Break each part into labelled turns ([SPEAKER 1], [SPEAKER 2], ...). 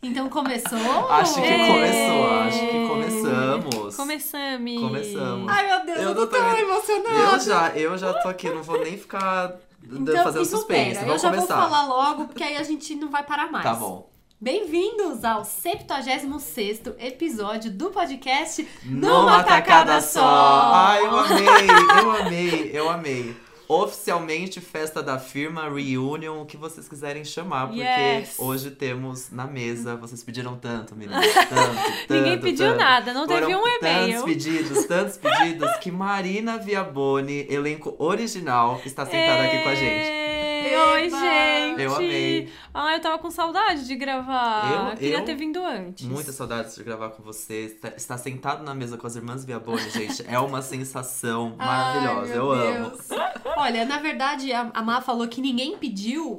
[SPEAKER 1] Então começou?
[SPEAKER 2] Acho que
[SPEAKER 1] É.
[SPEAKER 2] começou, acho que começamos.
[SPEAKER 3] Começamos.
[SPEAKER 2] Começamos.
[SPEAKER 1] Ai, meu Deus, eu,
[SPEAKER 2] Eu
[SPEAKER 1] tô
[SPEAKER 2] não tô
[SPEAKER 1] tão
[SPEAKER 2] vendo.
[SPEAKER 1] emocionada.
[SPEAKER 2] Eu já, eu já tô aqui, não vou nem ficar d-
[SPEAKER 1] Então,
[SPEAKER 2] fazendo
[SPEAKER 1] então
[SPEAKER 2] suspense.
[SPEAKER 1] pera, eu
[SPEAKER 2] Vamos
[SPEAKER 1] já
[SPEAKER 2] começar.
[SPEAKER 1] vou falar logo, porque aí a gente não vai parar mais.
[SPEAKER 2] Tá bom.
[SPEAKER 1] Bem-vindos ao 76º episódio do podcast
[SPEAKER 2] Numa tacada só. Ai, eu amei, eu amei, eu amei. Oficialmente, festa da firma, reunion, o que vocês quiserem chamar, porque
[SPEAKER 3] Yes.
[SPEAKER 2] hoje temos na mesa. Vocês pediram tanto, meninas. Tanto, tanto.
[SPEAKER 3] Ninguém pediu
[SPEAKER 2] tanto.
[SPEAKER 3] nada, não teve
[SPEAKER 2] Foram
[SPEAKER 3] um
[SPEAKER 2] Tantos
[SPEAKER 3] e-mail.
[SPEAKER 2] pedidos, tantos pedidos, que Marina Viaboni, elenco original, está sentada aqui com a
[SPEAKER 1] É.
[SPEAKER 2] gente.
[SPEAKER 3] Ei,
[SPEAKER 1] Eba!
[SPEAKER 3] É. Oi, gente!
[SPEAKER 2] Eu amei.
[SPEAKER 3] Ah, eu tava com saudade de gravar.
[SPEAKER 2] Eu-
[SPEAKER 3] Queria
[SPEAKER 2] eu-
[SPEAKER 3] ter vindo antes.
[SPEAKER 2] Muitas saudades de gravar com você. Está, estar sentado na mesa com as irmãs Viaboni, gente, é uma sensação maravilhosa. eu amo.
[SPEAKER 1] amo. Olha, na verdade, a, a Má falou que ninguém pediu.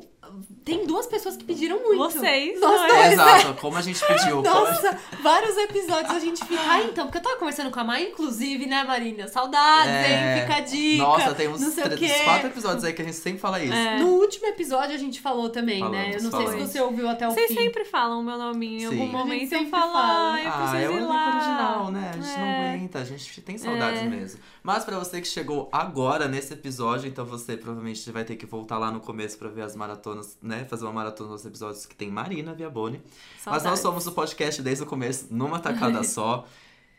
[SPEAKER 1] Tem duas pessoas que pediram muito.
[SPEAKER 3] Vocês,
[SPEAKER 1] Nós
[SPEAKER 3] dois.
[SPEAKER 1] dois.
[SPEAKER 2] É, Exato, como a gente pediu. como a gente-
[SPEAKER 1] Nossa, vários episódios a gente fica. Ah, então, porque eu tava conversando com a Mai, inclusive, né, Marina? Saudades,
[SPEAKER 2] É.
[SPEAKER 1] hein? Fica a dica.
[SPEAKER 2] Nossa, tem uns
[SPEAKER 1] não sei o
[SPEAKER 2] três-
[SPEAKER 1] quê.
[SPEAKER 2] quatro episódios aí que a gente sempre fala isso.
[SPEAKER 3] É.
[SPEAKER 1] No último episódio a gente falou também, né?
[SPEAKER 2] Falamos,
[SPEAKER 1] Eu não sei
[SPEAKER 2] falamos.
[SPEAKER 1] se é você ouviu até o
[SPEAKER 3] Vocês
[SPEAKER 1] fim.
[SPEAKER 3] sempre falam o meu nominho em
[SPEAKER 2] Sim.
[SPEAKER 3] algum
[SPEAKER 2] A gente
[SPEAKER 3] momento. Eu
[SPEAKER 1] sempre
[SPEAKER 3] falo,
[SPEAKER 1] fala.
[SPEAKER 3] ai, eu preciso
[SPEAKER 2] Ah, é o
[SPEAKER 3] ir
[SPEAKER 2] elenco
[SPEAKER 3] lá.
[SPEAKER 2] original, né? A gente não
[SPEAKER 3] É.
[SPEAKER 2] aguenta, a gente tem saudades
[SPEAKER 3] É.
[SPEAKER 2] mesmo. Mas pra você que chegou agora nesse episódio, então você provavelmente vai ter que voltar lá no começo pra ver as maratonas, né? Fazer uma maratona dos episódios que tem Marina Viaboni. Mas
[SPEAKER 3] Saudades.
[SPEAKER 2] nós somos o podcast desde o começo, numa tacada só.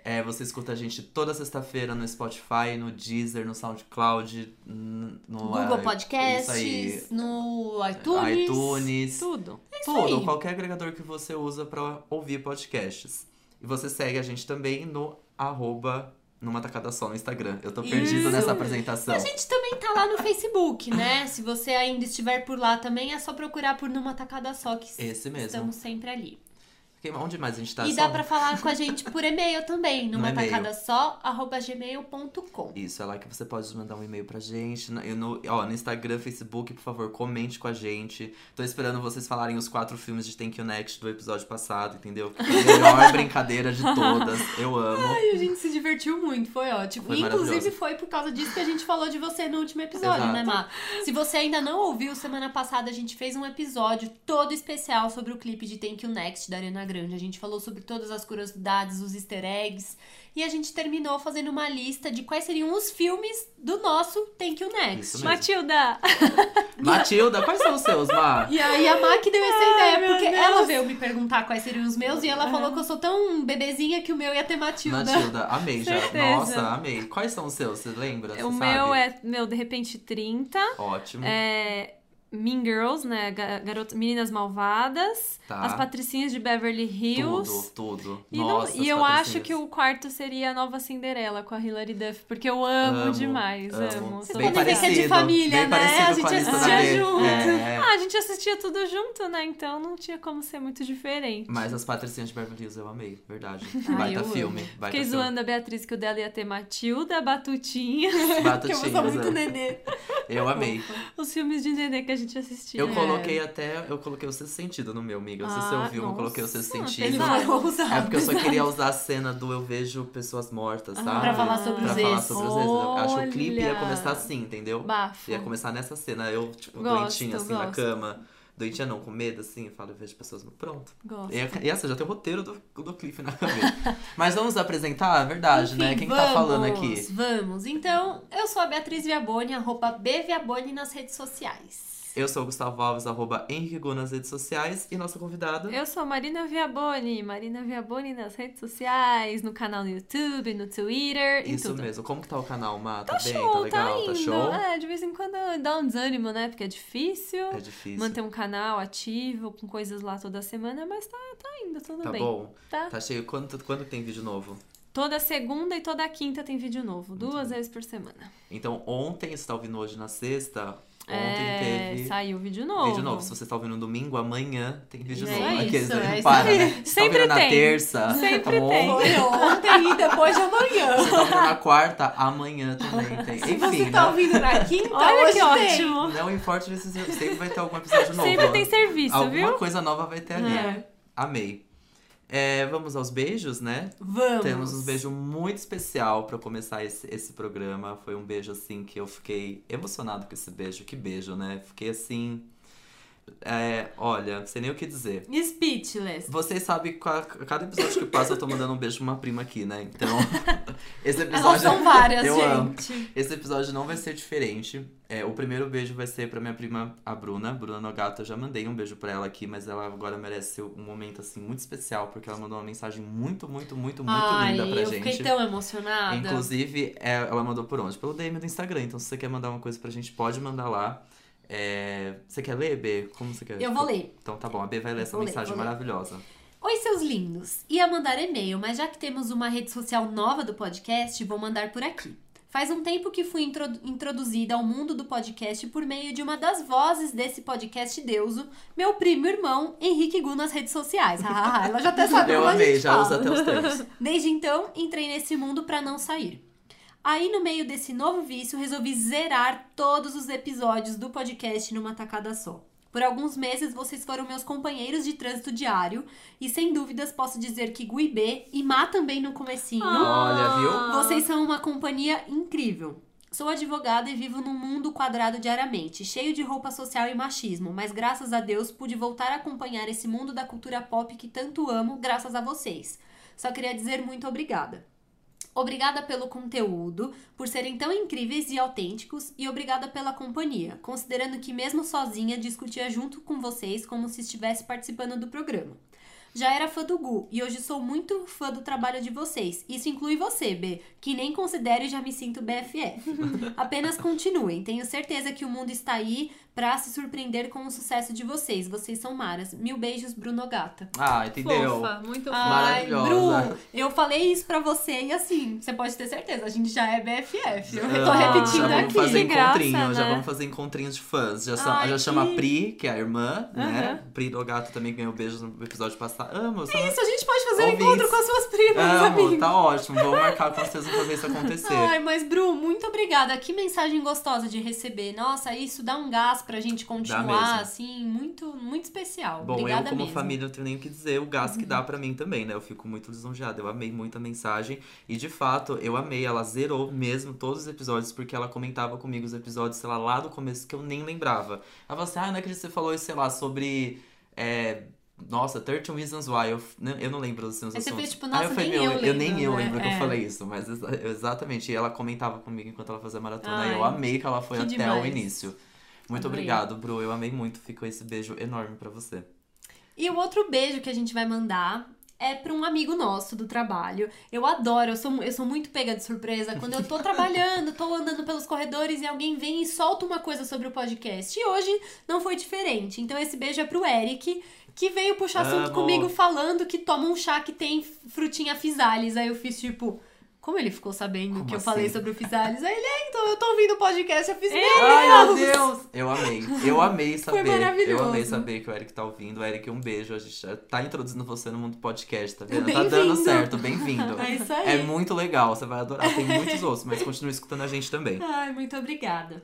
[SPEAKER 2] É, você escuta a gente toda sexta-feira no Spotify, no Deezer, no SoundCloud, n- no
[SPEAKER 1] Google
[SPEAKER 2] ah,
[SPEAKER 1] Podcasts,
[SPEAKER 2] isso
[SPEAKER 1] no
[SPEAKER 2] aí,
[SPEAKER 1] iTunes.
[SPEAKER 2] iTunes
[SPEAKER 3] Tudo.
[SPEAKER 1] isso
[SPEAKER 2] tudo,
[SPEAKER 1] aí.
[SPEAKER 2] qualquer agregador que você usa pra ouvir podcasts. E você segue a gente também no arroba numa tacada só no Instagram. Eu tô perdida
[SPEAKER 1] Isso.
[SPEAKER 2] nessa apresentação.
[SPEAKER 1] A gente também tá lá no Facebook, né? Se você ainda estiver por lá também, é só procurar por Numa Tacada Só, que
[SPEAKER 2] Esse mesmo.
[SPEAKER 1] estamos sempre ali.
[SPEAKER 2] Quem- Onde mais a gente tá?
[SPEAKER 1] e
[SPEAKER 2] Só-
[SPEAKER 1] dá pra falar com a gente por e-mail também,
[SPEAKER 2] No
[SPEAKER 1] numa
[SPEAKER 2] e-mail.
[SPEAKER 1] tacada só, arroba gmail.com.
[SPEAKER 2] Isso, é lá que você pode mandar um e-mail pra gente. No, eu no- ó, no Instagram, Facebook, por favor, comente com a gente. Tô esperando vocês falarem os quatro filmes de Thank You Next do episódio passado, entendeu? Porque é a melhor brincadeira de todas. Eu amo.
[SPEAKER 1] Ai, a gente se divertiu muito, foi ótimo.
[SPEAKER 2] Foi
[SPEAKER 1] Inclusive,
[SPEAKER 2] maravilhoso.
[SPEAKER 1] foi por causa disso que a gente falou de você no último episódio,
[SPEAKER 2] Exato.
[SPEAKER 1] né, Má? Se você ainda não ouviu, semana passada a gente fez um episódio todo especial sobre o clipe de Thank You Next da Ariana Grande. A gente falou sobre todas as curiosidades, os easter eggs. E a gente terminou fazendo uma lista de quais seriam os filmes do nosso Thank You Next.
[SPEAKER 2] Isso mesmo.
[SPEAKER 3] Matilda!
[SPEAKER 2] Matilda, quais são os seus, Mar?
[SPEAKER 1] E aí a Má que deu essa ideia,
[SPEAKER 3] meu
[SPEAKER 1] porque
[SPEAKER 3] Deus. É.
[SPEAKER 1] ela veio me perguntar quais seriam os meus e ela falou que eu sou tão bebezinha que o meu ia ter Matilda.
[SPEAKER 2] Matilda, amei já.
[SPEAKER 3] né? Certeza.
[SPEAKER 2] Nossa, amei. Quais são os seus? Você lembra? Você
[SPEAKER 3] o
[SPEAKER 2] sabe?
[SPEAKER 3] meu é, meu, de repente, 30.
[SPEAKER 2] Ótimo.
[SPEAKER 3] É, mean Girls, né? ga- Garota, Meninas Malvadas.
[SPEAKER 2] Tá.
[SPEAKER 3] As Patricinhas de Beverly Hills.
[SPEAKER 2] Tudo, tudo.
[SPEAKER 3] E, não-
[SPEAKER 2] Nossa,
[SPEAKER 3] e
[SPEAKER 2] as
[SPEAKER 3] eu
[SPEAKER 2] patricinhas.
[SPEAKER 3] acho que o quarto seria a nova Cinderela com a Hilary Duff, porque eu amo,
[SPEAKER 2] Amo,
[SPEAKER 3] demais,
[SPEAKER 2] amo.
[SPEAKER 3] amo.
[SPEAKER 1] Vocês
[SPEAKER 3] Sou
[SPEAKER 2] Bem
[SPEAKER 1] podem ver que é de
[SPEAKER 2] parecido,
[SPEAKER 1] família,
[SPEAKER 2] bem
[SPEAKER 1] né?
[SPEAKER 2] parecido
[SPEAKER 1] A
[SPEAKER 2] com
[SPEAKER 1] gente
[SPEAKER 2] lista da
[SPEAKER 1] assistia
[SPEAKER 2] B.
[SPEAKER 1] junto.
[SPEAKER 2] É, é.
[SPEAKER 3] Ah, a gente assistia tudo junto, né? Então não tinha como ser muito diferente.
[SPEAKER 2] Mas as Patricinhas de Beverly Hills eu amei, verdade.
[SPEAKER 1] Ai,
[SPEAKER 2] Baita
[SPEAKER 1] eu amo.
[SPEAKER 2] filme. Baita
[SPEAKER 3] Fiquei
[SPEAKER 2] filme.
[SPEAKER 3] zoando a Beatriz que o dela ia ter Matilda, Batutinha,
[SPEAKER 1] Porque eu
[SPEAKER 2] Batutinhas,
[SPEAKER 1] sou muito
[SPEAKER 2] eu-
[SPEAKER 1] nenê.
[SPEAKER 2] é. Eu amei.
[SPEAKER 3] os filmes de nenê que a gente assistia.
[SPEAKER 2] Eu
[SPEAKER 1] É.
[SPEAKER 2] coloquei até. Eu coloquei o sexto sentido no meu, amiga. Não sei se você
[SPEAKER 3] Ah,
[SPEAKER 2] ouviu, eu coloquei o
[SPEAKER 3] nossa,
[SPEAKER 2] sexto sentido.
[SPEAKER 1] Ele
[SPEAKER 3] Exato.
[SPEAKER 1] foi ousado.
[SPEAKER 2] É porque eu só queria usar a cena do eu vejo pessoas mortas,
[SPEAKER 3] Ah.
[SPEAKER 2] sabe?
[SPEAKER 1] Pra falar sobre
[SPEAKER 2] Pra
[SPEAKER 1] os
[SPEAKER 2] falar
[SPEAKER 1] ex.
[SPEAKER 2] sobre os ex. Eu acho que o clipe ia
[SPEAKER 3] Olha.
[SPEAKER 2] começar assim, entendeu?
[SPEAKER 3] Bafo.
[SPEAKER 2] Ia começar nessa cena, eu, tipo,
[SPEAKER 3] Gosto,
[SPEAKER 2] doentinha, assim, na
[SPEAKER 3] gosto.
[SPEAKER 2] cama. Doentinha não, com medo, assim, eu falo, eu vejo pessoas. no- Pronto.
[SPEAKER 3] Gosto.
[SPEAKER 2] E, a- e essa já tem o roteiro do, do clipe na cabeça. Mas vamos apresentar a verdade, né?
[SPEAKER 1] Enfim,
[SPEAKER 2] Quem tá falando aqui?
[SPEAKER 1] Vamos. Então, eu sou a Beatriz Viaboni, arroba B Viaboni nas redes sociais.
[SPEAKER 2] Eu sou o Gustavo Alves, arroba Henrique Gu nas redes sociais. E nossa convidada.
[SPEAKER 3] Eu sou Marina Viaboni, Marina Viaboni nas redes sociais, no canal no YouTube, no Twitter e
[SPEAKER 2] Isso
[SPEAKER 3] tudo.
[SPEAKER 2] mesmo. Como que tá o canal, Má? Tá,
[SPEAKER 3] Tá
[SPEAKER 2] bem?
[SPEAKER 3] show,
[SPEAKER 2] tá
[SPEAKER 3] tá,
[SPEAKER 2] legal?
[SPEAKER 3] indo.
[SPEAKER 2] tá show?
[SPEAKER 3] É, de vez em quando dá um desânimo, né? Porque é difícil
[SPEAKER 2] É difícil.
[SPEAKER 3] manter um canal ativo, com coisas lá toda semana, mas tá, tá indo, tudo
[SPEAKER 2] Tá
[SPEAKER 3] bem.
[SPEAKER 2] bom?
[SPEAKER 3] Tá.
[SPEAKER 2] Tá cheio. Quando, quando tem vídeo novo?
[SPEAKER 3] Toda segunda e toda quinta tem vídeo novo, duas vezes por semana.
[SPEAKER 2] Então, ontem, você tá ouvindo hoje na sexta? Ontem
[SPEAKER 3] é,
[SPEAKER 2] teve.
[SPEAKER 3] saiu vídeo novo.
[SPEAKER 2] Vídeo novo. Se você tá ouvindo domingo, amanhã tem vídeo
[SPEAKER 3] É
[SPEAKER 2] novo.
[SPEAKER 3] isso,
[SPEAKER 2] Aqueles,
[SPEAKER 1] é
[SPEAKER 2] não
[SPEAKER 1] isso
[SPEAKER 2] para,
[SPEAKER 3] aí.
[SPEAKER 2] né? Você tá
[SPEAKER 3] Sempre
[SPEAKER 2] ouvindo na
[SPEAKER 3] tem.
[SPEAKER 2] terça.
[SPEAKER 3] Sempre
[SPEAKER 2] tá bom?
[SPEAKER 3] tem.
[SPEAKER 1] Foi ontem e depois de amanhã.
[SPEAKER 2] Você tá ouvindo na quarta, amanhã também tem.
[SPEAKER 1] Se
[SPEAKER 2] Enfim,
[SPEAKER 1] você
[SPEAKER 2] né?
[SPEAKER 1] tá ouvindo na quinta,
[SPEAKER 3] Olha
[SPEAKER 1] hoje
[SPEAKER 3] que
[SPEAKER 1] tem.
[SPEAKER 3] ótimo.
[SPEAKER 2] Não importa, se você- sempre vai ter algum episódio novo.
[SPEAKER 3] Sempre tem serviço,
[SPEAKER 2] Alguma
[SPEAKER 3] viu?
[SPEAKER 2] coisa nova vai ter ali.
[SPEAKER 3] É.
[SPEAKER 2] Amei. É, vamos aos beijos, né?
[SPEAKER 1] Vamos.
[SPEAKER 2] Temos um beijo muito especial pra começar esse, esse programa. Foi um beijo assim que eu fiquei emocionado com esse beijo. Que beijo, né? Fiquei assim É, olha, sei nem o que dizer.
[SPEAKER 3] Speechless.
[SPEAKER 2] Vocês sabem, que a cada episódio que passa, eu tô mandando um beijo pra uma prima aqui, né? Então, esse
[SPEAKER 1] Elas
[SPEAKER 2] episódio.
[SPEAKER 1] são várias,
[SPEAKER 2] eu amo.
[SPEAKER 1] gente.
[SPEAKER 2] Esse episódio não vai ser diferente. É, o primeiro beijo vai ser pra minha prima, a Bruna. Bruna Nogato, eu já mandei um beijo pra ela aqui, mas ela agora merece um momento, assim, muito especial, porque ela mandou uma mensagem muito, muito, muito, muito
[SPEAKER 1] Ai,
[SPEAKER 2] linda pra
[SPEAKER 1] eu
[SPEAKER 2] gente.
[SPEAKER 1] fiquei tão emocionada.
[SPEAKER 2] Inclusive, é, ela mandou por onde? Pelo DM do Instagram. Então, se você quer mandar uma coisa pra gente, pode mandar lá. É, Você quer ler, B? Como você quer?
[SPEAKER 1] Eu vou ler.
[SPEAKER 2] Então tá bom, a B vai ler essa
[SPEAKER 1] Vou ler,
[SPEAKER 2] mensagem
[SPEAKER 1] vou ler.
[SPEAKER 2] maravilhosa.
[SPEAKER 1] Oi, seus lindos! Ia mandar e-mail, mas já que temos uma rede social nova do podcast, vou mandar por aqui. Faz um tempo que fui intro- introduzida ao mundo do podcast por meio de uma das vozes desse podcast Deuso, meu primo irmão Henrique Gu nas redes sociais. Ah, ela já até sabe
[SPEAKER 2] eu
[SPEAKER 1] como a
[SPEAKER 2] amei,
[SPEAKER 1] gente
[SPEAKER 2] já
[SPEAKER 1] fala.
[SPEAKER 2] usa até os três.
[SPEAKER 1] Desde então, entrei nesse mundo pra não sair. Aí, no meio desse novo vício, resolvi zerar todos os episódios do podcast numa tacada só. Por alguns meses, vocês foram meus companheiros de trânsito diário e, sem dúvidas, posso dizer que Gui B e Má também no comecinho.
[SPEAKER 3] Ah,
[SPEAKER 2] Olha, viu?
[SPEAKER 1] Vocês são uma companhia incrível. Sou advogada e vivo num mundo quadrado diariamente, cheio de roupa social e machismo, mas graças a Deus pude voltar a acompanhar esse mundo da cultura pop que tanto amo, graças a vocês. Só queria dizer muito obrigada. Obrigada pelo conteúdo, por serem tão incríveis e autênticos, e obrigada pela companhia, considerando que mesmo sozinha discutia junto com vocês como se estivesse participando do programa. Já era fã do Gu e hoje sou muito fã do trabalho de vocês. Isso inclui você, B, que nem considero e já me sinto BFF. Apenas continuem. Tenho certeza que o mundo está aí pra se surpreender com o sucesso de vocês. Vocês são maras. Mil beijos, Bruno Gata.
[SPEAKER 2] Ah, entendeu?
[SPEAKER 3] Fofa, muito
[SPEAKER 1] Ai,
[SPEAKER 2] Maravilhosa.
[SPEAKER 1] Bru, eu falei isso pra você e assim, você pode ter certeza, a gente já é BFF. Eu tô
[SPEAKER 2] Ah,
[SPEAKER 1] repetindo
[SPEAKER 2] já vamos
[SPEAKER 1] aqui.
[SPEAKER 2] Fazer
[SPEAKER 3] Que graça,
[SPEAKER 2] encontrinho, já
[SPEAKER 3] né?
[SPEAKER 2] vamos fazer encontrinhos de fãs. Já, só-
[SPEAKER 1] Ai,
[SPEAKER 2] já chama
[SPEAKER 1] que-
[SPEAKER 2] a Pri, que é a irmã, né?
[SPEAKER 3] Aham.
[SPEAKER 2] Pri do Gato também ganhou beijos no episódio passado. Amo, só
[SPEAKER 1] Isso, a gente pode fazer um
[SPEAKER 2] Ouvintes.
[SPEAKER 1] encontro com as suas primas,
[SPEAKER 2] Amo,
[SPEAKER 1] amigos.
[SPEAKER 2] tá ótimo. Vou marcar com vocês pra ver isso acontecer.
[SPEAKER 1] Ai, mas Bru, muito obrigada. Que mensagem gostosa de receber. Nossa, isso dá um gás pra gente
[SPEAKER 2] Dá
[SPEAKER 1] continuar,
[SPEAKER 2] mesmo.
[SPEAKER 1] assim, muito, muito especial.
[SPEAKER 2] Bom,
[SPEAKER 1] obrigada
[SPEAKER 2] eu como
[SPEAKER 1] mesmo. Uhum.
[SPEAKER 2] família não tenho nem o que dizer, o gás que dá pra mim também, né? Eu fico muito lisonjeada, eu amei muito a mensagem. E de fato, eu amei, ela zerou mesmo todos os episódios, porque ela comentava comigo os episódios, sei lá, lá do começo que eu nem lembrava. Ela falou assim, ah, não acredito que você falou isso, sei lá, sobre... é, nossa, 30 Reasons Why, eu, f- né, eu não lembro dos seus
[SPEAKER 1] Aí você
[SPEAKER 2] assuntos.
[SPEAKER 1] fez, tipo,
[SPEAKER 2] Aí
[SPEAKER 1] nossa,
[SPEAKER 2] eu falei,
[SPEAKER 1] nem
[SPEAKER 2] meu,
[SPEAKER 1] eu
[SPEAKER 2] nem
[SPEAKER 1] lembro,
[SPEAKER 2] eu
[SPEAKER 1] né?
[SPEAKER 2] lembro que
[SPEAKER 1] É.
[SPEAKER 2] eu falei isso, mas exa- exatamente. E ela comentava comigo enquanto ela fazia maratona,
[SPEAKER 3] Ai,
[SPEAKER 2] e eu amei que ela foi
[SPEAKER 1] que
[SPEAKER 2] até o
[SPEAKER 1] demais.
[SPEAKER 2] início. Muito
[SPEAKER 1] Adorei.
[SPEAKER 2] obrigado, Bru. Eu amei muito. Ficou esse beijo enorme pra você.
[SPEAKER 1] E o outro beijo que a gente vai mandar é pra um amigo nosso do trabalho. Eu adoro, eu sou, mu- eu sou muito pega de surpresa quando eu tô trabalhando, tô andando pelos corredores e alguém vem e solta uma coisa sobre o podcast. E hoje não foi diferente. Então esse beijo é pro Eric, que veio puxar assunto
[SPEAKER 2] Amo.
[SPEAKER 1] comigo falando que toma um chá que tem frutinha Fisalis. Aí eu fiz tipo. Como ele ficou sabendo
[SPEAKER 2] Como
[SPEAKER 1] que eu
[SPEAKER 2] assim?
[SPEAKER 1] falei sobre o Fisalis? Aí ele, é, então eu tô ouvindo o podcast, eu fiz dele.
[SPEAKER 2] Ai, meu Deus! Eu amei. Eu amei saber.
[SPEAKER 1] maravilhoso.
[SPEAKER 2] Eu amei saber que o Eric tá ouvindo. Eric, um beijo. A gente já tá introduzindo você no mundo podcast, tá vendo? Tá dando
[SPEAKER 1] Bem-vindo.
[SPEAKER 2] certo, bem-vindo.
[SPEAKER 1] É isso aí.
[SPEAKER 2] É muito legal, você vai adorar. Tem muitos outros, mas continua escutando a gente também.
[SPEAKER 1] Ai, muito obrigada.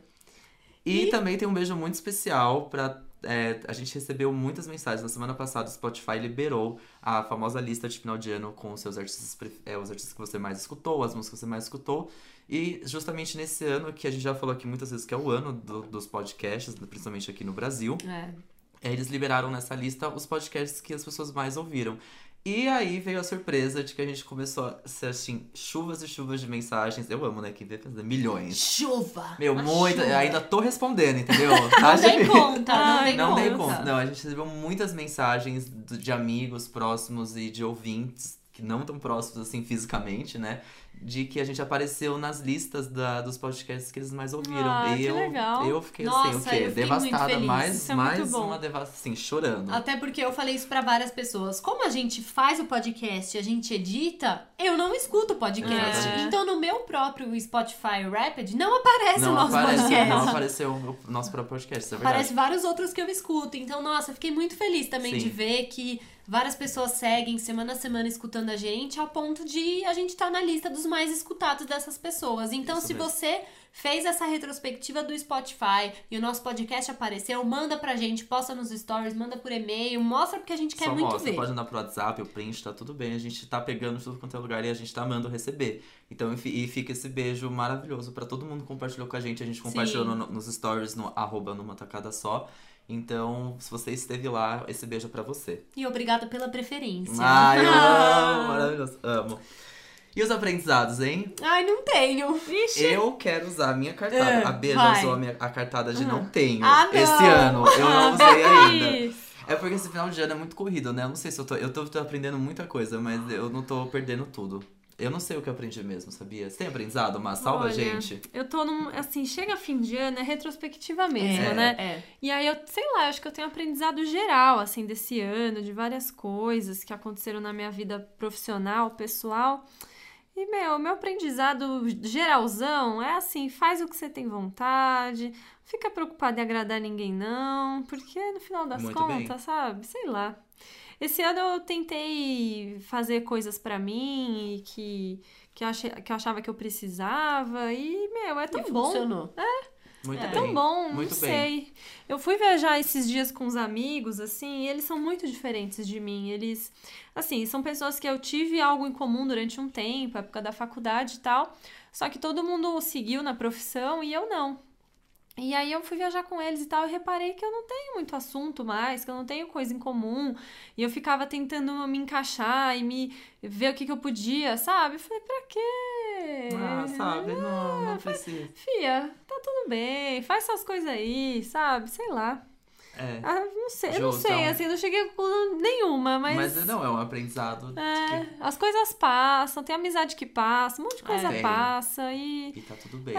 [SPEAKER 2] E, também tem um beijo muito especial pra. é, a gente recebeu muitas mensagens. Na semana passada, o Spotify liberou a famosa lista de final de ano com os seus artistas, pre- é, os artistas que você mais escutou, as músicas que você mais escutou. E justamente nesse ano, que a gente já falou aqui muitas vezes que é o ano do- dos podcasts, principalmente aqui no Brasil,
[SPEAKER 1] É.
[SPEAKER 2] é, eles liberaram nessa lista os podcasts que as pessoas mais ouviram. E aí veio a surpresa de que a gente começou a ser assim, chuvas e chuvas de mensagens. Eu amo, né? Que vê milhões.
[SPEAKER 1] Chuva!
[SPEAKER 2] Meu,
[SPEAKER 1] Uma
[SPEAKER 2] muito.
[SPEAKER 1] chuva.
[SPEAKER 2] Ainda tô respondendo, entendeu? Tá,
[SPEAKER 1] Não dei
[SPEAKER 2] gente?
[SPEAKER 1] conta, não
[SPEAKER 3] Ai,
[SPEAKER 1] dei
[SPEAKER 2] Não
[SPEAKER 1] conta.
[SPEAKER 2] dei conta. Não, a gente recebeu muitas mensagens do- de amigos próximos e de ouvintes que não tão próximos assim fisicamente, né? De que a gente apareceu nas listas da- dos podcasts que eles mais ouviram.
[SPEAKER 3] Ah,
[SPEAKER 2] e
[SPEAKER 3] que
[SPEAKER 2] eu,
[SPEAKER 3] legal.
[SPEAKER 2] eu fiquei assim,
[SPEAKER 1] Nossa,
[SPEAKER 2] o quê?
[SPEAKER 1] eu fiquei muito
[SPEAKER 2] devastada.
[SPEAKER 1] feliz.
[SPEAKER 2] Mais,
[SPEAKER 3] Isso é muito
[SPEAKER 2] mais
[SPEAKER 3] bom.
[SPEAKER 2] uma devastada, assim, chorando.
[SPEAKER 1] Até porque eu falei isso pra várias pessoas. Como a gente faz o podcast, e a gente edita, eu não escuto o podcast.
[SPEAKER 3] É.
[SPEAKER 1] Então no meu próprio Spotify Rapid não aparece o
[SPEAKER 2] não,
[SPEAKER 1] nosso
[SPEAKER 2] aparece,
[SPEAKER 1] podcast.
[SPEAKER 2] não apareceu o nosso próprio podcast, isso é verdade.
[SPEAKER 1] Aparece vários outros que eu escuto. Então, nossa, fiquei muito feliz também
[SPEAKER 2] Sim.
[SPEAKER 1] de ver que várias pessoas seguem semana a semana escutando a gente, a ponto de a gente estar na lista dos mais escutados dessas pessoas. Então,
[SPEAKER 2] Isso
[SPEAKER 1] se
[SPEAKER 2] mesmo.
[SPEAKER 1] você fez essa retrospectiva do Spotify e o nosso podcast apareceu, manda pra gente, posta nos stories, manda por e-mail, mostra porque a gente quer
[SPEAKER 2] Só
[SPEAKER 1] muito
[SPEAKER 2] mostra,
[SPEAKER 1] ver.
[SPEAKER 2] pode mandar pro WhatsApp, o print, tá tudo bem. A gente tá pegando de tudo quanto é lugar e a gente tá amando receber. Então, e fi- e fica esse beijo maravilhoso pra todo mundo que compartilhou com a gente. A gente compartilhou
[SPEAKER 1] Sim.
[SPEAKER 2] no- nos stories, no arroba numa tacada só. Então, se você esteve lá, esse beijo é pra você.
[SPEAKER 1] E obrigada pela preferência.
[SPEAKER 2] Ai, eu
[SPEAKER 3] Ah.
[SPEAKER 2] amo, maravilhoso. Amo. E os aprendizados, hein?
[SPEAKER 1] Ai, não tenho. Vixe.
[SPEAKER 2] Eu quero usar a minha cartada.
[SPEAKER 1] É,
[SPEAKER 2] a B já
[SPEAKER 1] vai.
[SPEAKER 2] usou a, minha, a cartada de
[SPEAKER 1] Ah.
[SPEAKER 2] não tenho
[SPEAKER 1] Ah, não.
[SPEAKER 2] esse ano. Eu não usei ainda.
[SPEAKER 3] Beatriz!
[SPEAKER 2] É porque esse final de ano é muito corrido, né? Eu não sei se eu tô. Eu tô, tô aprendendo muita coisa, mas eu não tô perdendo tudo. Eu não sei o que eu aprendi mesmo, sabia? Você tem aprendizado, mas salva a
[SPEAKER 3] Olha,
[SPEAKER 2] gente.
[SPEAKER 3] Eu tô num. Assim, chega fim de ano, é retrospectiva mesmo,
[SPEAKER 1] É,
[SPEAKER 3] né?
[SPEAKER 1] é.
[SPEAKER 3] E aí eu, sei lá, eu acho que eu tenho aprendizado geral, assim, desse ano, de várias coisas que aconteceram na minha vida profissional, pessoal. E, meu, meu aprendizado geralzão é assim, faz o que você tem vontade, fica preocupado em agradar ninguém não, porque no final das
[SPEAKER 2] Muito
[SPEAKER 3] contas,
[SPEAKER 2] bem.
[SPEAKER 3] sabe? Sei lá. Esse ano eu tentei fazer coisas pra mim e que, que, eu achei- que eu achava que eu precisava e, meu, é tão
[SPEAKER 1] E
[SPEAKER 3] bom.
[SPEAKER 1] funcionou.
[SPEAKER 2] Muito
[SPEAKER 1] É.
[SPEAKER 2] bem.
[SPEAKER 3] Tão bom,
[SPEAKER 2] Muito
[SPEAKER 3] não
[SPEAKER 2] bem.
[SPEAKER 3] sei. Eu fui viajar esses dias com os amigos, assim, e eles são muito diferentes de mim. Eles, assim, são pessoas que eu tive algo em comum durante um tempo, época da faculdade e tal. Só que todo mundo seguiu na profissão e eu não. E aí eu fui viajar com eles e tal, e reparei que eu não tenho muito assunto mais, que eu não tenho coisa em comum. E eu ficava tentando me encaixar e me ver o que, que eu podia, sabe? Eu falei, pra quê?
[SPEAKER 2] Ah, sabe? Não,
[SPEAKER 3] Ah,
[SPEAKER 2] não precisa.
[SPEAKER 3] Fia, tá tudo bem, faz suas coisas aí, sabe? Sei lá.
[SPEAKER 2] É.
[SPEAKER 3] Ah, não sei, eu não
[SPEAKER 2] Justo,
[SPEAKER 3] sei,
[SPEAKER 2] é um-
[SPEAKER 3] assim, não cheguei a conclusão nenhuma, mas.
[SPEAKER 2] Mas... não, é um aprendizado
[SPEAKER 3] é, as coisas passam, tem amizade que passa, um monte de coisa
[SPEAKER 2] É.
[SPEAKER 3] passa e.
[SPEAKER 2] que. E tá tudo
[SPEAKER 3] É.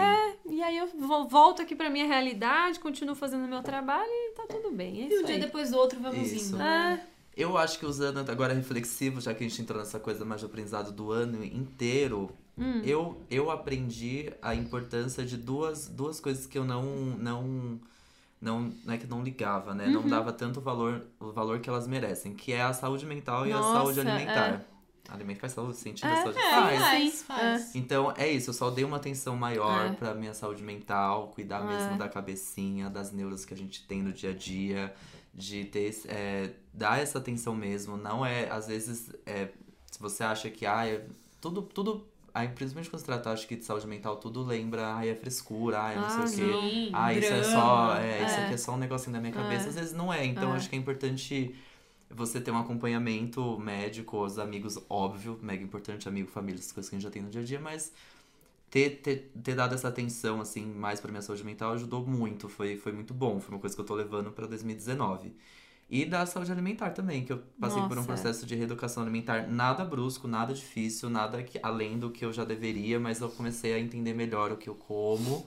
[SPEAKER 2] bem.
[SPEAKER 3] E aí eu vo- volto aqui pra minha realidade, continuo fazendo meu trabalho e tá tudo bem. É
[SPEAKER 1] E
[SPEAKER 3] isso
[SPEAKER 1] um dia
[SPEAKER 3] aí.
[SPEAKER 1] depois do outro vamos indo.
[SPEAKER 2] Isso. Ah,
[SPEAKER 1] né?
[SPEAKER 3] É,
[SPEAKER 2] Eu acho que usando agora reflexivo, já que a gente entrou nessa coisa mais de aprendizado do ano inteiro,
[SPEAKER 3] Hum.
[SPEAKER 2] eu, eu aprendi a importância de duas, duas coisas que eu não. não não, não é que não ligava, né?
[SPEAKER 3] Uhum.
[SPEAKER 2] Não dava tanto valor, o valor que elas merecem, que é a saúde mental e
[SPEAKER 3] Nossa,
[SPEAKER 2] a saúde alimentar. Alimento faz saúde, sentido
[SPEAKER 3] É,
[SPEAKER 2] a saúde
[SPEAKER 1] É,
[SPEAKER 2] faz.
[SPEAKER 1] faz,
[SPEAKER 3] sim.
[SPEAKER 1] faz.
[SPEAKER 2] Então é isso, eu só dei uma atenção maior
[SPEAKER 3] É.
[SPEAKER 2] pra minha saúde mental, cuidar
[SPEAKER 3] É.
[SPEAKER 2] mesmo da cabecinha, das neuras que a gente tem no dia a dia, de ter, esse- é, dar essa atenção mesmo. Não é, às vezes, é, se você acha que, ah, é tudo, tudo, aí, principalmente quando se trata, acho que de saúde mental, tudo lembra, ai, é frescura, ai, não
[SPEAKER 3] Ah,
[SPEAKER 2] sei o quê.
[SPEAKER 1] Sim,
[SPEAKER 2] Ah, isso é só,
[SPEAKER 1] drama.
[SPEAKER 2] é, isso
[SPEAKER 3] É.
[SPEAKER 2] aqui é só um negocinho da minha cabeça.
[SPEAKER 3] É.
[SPEAKER 2] Às vezes não é, então
[SPEAKER 3] É.
[SPEAKER 2] acho que é importante você ter um acompanhamento médico, os amigos, óbvio, mega importante, amigo, família, essas coisas que a gente já tem no dia a dia, mas ter, ter, ter dado essa atenção, assim, mais pra minha saúde mental ajudou muito, foi, foi muito bom, foi uma coisa que eu tô levando pra 2019. E da saúde alimentar também, que eu passei por um
[SPEAKER 3] Nossa, é.
[SPEAKER 2] processo de reeducação alimentar nada brusco, nada difícil, nada que, além do que eu já deveria, mas eu comecei a entender melhor o que eu como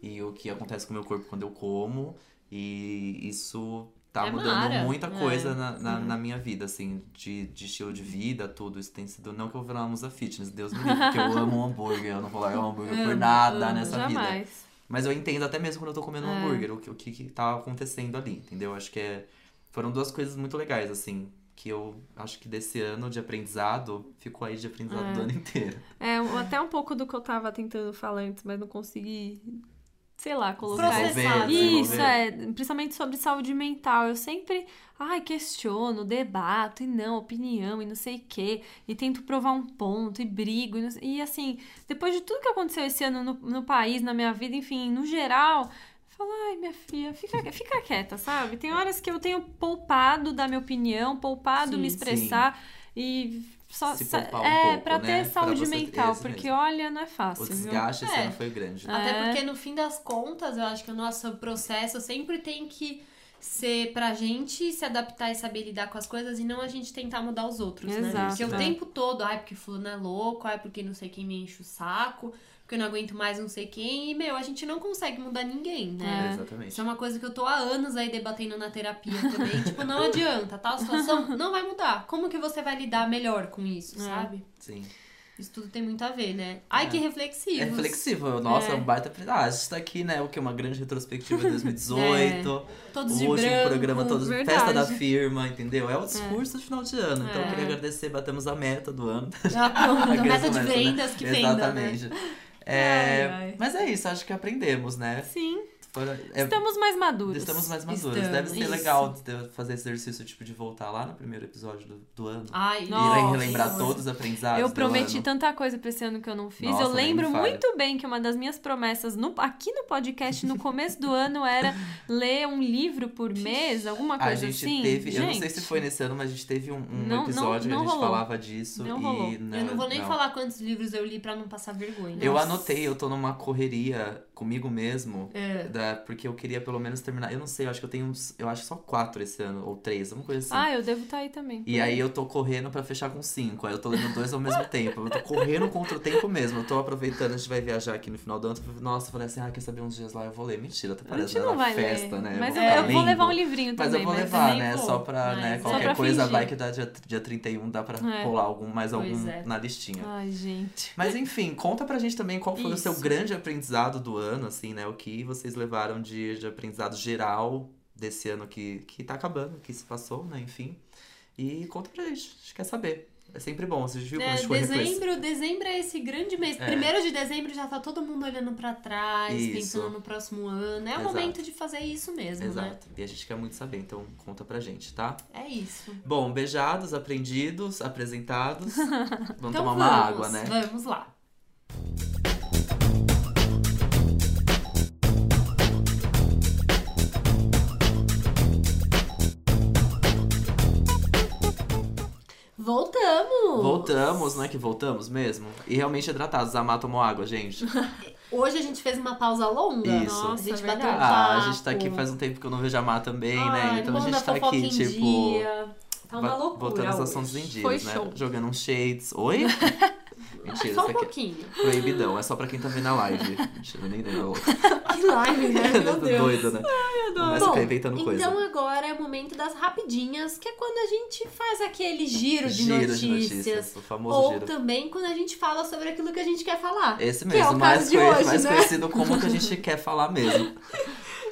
[SPEAKER 2] e o que acontece com o meu corpo quando eu como. E isso tá
[SPEAKER 1] É
[SPEAKER 2] mudando
[SPEAKER 1] mara,
[SPEAKER 2] muita
[SPEAKER 1] né?
[SPEAKER 2] coisa na, na, na minha vida, assim, de, de estilo de vida, tudo. Isso tem sido. Não que eu vou virar uma musa fitness, Deus me livre, porque eu amo hambúrguer, eu não vou largar o hambúrguer por
[SPEAKER 1] Amo,
[SPEAKER 2] nada
[SPEAKER 1] amo,
[SPEAKER 2] nessa vida.
[SPEAKER 3] jamais.
[SPEAKER 2] Mas eu entendo até mesmo quando eu tô comendo um
[SPEAKER 3] É.
[SPEAKER 2] hambúrguer, o que, o que que tá acontecendo ali, entendeu? Acho que é, foram duas coisas muito legais, assim, que eu acho que desse ano de aprendizado, ficou aí de aprendizado
[SPEAKER 3] É.
[SPEAKER 2] do ano inteiro.
[SPEAKER 3] É, um- até um pouco do que eu tava tentando falar antes, mas não consegui, sei lá, colocar
[SPEAKER 1] Processar,
[SPEAKER 2] Desenvolver,
[SPEAKER 1] né?
[SPEAKER 2] desenvolver.
[SPEAKER 3] Isso, é, principalmente sobre saúde mental. Eu sempre, ai, questiono, debato, e não, opinião, e não sei o quê, e tento provar um ponto, e brigo, e, não sei- e, assim, depois de tudo que aconteceu esse ano no, no país, na minha vida, enfim, no geral, eu falo, ai, minha filha, fica, fica quieta, sabe? Tem horas que eu tenho poupado da minha opinião, poupado
[SPEAKER 1] Sim,
[SPEAKER 3] me expressar, e só.
[SPEAKER 2] Se
[SPEAKER 3] sa-
[SPEAKER 2] poupar um
[SPEAKER 3] é,
[SPEAKER 2] pouco,
[SPEAKER 3] pra
[SPEAKER 2] né?
[SPEAKER 3] ter
[SPEAKER 2] Pra
[SPEAKER 3] saúde
[SPEAKER 2] você-
[SPEAKER 3] mental,
[SPEAKER 2] isso
[SPEAKER 3] porque
[SPEAKER 2] mesmo.
[SPEAKER 3] olha, não é
[SPEAKER 2] O
[SPEAKER 3] fácil, viu?
[SPEAKER 2] desgaste esse
[SPEAKER 1] É.
[SPEAKER 2] ano foi grande.
[SPEAKER 1] Até
[SPEAKER 3] É.
[SPEAKER 1] porque no fim das contas, eu acho que o nosso processo sempre tem que ser pra gente se adaptar e saber lidar com as coisas e não a gente tentar mudar os outros, né?
[SPEAKER 3] Exato,
[SPEAKER 1] Porque o
[SPEAKER 2] é.
[SPEAKER 1] tempo todo, ai, porque fulano é louco, ai, porque não sei quem me enche o saco, porque eu não aguento mais não sei quem, e meu, a gente não consegue mudar ninguém, né?
[SPEAKER 3] É.
[SPEAKER 2] Exatamente.
[SPEAKER 1] Isso é uma coisa que eu tô há anos aí debatendo na terapia também. tipo, não adianta, tá? A situação não vai mudar. Como que você vai lidar melhor com isso,
[SPEAKER 3] É.
[SPEAKER 1] sabe?
[SPEAKER 2] Sim.
[SPEAKER 1] Isso tudo tem muito a ver, né? Ai,
[SPEAKER 2] É.
[SPEAKER 1] que reflexivos.
[SPEAKER 2] É flexível, nossa,
[SPEAKER 3] É.
[SPEAKER 2] é um baita aprendizado. Ah, a gente tá aqui, né? O que é uma grande retrospectiva de 2018.
[SPEAKER 1] Todos de
[SPEAKER 2] o último
[SPEAKER 1] branco.
[SPEAKER 2] programa, todos
[SPEAKER 3] verdade.
[SPEAKER 2] festa da firma, entendeu? É o discurso de final de ano. Então
[SPEAKER 3] É.
[SPEAKER 2] eu queria agradecer, batemos a meta do ano.
[SPEAKER 1] Ah, pronto,
[SPEAKER 2] A
[SPEAKER 1] meta de
[SPEAKER 2] né?
[SPEAKER 1] vendas que venda, né?
[SPEAKER 2] Exatamente. É,
[SPEAKER 3] Ai, ai.
[SPEAKER 2] Mas é isso, acho que aprendemos, né?
[SPEAKER 3] Sim,
[SPEAKER 2] Fora- é-
[SPEAKER 3] estamos mais maduros.
[SPEAKER 2] estamos mais maduros.
[SPEAKER 1] Estamos.
[SPEAKER 2] Deve ser
[SPEAKER 1] Isso.
[SPEAKER 2] legal de- fazer esse exercício, tipo, de voltar lá no primeiro episódio do, do ano.
[SPEAKER 1] Ai,
[SPEAKER 2] e
[SPEAKER 3] Nossa.
[SPEAKER 2] relembrar todos os aprendizados.
[SPEAKER 3] Eu
[SPEAKER 2] do
[SPEAKER 3] prometi
[SPEAKER 2] ano.
[SPEAKER 3] tanta coisa pra esse ano que eu não fiz.
[SPEAKER 2] é, Nossa,
[SPEAKER 3] eu
[SPEAKER 2] nem me
[SPEAKER 3] lembro
[SPEAKER 2] fale.
[SPEAKER 3] muito bem que uma das minhas promessas no- aqui no podcast, no começo do ano, era ler um livro por mês, alguma
[SPEAKER 2] A
[SPEAKER 3] coisa
[SPEAKER 2] gente
[SPEAKER 3] assim.
[SPEAKER 2] teve, eu não sei se
[SPEAKER 3] Gente,
[SPEAKER 2] foi nesse ano, mas a gente teve um, um
[SPEAKER 3] Não- não-
[SPEAKER 2] episódio
[SPEAKER 3] não
[SPEAKER 2] que a gente
[SPEAKER 3] rolou.
[SPEAKER 2] falava disso.
[SPEAKER 3] Não
[SPEAKER 2] e
[SPEAKER 3] rolou.
[SPEAKER 1] Eu não vou nem
[SPEAKER 2] né? não.
[SPEAKER 1] falar quantos livros eu li pra não passar vergonha.
[SPEAKER 2] Eu
[SPEAKER 3] Nossa.
[SPEAKER 2] anotei, eu tô numa correria comigo mesmo.
[SPEAKER 1] É.
[SPEAKER 2] Da, porque eu queria pelo menos terminar. Eu não sei, eu acho que eu tenho uns. Eu acho que só quatro esse ano, ou três, uma coisa assim.
[SPEAKER 3] Ah, eu devo estar aí também.
[SPEAKER 2] E aí eu tô correndo pra fechar com cinco. Aí eu tô lendo dois ao mesmo tempo. Eu tô correndo contra o tempo mesmo. Eu tô aproveitando, a gente vai viajar aqui no final do ano. eu falei, Nossa, eu falei assim, ah, quer saber uns dias lá, eu vou ler. Mentira, tá
[SPEAKER 3] A gente
[SPEAKER 2] parecendo
[SPEAKER 3] não vai
[SPEAKER 2] festa,
[SPEAKER 3] ler.
[SPEAKER 2] né?
[SPEAKER 3] Mas eu,
[SPEAKER 1] vou
[SPEAKER 2] ficar
[SPEAKER 3] eu vou
[SPEAKER 2] lendo.
[SPEAKER 3] levar um livrinho
[SPEAKER 2] Mas
[SPEAKER 3] também.
[SPEAKER 2] eu vou
[SPEAKER 3] mas
[SPEAKER 2] levar,
[SPEAKER 3] nem
[SPEAKER 2] né?
[SPEAKER 3] vou.
[SPEAKER 2] Só pra, né,
[SPEAKER 1] mas-
[SPEAKER 2] qualquer
[SPEAKER 3] Só pra
[SPEAKER 2] coisa
[SPEAKER 3] fingir.
[SPEAKER 2] vai que dá dia, dia 31, dá pra
[SPEAKER 3] É.
[SPEAKER 2] rolar algum, mais
[SPEAKER 1] Pois
[SPEAKER 2] algum
[SPEAKER 1] é.
[SPEAKER 2] na listinha.
[SPEAKER 3] Ai, gente.
[SPEAKER 2] Mas enfim, conta pra gente também qual foi o seu
[SPEAKER 3] Isso.
[SPEAKER 2] grande aprendizado do ano, assim, né? O que vocês levaram de, de aprendizado geral desse ano que, que tá acabando, que se passou, né? Enfim. E conta pra gente, a gente quer saber. É sempre bom, vocês viram como a
[SPEAKER 1] É,
[SPEAKER 2] gente foi reflexivo.
[SPEAKER 1] dezembro, dezembro é esse grande mês.
[SPEAKER 2] É.
[SPEAKER 1] Primeiro de dezembro já tá todo mundo olhando pra trás,
[SPEAKER 2] Isso.
[SPEAKER 1] pensando no próximo ano. É o
[SPEAKER 2] Exato.
[SPEAKER 1] momento de fazer isso mesmo, né?
[SPEAKER 2] Exato. E a gente quer muito saber, então conta pra gente, tá?
[SPEAKER 1] É isso.
[SPEAKER 2] Bom, beijados, aprendidos, apresentados. Vamos
[SPEAKER 1] então
[SPEAKER 2] tomar
[SPEAKER 1] vamos,
[SPEAKER 2] uma água, né?
[SPEAKER 1] Vamos lá. Voltamos!
[SPEAKER 2] Voltamos, né? Que voltamos mesmo. E realmente hidratados. A Má tomou água, gente.
[SPEAKER 1] Hoje a gente fez uma pausa longa.
[SPEAKER 2] Isso.
[SPEAKER 1] Nossa, a
[SPEAKER 3] Nossa,
[SPEAKER 1] gente
[SPEAKER 3] é
[SPEAKER 1] bateu um
[SPEAKER 3] verdade.
[SPEAKER 2] Ah, a gente tá
[SPEAKER 1] papo.
[SPEAKER 2] aqui faz um tempo que eu não vejo a Má também,
[SPEAKER 1] Ai,
[SPEAKER 2] né? Então a
[SPEAKER 1] pondo
[SPEAKER 2] gente tá
[SPEAKER 1] fofoca
[SPEAKER 2] aqui,
[SPEAKER 1] em
[SPEAKER 2] tipo.
[SPEAKER 1] dia. Tá uma
[SPEAKER 2] ba-
[SPEAKER 1] loucura.
[SPEAKER 2] Botando os
[SPEAKER 1] hoje.
[SPEAKER 2] assuntos em dias,
[SPEAKER 3] Foi
[SPEAKER 2] né?
[SPEAKER 3] show.
[SPEAKER 2] Jogando uns shades. Oi? Mentira,
[SPEAKER 1] Só
[SPEAKER 2] isso
[SPEAKER 1] um
[SPEAKER 2] aqui é
[SPEAKER 1] pouquinho.
[SPEAKER 2] proibidão. É só pra quem tá vendo a live. Mentira, nem lembro.
[SPEAKER 1] Que live, né? Meu Deus.
[SPEAKER 2] Doida, né?
[SPEAKER 3] adoro.
[SPEAKER 2] Começa a
[SPEAKER 1] Bom,
[SPEAKER 2] ficar inventando coisa.
[SPEAKER 1] Então agora é o momento das rapidinhas, que é quando a gente faz aquele giro de, notícias,
[SPEAKER 2] O famoso
[SPEAKER 1] Ou
[SPEAKER 2] giro.
[SPEAKER 1] também quando a gente fala sobre aquilo que a gente quer falar.
[SPEAKER 2] Esse
[SPEAKER 1] Que é
[SPEAKER 2] mesmo,
[SPEAKER 1] o
[SPEAKER 2] mais,
[SPEAKER 1] caso de
[SPEAKER 2] conhe-
[SPEAKER 1] hoje,
[SPEAKER 2] mais
[SPEAKER 1] né?
[SPEAKER 2] conhecido como que a gente quer falar mesmo.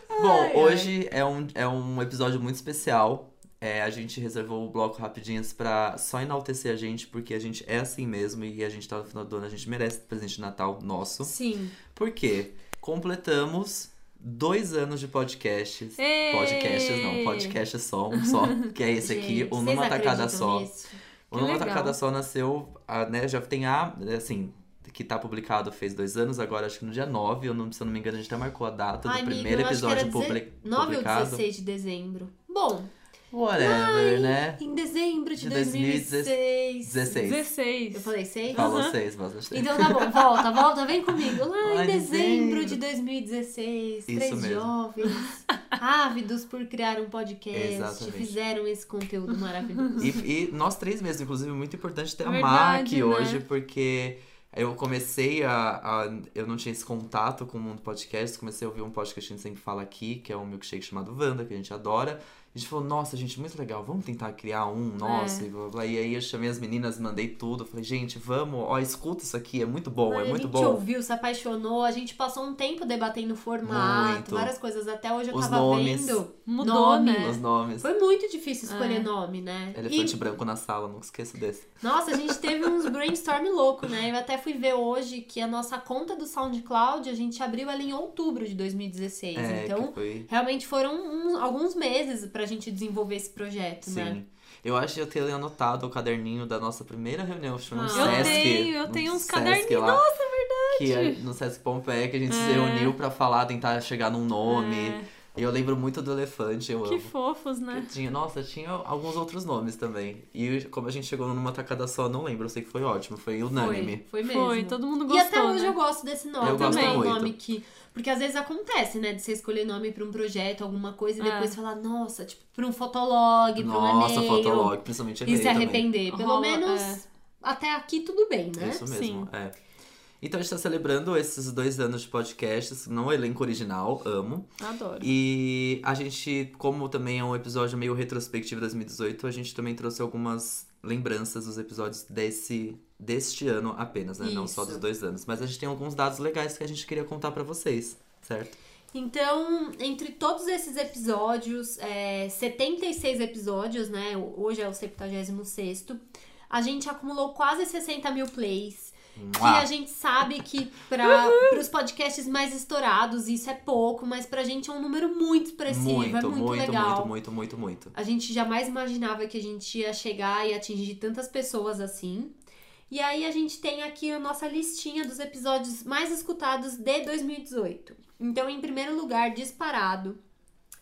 [SPEAKER 2] Bom,
[SPEAKER 1] Ai, ai.
[SPEAKER 2] hoje é um, é um episódio muito especial. É, a gente reservou o bloco rapidinhas pra só enaltecer a gente, porque a gente é assim mesmo e a gente tá no final do ano, a gente merece presente de Natal nosso.
[SPEAKER 1] Sim.
[SPEAKER 2] Por quê? Completamos dois anos de podcasts. Podcasts não, podcast é só um só, que é esse aqui,
[SPEAKER 1] Gente,
[SPEAKER 2] o
[SPEAKER 1] vocês
[SPEAKER 2] Numa Tacada
[SPEAKER 1] acreditam
[SPEAKER 2] Só.
[SPEAKER 1] nisso?
[SPEAKER 2] O Numa
[SPEAKER 3] legal.
[SPEAKER 2] Tacada Só nasceu, ah, né, já tem a, assim, que tá publicado fez dois anos agora, acho que no dia 9, eu não, se eu não me engano, a gente até marcou a data
[SPEAKER 1] Ai,
[SPEAKER 2] do
[SPEAKER 1] amigo,
[SPEAKER 2] primeiro
[SPEAKER 1] eu acho que
[SPEAKER 2] episódio
[SPEAKER 1] era deze-
[SPEAKER 2] publi-
[SPEAKER 1] 9 ou
[SPEAKER 2] publicado.
[SPEAKER 1] 16 de dezembro. Bom,
[SPEAKER 2] Whatever, né?
[SPEAKER 1] em dezembro de,
[SPEAKER 2] De
[SPEAKER 1] 2016.
[SPEAKER 2] 16.
[SPEAKER 3] 16.
[SPEAKER 1] Eu falei 6?
[SPEAKER 2] Falou
[SPEAKER 3] Aham.
[SPEAKER 2] seis, mas acho que-
[SPEAKER 1] Então tá bom, volta, volta, vem comigo. Lá em
[SPEAKER 2] Lá em
[SPEAKER 1] dezembro
[SPEAKER 2] dezembro.
[SPEAKER 1] de 2016,
[SPEAKER 2] Isso
[SPEAKER 1] três
[SPEAKER 2] mesmo.
[SPEAKER 1] jovens ávidos por criar um podcast
[SPEAKER 2] Exatamente.
[SPEAKER 1] fizeram esse conteúdo maravilhoso.
[SPEAKER 2] E, e nós três mesmo, inclusive, muito importante ter
[SPEAKER 3] É
[SPEAKER 2] a Má
[SPEAKER 3] verdade,
[SPEAKER 2] aqui
[SPEAKER 3] né?
[SPEAKER 2] hoje, porque eu comecei a, a- Eu não tinha esse contato com o mundo podcast, comecei a ouvir um podcast que a gente sempre fala aqui, que é um milkshake chamado Wanda, que a gente adora. A gente falou, nossa, gente, muito legal, vamos tentar criar um,
[SPEAKER 1] É.
[SPEAKER 2] nossa, e blá, blá, blá. E aí eu chamei as meninas, mandei tudo, falei, gente, vamos, ó, escuta isso aqui, é muito bom,
[SPEAKER 1] Ai,
[SPEAKER 2] é
[SPEAKER 1] a gente
[SPEAKER 2] muito bom.
[SPEAKER 1] ouviu, se apaixonou, a gente passou um tempo debatendo o formato,
[SPEAKER 2] Muito.
[SPEAKER 1] várias coisas. Até hoje eu
[SPEAKER 2] Os
[SPEAKER 1] tava
[SPEAKER 2] nomes.
[SPEAKER 1] vendo.
[SPEAKER 3] Mudou,
[SPEAKER 1] Nome.
[SPEAKER 3] né?
[SPEAKER 2] Os nomes.
[SPEAKER 1] Foi muito difícil escolher
[SPEAKER 3] É.
[SPEAKER 1] nome, né?
[SPEAKER 2] Elefante
[SPEAKER 1] E,
[SPEAKER 2] branco na sala, nunca esqueço desse.
[SPEAKER 1] nossa, a gente teve uns brainstorm louco, né? Eu até fui ver hoje que a nossa conta do SoundCloud a gente abriu ela em outubro de 2016.
[SPEAKER 2] É,
[SPEAKER 1] então,
[SPEAKER 2] que foi.
[SPEAKER 1] Realmente foram um- alguns meses pra gente desenvolver esse projeto, né?
[SPEAKER 2] Sim. Eu acho que eu tenho anotado o caderninho da nossa primeira reunião, acho que foi no
[SPEAKER 1] Ah.
[SPEAKER 2] Sesc.
[SPEAKER 1] Eu
[SPEAKER 3] tenho, eu
[SPEAKER 2] no
[SPEAKER 3] tenho uns
[SPEAKER 2] Sesc
[SPEAKER 3] caderninhos,
[SPEAKER 2] lá, nossa, verdade! Que é no Sesc Pompeia, que a gente se
[SPEAKER 3] É.
[SPEAKER 2] reuniu pra falar, tentar chegar num nome.
[SPEAKER 3] É,
[SPEAKER 2] E eu lembro muito do elefante, eu
[SPEAKER 3] que
[SPEAKER 2] amo.
[SPEAKER 3] fofos, né?
[SPEAKER 2] Eu Tinha, nossa, tinha alguns outros nomes também. E como a gente chegou numa tacada só, não lembro, eu sei que foi ótimo, foi unânime.
[SPEAKER 1] Foi, foi mesmo.
[SPEAKER 3] Foi, todo mundo
[SPEAKER 1] E
[SPEAKER 3] gostou.
[SPEAKER 1] até hoje
[SPEAKER 3] né?
[SPEAKER 1] eu gosto desse nome
[SPEAKER 2] Eu
[SPEAKER 1] também.
[SPEAKER 2] gosto
[SPEAKER 1] é um
[SPEAKER 2] muito.
[SPEAKER 1] nome que. Porque às vezes acontece, né? De você escolher nome pra um projeto, alguma coisa, e
[SPEAKER 3] É.
[SPEAKER 1] depois falar, nossa, tipo, pra um fotolog, pra um
[SPEAKER 2] Nossa,
[SPEAKER 1] e-mail.
[SPEAKER 2] fotolog, principalmente
[SPEAKER 1] E
[SPEAKER 2] e-mail
[SPEAKER 1] se
[SPEAKER 2] também.
[SPEAKER 1] arrepender. Pelo
[SPEAKER 3] Rola,
[SPEAKER 1] menos
[SPEAKER 3] é.
[SPEAKER 1] até aqui tudo bem, né?
[SPEAKER 2] Isso
[SPEAKER 3] Sim.
[SPEAKER 2] mesmo, é. Então a gente tá celebrando esses dois anos de podcasts, no elenco original, amo.
[SPEAKER 3] Adoro.
[SPEAKER 2] E a gente, como também é um episódio meio retrospectivo de 2018, a gente também trouxe algumas lembranças dos episódios desse deste ano apenas, né? Não só
[SPEAKER 1] Isso.
[SPEAKER 2] dos dois anos. Mas a gente tem alguns dados legais que a gente queria contar pra vocês, certo?
[SPEAKER 1] Então, entre todos esses episódios, é, 76 episódios, né? Hoje é o 76 a gente acumulou quase 60 mil plays. Que é
[SPEAKER 2] Mua!
[SPEAKER 1] a gente sabe que para os podcasts mais estourados isso é pouco, mas pra gente é um número muito expressivo,
[SPEAKER 2] muito,
[SPEAKER 1] é muito,
[SPEAKER 2] muito,
[SPEAKER 1] legal.
[SPEAKER 2] muito, muito, muito, muito.
[SPEAKER 1] A gente jamais imaginava que a gente ia chegar e atingir tantas pessoas assim. E aí a gente tem aqui a nossa listinha dos episódios mais escutados de 2018. Então, em primeiro lugar, disparado.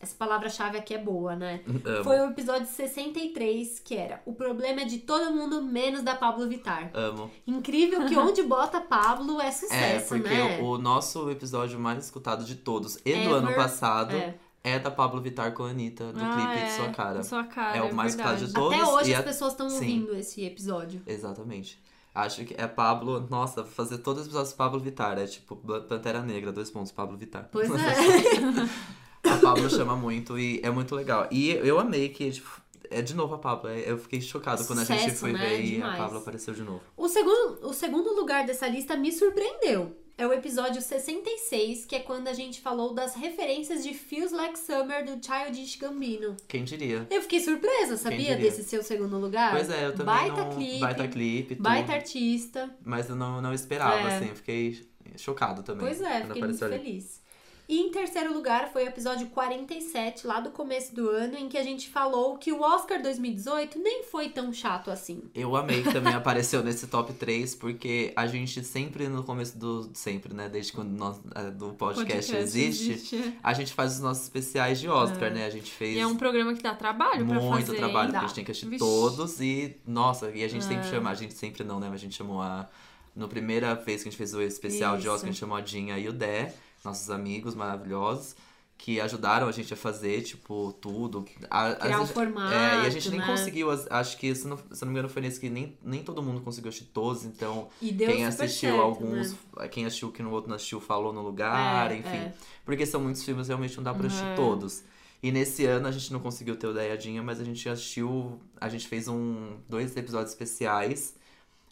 [SPEAKER 1] Essa palavra-chave aqui é boa, né?
[SPEAKER 2] Amo.
[SPEAKER 1] Foi o episódio 63, que era O problema é de todo mundo menos da Pablo Vittar.
[SPEAKER 2] Amo.
[SPEAKER 1] Incrível que onde bota Pablo é
[SPEAKER 2] É,
[SPEAKER 1] sucesso,
[SPEAKER 2] porque
[SPEAKER 1] né?
[SPEAKER 2] o nosso episódio mais escutado de todos e do
[SPEAKER 1] Ever.
[SPEAKER 2] ano passado é,
[SPEAKER 1] É.
[SPEAKER 2] da Pablo Vittar com a Anitta, do
[SPEAKER 3] Ah,
[SPEAKER 2] clipe de
[SPEAKER 3] é,
[SPEAKER 2] sua cara.
[SPEAKER 3] de Sua cara,
[SPEAKER 2] É o mais
[SPEAKER 3] verdade.
[SPEAKER 2] caro de
[SPEAKER 1] Até
[SPEAKER 2] todos
[SPEAKER 1] hoje
[SPEAKER 2] e
[SPEAKER 1] as
[SPEAKER 2] a-
[SPEAKER 1] pessoas estão
[SPEAKER 2] sim.
[SPEAKER 1] ouvindo esse episódio.
[SPEAKER 2] Exatamente. Acho que é Pablo. Nossa, fazer todos os episódios Pablo Vittar. É tipo Ban- Pantera Negra, dois pontos, Pablo Vittar.
[SPEAKER 1] Pois é.
[SPEAKER 2] A Pablo chama muito e é muito legal. E eu amei que, tipo, é de novo a Pablo. É- Eu fiquei chocado quando a gente
[SPEAKER 1] Sucesso,
[SPEAKER 2] foi
[SPEAKER 1] né?
[SPEAKER 2] ver e a
[SPEAKER 1] Demais.
[SPEAKER 2] Pablo apareceu de novo.
[SPEAKER 1] O segundo, o segundo lugar dessa lista me surpreendeu. É o episódio 66, que é quando a gente falou das referências de Feels Like Summer do Childish Gambino.
[SPEAKER 2] Quem diria?
[SPEAKER 1] Eu fiquei surpresa,
[SPEAKER 2] diria?
[SPEAKER 1] sabia, desse seu segundo lugar?
[SPEAKER 2] Pois é, eu também
[SPEAKER 1] Ah, baita
[SPEAKER 2] não...
[SPEAKER 1] clipe,
[SPEAKER 2] Baita clipe, tudo.
[SPEAKER 1] Baita artista.
[SPEAKER 2] Mas eu não, não esperava,
[SPEAKER 1] É.
[SPEAKER 2] assim. Fiquei chocado também.
[SPEAKER 1] Pois é,
[SPEAKER 2] quando
[SPEAKER 1] fiquei muito
[SPEAKER 2] apareceu ali.
[SPEAKER 1] feliz. E em terceiro lugar foi o episódio 47, lá do começo do ano, em que a gente falou que o Oscar 2018 nem foi tão chato assim.
[SPEAKER 2] Eu amei que também apareceu nesse top 3, porque a gente sempre, no começo do... Sempre, né? Desde quando nós, eh, do podcast, existe,
[SPEAKER 3] existe.
[SPEAKER 2] a gente faz os nossos especiais de Oscar, né? A gente fez...
[SPEAKER 3] E é um programa que dá trabalho pra
[SPEAKER 2] Muito
[SPEAKER 3] fazer.
[SPEAKER 2] trabalho,
[SPEAKER 3] hein?
[SPEAKER 2] porque a gente tem que assistir
[SPEAKER 3] Vixe. É.
[SPEAKER 2] todos e, nossa, e a gente sempre chama, a gente sempre não, né? Mas a gente chamou a. Na primeira vez que a gente fez o especial de
[SPEAKER 1] Isso.
[SPEAKER 2] Oscar, a gente chamou a Dinha e o Dé, nossos amigos maravilhosos, que ajudaram a gente a fazer, tipo, tudo. A- às
[SPEAKER 3] um
[SPEAKER 1] Criar o
[SPEAKER 2] vezes-
[SPEAKER 1] formato,
[SPEAKER 2] é, e a gente nem
[SPEAKER 1] né?
[SPEAKER 2] conseguiu, as- acho que, se não, se não me engano, foi nesse que nem, nem todo mundo conseguiu assistir todos, então
[SPEAKER 1] E deu
[SPEAKER 2] quem
[SPEAKER 1] super
[SPEAKER 2] assistiu
[SPEAKER 1] certo,
[SPEAKER 2] alguns,
[SPEAKER 1] né?
[SPEAKER 2] quem assistiu que no outro não assistiu falou no lugar,
[SPEAKER 1] É,
[SPEAKER 2] enfim.
[SPEAKER 1] é. Uhum.
[SPEAKER 2] Porque são muitos filmes, realmente não dá pra assistir todos. E nesse ano a gente não conseguiu ter o Daiadinha, mas a gente assistiu. A gente fez um dois episódios especiais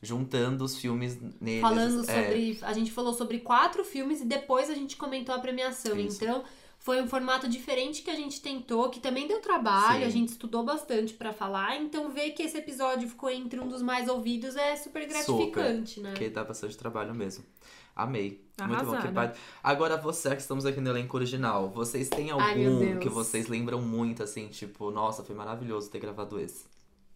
[SPEAKER 2] juntando os filmes neles.
[SPEAKER 1] Falando
[SPEAKER 2] é,
[SPEAKER 1] sobre. A gente falou sobre quatro filmes e depois a gente comentou a premiação.
[SPEAKER 2] Isso.
[SPEAKER 1] Então, foi um formato diferente que a gente tentou, que também deu trabalho,
[SPEAKER 2] Sim.
[SPEAKER 1] a gente estudou bastante pra falar. Então, ver que esse episódio ficou entre um dos mais ouvidos é super gratificante, né?
[SPEAKER 2] Porque dá bastante trabalho mesmo. Amei. Muito bom. Que
[SPEAKER 3] Arrasaram.
[SPEAKER 2] par... Agora, você que estamos aqui no elenco original, vocês têm algum
[SPEAKER 1] Ai, meu Deus.
[SPEAKER 2] que vocês lembram muito, assim, tipo, nossa, foi maravilhoso ter gravado esse.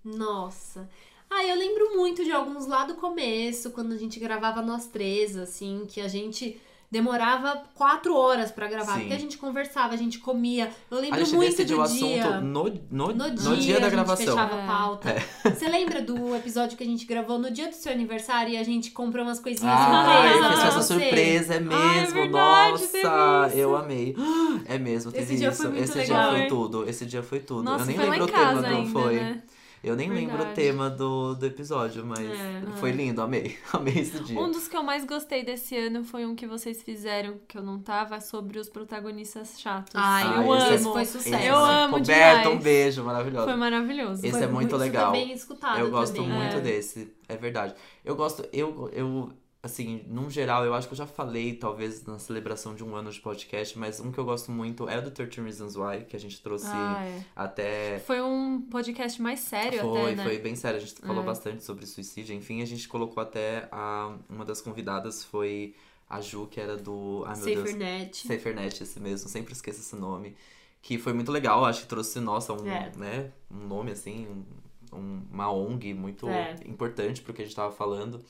[SPEAKER 1] Nossa. Ah, eu lembro muito de alguns lá do começo, quando a gente gravava nós três, assim, que a gente demorava quatro horas pra gravar,
[SPEAKER 2] Sim.
[SPEAKER 1] porque a gente conversava, a gente comia. Eu lembro
[SPEAKER 2] a gente
[SPEAKER 1] é muito
[SPEAKER 2] decidiu
[SPEAKER 1] do
[SPEAKER 2] o assunto
[SPEAKER 1] dia.
[SPEAKER 2] no, no,
[SPEAKER 1] No dia,
[SPEAKER 2] no dia da
[SPEAKER 1] A
[SPEAKER 2] gravação.
[SPEAKER 1] gente fechava
[SPEAKER 3] É.
[SPEAKER 1] a pauta. Você lembra do episódio que a gente gravou no dia do seu aniversário e a gente comprou umas coisinhas
[SPEAKER 2] Ah,
[SPEAKER 1] surpresa
[SPEAKER 2] ele
[SPEAKER 1] pra
[SPEAKER 2] fez essa
[SPEAKER 1] você?
[SPEAKER 2] surpresa, é mesmo.
[SPEAKER 3] verdade, teve
[SPEAKER 2] Nossa, eu amei. É mesmo, teve
[SPEAKER 1] Esse dia
[SPEAKER 2] isso.
[SPEAKER 1] foi muito
[SPEAKER 2] Esse
[SPEAKER 1] legal,
[SPEAKER 2] dia foi
[SPEAKER 3] hein?
[SPEAKER 2] tudo. Esse dia foi tudo.
[SPEAKER 3] Nossa,
[SPEAKER 2] eu nem
[SPEAKER 3] foi lá
[SPEAKER 2] lembro
[SPEAKER 3] em
[SPEAKER 2] o tema,
[SPEAKER 3] casa
[SPEAKER 2] não
[SPEAKER 3] ainda,
[SPEAKER 2] foi.
[SPEAKER 3] né?
[SPEAKER 2] Eu nem lembro o
[SPEAKER 3] Verdade.
[SPEAKER 2] tema do, do episódio, mas
[SPEAKER 1] É,
[SPEAKER 2] foi lindo, amei. Amei esse dia.
[SPEAKER 3] Um dos que eu mais gostei desse ano foi um que vocês fizeram, que eu não tava, é sobre os protagonistas chatos.
[SPEAKER 1] Ai,
[SPEAKER 2] Ah,
[SPEAKER 3] eu
[SPEAKER 2] esse-
[SPEAKER 3] amo.
[SPEAKER 1] foi
[SPEAKER 2] Esse,
[SPEAKER 1] sucesso.
[SPEAKER 3] Eu
[SPEAKER 2] né?
[SPEAKER 3] amo
[SPEAKER 2] Roberta, um
[SPEAKER 3] demais.
[SPEAKER 2] beijo, maravilhosa.
[SPEAKER 3] Foi maravilhoso.
[SPEAKER 2] Esse
[SPEAKER 1] Foi
[SPEAKER 2] é muito
[SPEAKER 1] super
[SPEAKER 2] legal.
[SPEAKER 1] bem escutado
[SPEAKER 2] Eu gosto
[SPEAKER 1] também.
[SPEAKER 2] muito
[SPEAKER 3] É.
[SPEAKER 2] desse, é verdade. Eu gosto, eu, eu, assim, num geral, eu acho que eu já falei, talvez, na celebração de um ano de podcast, mas um que eu gosto muito é o do 13 Reasons Why, que a gente trouxe
[SPEAKER 3] Ah, é.
[SPEAKER 2] até.
[SPEAKER 3] Foi um podcast mais sério
[SPEAKER 2] foi,
[SPEAKER 3] até, né?
[SPEAKER 2] foi bem sério. A gente falou
[SPEAKER 3] É.
[SPEAKER 2] bastante sobre suicídio, enfim, a gente colocou até a, uma das convidadas foi a Ju, que era do. Ai, meu Deus.
[SPEAKER 1] Safer Net.
[SPEAKER 2] Safernet, esse mesmo, sempre esqueço esse nome. Que foi muito legal, acho que trouxe, nossa, um,
[SPEAKER 1] É.
[SPEAKER 2] né, um nome assim, um- um- uma ONG muito
[SPEAKER 1] É.
[SPEAKER 2] importante pro que a gente tava falando.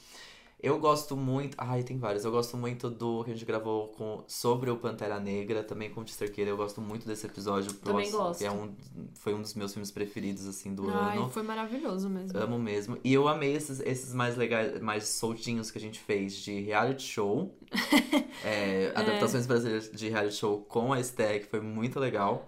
[SPEAKER 2] Eu gosto muito. Ai, tem vários. Eu gosto muito do que a gente gravou com, sobre o Pantera Negra, também com o Tisterqueira. Eu gosto muito desse episódio. porque eu
[SPEAKER 1] Também
[SPEAKER 2] acho que É
[SPEAKER 1] gosto.
[SPEAKER 2] um, foi um dos meus filmes preferidos, assim, do
[SPEAKER 3] Ai,
[SPEAKER 2] ano.
[SPEAKER 3] foi maravilhoso mesmo.
[SPEAKER 2] Amo mesmo. E eu amei esses, esses mais legais, mais soltinhos que a gente fez de reality show. É, Adaptações brasileiras de reality show com a Esté, que foi muito legal.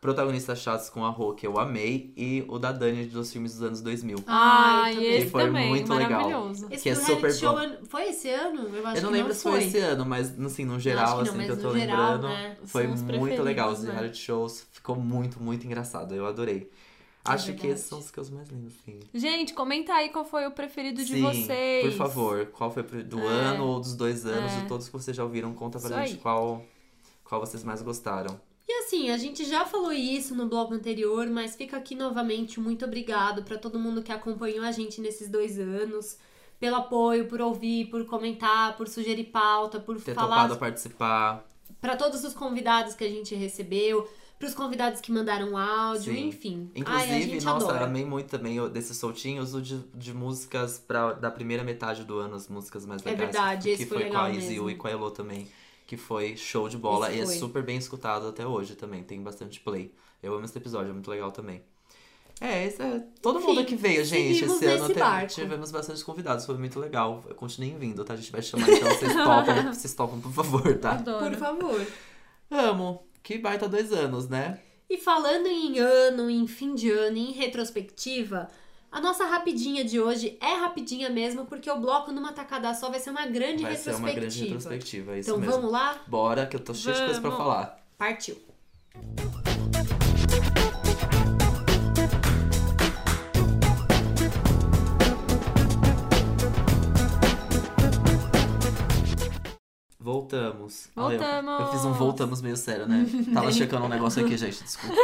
[SPEAKER 2] Protagonistas chatos com a Rô, que eu amei. E o da Dani dos filmes dos anos 2000.
[SPEAKER 1] Ai,
[SPEAKER 3] Ai,
[SPEAKER 1] também.
[SPEAKER 3] esse
[SPEAKER 2] Que foi
[SPEAKER 3] também,
[SPEAKER 2] muito legal.
[SPEAKER 3] maravilhoso.
[SPEAKER 1] Esse
[SPEAKER 2] que é
[SPEAKER 1] do
[SPEAKER 2] super
[SPEAKER 1] reality show
[SPEAKER 2] bom.
[SPEAKER 1] an- foi esse ano? Eu acho
[SPEAKER 2] eu não
[SPEAKER 1] que
[SPEAKER 2] lembro
[SPEAKER 1] não
[SPEAKER 2] se foi
[SPEAKER 1] foi
[SPEAKER 2] esse ano, mas assim, no geral,
[SPEAKER 1] acho que não,
[SPEAKER 2] assim, que eu
[SPEAKER 1] mas
[SPEAKER 2] tô
[SPEAKER 1] no geral,
[SPEAKER 2] lembrando.
[SPEAKER 1] né,
[SPEAKER 2] Foi
[SPEAKER 3] são os
[SPEAKER 2] muito legal.
[SPEAKER 3] preferidos,
[SPEAKER 2] Os
[SPEAKER 3] né?
[SPEAKER 2] reality shows ficou muito, muito engraçado. Eu adorei. Acho que
[SPEAKER 1] É verdade.
[SPEAKER 2] esses são os que eu mais lembro, assim. sim.
[SPEAKER 3] Gente, comenta aí qual foi o preferido de
[SPEAKER 2] Sim,
[SPEAKER 3] vocês.
[SPEAKER 2] Por favor, qual foi pro- do
[SPEAKER 3] É.
[SPEAKER 2] ano ou dos dois anos,
[SPEAKER 3] É.
[SPEAKER 2] de todos que vocês já ouviram, conta pra
[SPEAKER 3] Isso
[SPEAKER 2] gente
[SPEAKER 3] aí.
[SPEAKER 2] qual, qual vocês mais gostaram.
[SPEAKER 1] E assim, a gente já falou isso no bloco anterior, mas fica aqui novamente muito obrigado pra todo mundo que acompanhou a gente nesses dois anos, pelo apoio, por ouvir, por comentar, por sugerir pauta, por
[SPEAKER 2] Ter
[SPEAKER 1] falar
[SPEAKER 2] topado participar.
[SPEAKER 1] pra todos os convidados que a gente recebeu, pros convidados que mandaram áudio,
[SPEAKER 2] Sim.
[SPEAKER 1] enfim.
[SPEAKER 2] Inclusive,
[SPEAKER 1] Ai, a gente
[SPEAKER 2] nossa,
[SPEAKER 1] adora.
[SPEAKER 2] amei muito também o- desses soltinhos o de, de músicas pra, da primeira metade do ano, as músicas mais
[SPEAKER 1] É
[SPEAKER 2] legais.
[SPEAKER 1] verdade,
[SPEAKER 2] que
[SPEAKER 1] esse foi
[SPEAKER 2] foi com a
[SPEAKER 1] legal mesmo.
[SPEAKER 2] Izzy e com a Elo também. Que foi show de bola
[SPEAKER 1] Esse
[SPEAKER 2] e
[SPEAKER 1] foi.
[SPEAKER 2] é super bem escutado até hoje também. Tem bastante play. Eu amo esse episódio, é muito legal também. É, esse é todo
[SPEAKER 1] Enfim,
[SPEAKER 2] mundo que veio, gente.
[SPEAKER 1] seguimos
[SPEAKER 2] Esse ano
[SPEAKER 1] nesse
[SPEAKER 2] te-
[SPEAKER 1] barco.
[SPEAKER 2] tivemos bastante convidados, foi muito legal. Continuem vindo, tá? A gente vai chamar, então vocês topam, vocês topam, por favor, tá?
[SPEAKER 3] Adoro.
[SPEAKER 1] Por favor.
[SPEAKER 2] Amo. Que baita dois anos, né?
[SPEAKER 1] E falando em ano, em fim de ano, em retrospectiva, a nossa rapidinha de hoje é rapidinha mesmo, porque o bloco numa tacada só vai ser uma grande
[SPEAKER 2] Vai ser
[SPEAKER 1] retrospectiva.
[SPEAKER 2] uma grande retrospectiva, é isso
[SPEAKER 1] então
[SPEAKER 2] mesmo.
[SPEAKER 1] vamos lá?
[SPEAKER 2] Bora, que eu tô cheio de coisa pra
[SPEAKER 3] Vamos.
[SPEAKER 2] falar.
[SPEAKER 1] Partiu.
[SPEAKER 2] Voltamos.
[SPEAKER 3] Voltamos.
[SPEAKER 2] Eu, eu fiz um voltamos meio sério, né? Tava checando um negócio aqui, gente, desculpa.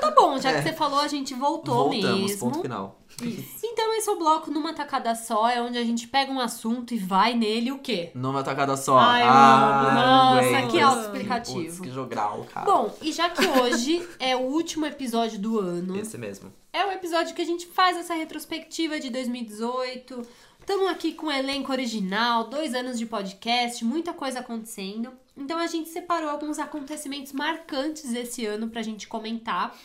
[SPEAKER 1] Tá bom, já que
[SPEAKER 2] É.
[SPEAKER 1] você falou, a gente voltou
[SPEAKER 2] voltamos,
[SPEAKER 1] mesmo.
[SPEAKER 2] ponto final.
[SPEAKER 1] Então esse é o bloco numa tacada só, é onde a gente pega um assunto e vai nele o quê?
[SPEAKER 2] Numa tacada só.
[SPEAKER 1] Ai, eu amo.
[SPEAKER 2] ah,
[SPEAKER 1] Nossa,
[SPEAKER 2] aguenta.
[SPEAKER 1] que autoexplicativo.
[SPEAKER 2] Putz, que jogral, cara.
[SPEAKER 1] Bom, e já que hoje é o último episódio do ano,
[SPEAKER 2] Esse mesmo.
[SPEAKER 1] É o episódio que a gente faz essa retrospectiva de 2018. Estamos aqui com o elenco original, dois anos de podcast, muita coisa acontecendo. Então a gente separou alguns acontecimentos marcantes desse ano pra gente comentar.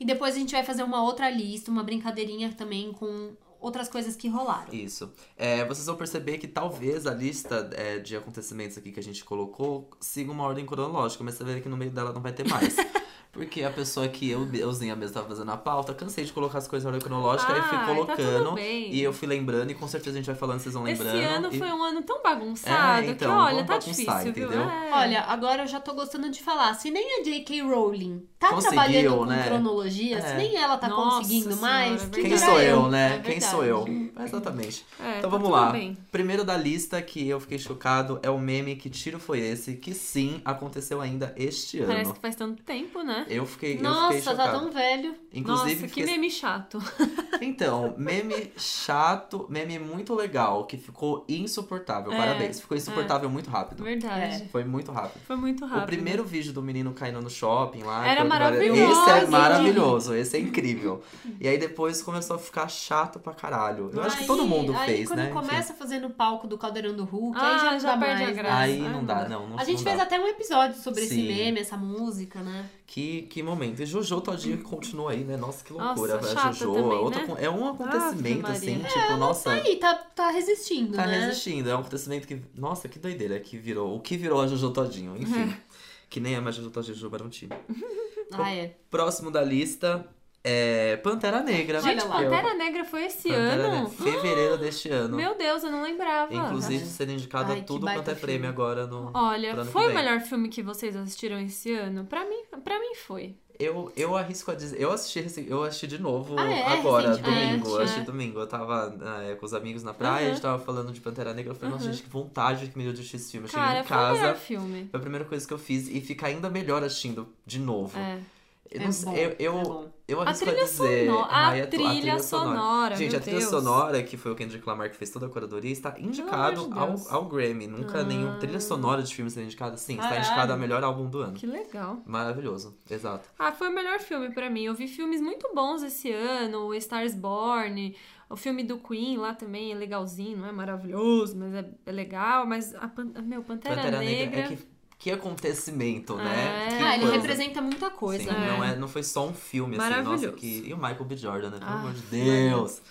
[SPEAKER 1] E depois a gente vai fazer uma outra lista, uma brincadeirinha também com outras coisas que rolaram.
[SPEAKER 2] Isso. É, vocês vão perceber que talvez a lista é, de acontecimentos aqui que a gente colocou siga uma ordem cronológica, mas você vai ver que no meio dela não vai ter mais. Porque a pessoa que eu, euzinha mesmo tava fazendo a pauta, cansei de colocar as coisas na ordem cronológica e fui
[SPEAKER 3] Ai, tá tudo
[SPEAKER 2] colocando.
[SPEAKER 3] bem.
[SPEAKER 2] E eu fui lembrando, e com certeza a gente vai falando, vocês vão lembrando.
[SPEAKER 3] Esse ano
[SPEAKER 2] e-
[SPEAKER 3] foi um ano tão bagunçado
[SPEAKER 2] É, então,
[SPEAKER 3] que, olha,
[SPEAKER 2] vamos
[SPEAKER 3] tá
[SPEAKER 2] bagunçar,
[SPEAKER 3] difícil, viu?
[SPEAKER 2] entendeu?
[SPEAKER 3] É.
[SPEAKER 1] Olha, agora eu já tô gostando de falar. Se nem a J.K. Rowling tá
[SPEAKER 2] Conseguiu,
[SPEAKER 1] trabalhando com
[SPEAKER 2] né?
[SPEAKER 1] cronologia, se
[SPEAKER 2] É.
[SPEAKER 1] nem ela tá
[SPEAKER 3] Nossa
[SPEAKER 1] conseguindo
[SPEAKER 3] Senhora,
[SPEAKER 1] mais,
[SPEAKER 3] é
[SPEAKER 1] quem
[SPEAKER 2] Quem
[SPEAKER 3] verdade.
[SPEAKER 1] dirá
[SPEAKER 2] sou eu, né?
[SPEAKER 3] É
[SPEAKER 2] Quem
[SPEAKER 3] verdade.
[SPEAKER 2] sou eu? Exatamente.
[SPEAKER 3] É,
[SPEAKER 2] Então
[SPEAKER 3] tá
[SPEAKER 2] vamos
[SPEAKER 3] tudo
[SPEAKER 2] lá.
[SPEAKER 3] bem.
[SPEAKER 2] Primeiro da lista que eu fiquei chocado é o meme Que Tiro Foi Esse? Que sim, aconteceu ainda este
[SPEAKER 3] Parece
[SPEAKER 2] ano.
[SPEAKER 3] que faz tanto tempo, né?
[SPEAKER 2] Eu fiquei, eu fiquei
[SPEAKER 1] Nossa, tá
[SPEAKER 2] chocado.
[SPEAKER 1] tão velho.
[SPEAKER 2] Inclusive,
[SPEAKER 3] Nossa, que
[SPEAKER 2] fiquei... É.
[SPEAKER 3] meme chato.
[SPEAKER 2] Então, meme chato, meme muito legal, que ficou insuportável.
[SPEAKER 3] É,
[SPEAKER 2] Parabéns, ficou insuportável muito rápido.
[SPEAKER 3] Verdade.
[SPEAKER 2] Foi muito rápido.
[SPEAKER 3] Foi muito rápido.
[SPEAKER 2] O primeiro vídeo do menino caindo no shopping lá.
[SPEAKER 3] Era
[SPEAKER 2] que eu-
[SPEAKER 3] maravilhoso,
[SPEAKER 2] Esse é
[SPEAKER 3] gente.
[SPEAKER 2] maravilhoso, esse é incrível. E aí depois começou a ficar chato pra caralho. Eu acho que
[SPEAKER 1] Aí-
[SPEAKER 2] todo mundo
[SPEAKER 1] aí
[SPEAKER 2] fez,
[SPEAKER 1] quando
[SPEAKER 2] né? Enfim.
[SPEAKER 1] começa a fazer no palco do Caldeirão do Hulk, aí
[SPEAKER 3] Ah,
[SPEAKER 1] já, não
[SPEAKER 3] já
[SPEAKER 1] dá mais,
[SPEAKER 3] perde a
[SPEAKER 1] né?
[SPEAKER 3] graça.
[SPEAKER 2] Aí
[SPEAKER 3] Ai,
[SPEAKER 2] não
[SPEAKER 3] não dá.
[SPEAKER 2] dá, não. não
[SPEAKER 1] A gente
[SPEAKER 2] não
[SPEAKER 1] fez
[SPEAKER 2] dá.
[SPEAKER 1] até um episódio sobre esse
[SPEAKER 2] Sim.
[SPEAKER 1] meme, essa música, né?
[SPEAKER 2] Que, que momento. E Jojo todinho que continua aí, né? Nossa, que
[SPEAKER 3] Nossa,
[SPEAKER 2] loucura, velho.
[SPEAKER 3] chata
[SPEAKER 2] Jojo.
[SPEAKER 3] também,
[SPEAKER 2] é, outra
[SPEAKER 3] né?
[SPEAKER 2] con- é um acontecimento,
[SPEAKER 3] Maria. É,
[SPEAKER 2] assim, tipo, nossa.
[SPEAKER 1] Aí, tá, tá resistindo,
[SPEAKER 2] Tá
[SPEAKER 1] né?
[SPEAKER 2] resistindo, é um acontecimento que. Nossa, que doideira que virou. O que virou a Jojo Todinho, enfim. que nem é mais Jojo Todinho, Jojo Baronti.
[SPEAKER 1] Ah, é.
[SPEAKER 2] Próximo da lista é Pantera Negra.
[SPEAKER 1] Olha
[SPEAKER 3] Gente,
[SPEAKER 1] lá.
[SPEAKER 3] Pantera Negra foi esse
[SPEAKER 2] Pantera
[SPEAKER 3] ano?
[SPEAKER 2] Negra, fevereiro deste ano.
[SPEAKER 3] Meu Deus, eu não lembrava.
[SPEAKER 2] Inclusive
[SPEAKER 1] Tá vendo?
[SPEAKER 2] sendo indicado
[SPEAKER 1] Ai,
[SPEAKER 2] a
[SPEAKER 1] que
[SPEAKER 2] tudo
[SPEAKER 1] baita
[SPEAKER 2] quanto é prêmio
[SPEAKER 1] filme.
[SPEAKER 2] agora no. pro
[SPEAKER 3] Olha,
[SPEAKER 2] ano que
[SPEAKER 3] foi o
[SPEAKER 2] vem.
[SPEAKER 3] melhor filme que vocês assistiram esse ano? Pra mim, pra mim foi.
[SPEAKER 2] Eu, eu arrisco a dizer. Eu assisti, rece- eu assisti de novo
[SPEAKER 1] Ah, é?
[SPEAKER 2] agora,
[SPEAKER 1] Recentemente,
[SPEAKER 2] domingo. Eu
[SPEAKER 3] é.
[SPEAKER 2] assisti domingo. Eu tava é, com os amigos na praia, a
[SPEAKER 3] Uhum.
[SPEAKER 2] gente tava falando de Pantera Negra. Eu falei, nossa,
[SPEAKER 3] Uhum.
[SPEAKER 2] gente, que vontade que me deu de assistir esse filme. Eu cheguei
[SPEAKER 3] Cara,
[SPEAKER 2] em
[SPEAKER 3] foi o melhor
[SPEAKER 2] casa.
[SPEAKER 3] filme.
[SPEAKER 2] Foi a primeira coisa que eu fiz e fica ainda melhor assistindo de novo.
[SPEAKER 3] É.
[SPEAKER 2] Eu,
[SPEAKER 1] É
[SPEAKER 2] não sei,
[SPEAKER 1] bom,
[SPEAKER 2] eu, eu,
[SPEAKER 1] é bom.
[SPEAKER 2] eu
[SPEAKER 3] A
[SPEAKER 2] arrisco a
[SPEAKER 3] trilha
[SPEAKER 2] dizer.
[SPEAKER 3] sonora.
[SPEAKER 2] ai,
[SPEAKER 3] A trilha sonora.
[SPEAKER 2] Gente,
[SPEAKER 3] meu
[SPEAKER 2] a trilha
[SPEAKER 3] Deus.
[SPEAKER 2] sonora, que foi o Kendrick Lamar que fez toda a curadoria, está indicado
[SPEAKER 3] amor de
[SPEAKER 2] ao,
[SPEAKER 3] Deus.
[SPEAKER 2] ao Grammy. Nunca
[SPEAKER 3] Ah.
[SPEAKER 2] nenhum trilha sonora de filme será indicada. Sim, está
[SPEAKER 1] Caralho.
[SPEAKER 2] indicado a melhor álbum do ano.
[SPEAKER 3] Que legal.
[SPEAKER 2] Maravilhoso, exato.
[SPEAKER 3] Ah, foi o melhor filme pra mim. Eu vi filmes muito bons esse ano, o Stars Born, o filme do Queen lá também é legalzinho, não é maravilhoso, mas é, é legal. Mas a Pan- meu Pantera, Negra,
[SPEAKER 2] é que, que acontecimento, né?
[SPEAKER 3] É.
[SPEAKER 2] Que
[SPEAKER 1] Ah, ele
[SPEAKER 2] coisa.
[SPEAKER 1] representa muita coisa.
[SPEAKER 2] Sim,
[SPEAKER 1] né?
[SPEAKER 2] não, é, não foi só um filme, assim, nossa,
[SPEAKER 3] Maravilhoso.
[SPEAKER 2] que... E o Michael B. Jordan, né? Pelo
[SPEAKER 3] Ah,
[SPEAKER 2] amor de Deus.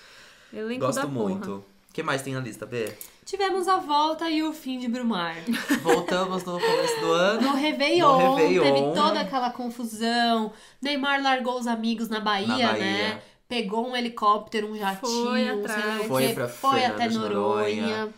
[SPEAKER 3] elenco da
[SPEAKER 2] Gosto
[SPEAKER 3] porra.
[SPEAKER 2] muito. O que mais tem na lista, B?
[SPEAKER 1] Tivemos a volta e o fim de Brumar.
[SPEAKER 2] Voltamos no começo do ano.
[SPEAKER 1] No Réveillon,
[SPEAKER 2] No Réveillon.
[SPEAKER 1] teve toda aquela confusão. Neymar largou os amigos na Bahia,
[SPEAKER 2] Na Bahia.
[SPEAKER 1] né? Pegou um helicóptero, um jatinho,
[SPEAKER 3] Foi
[SPEAKER 1] sei lá o
[SPEAKER 3] atrás.
[SPEAKER 2] Foi
[SPEAKER 1] quê,
[SPEAKER 2] pra
[SPEAKER 1] foi até
[SPEAKER 2] Fernando de
[SPEAKER 1] Noronha.
[SPEAKER 2] Noronha.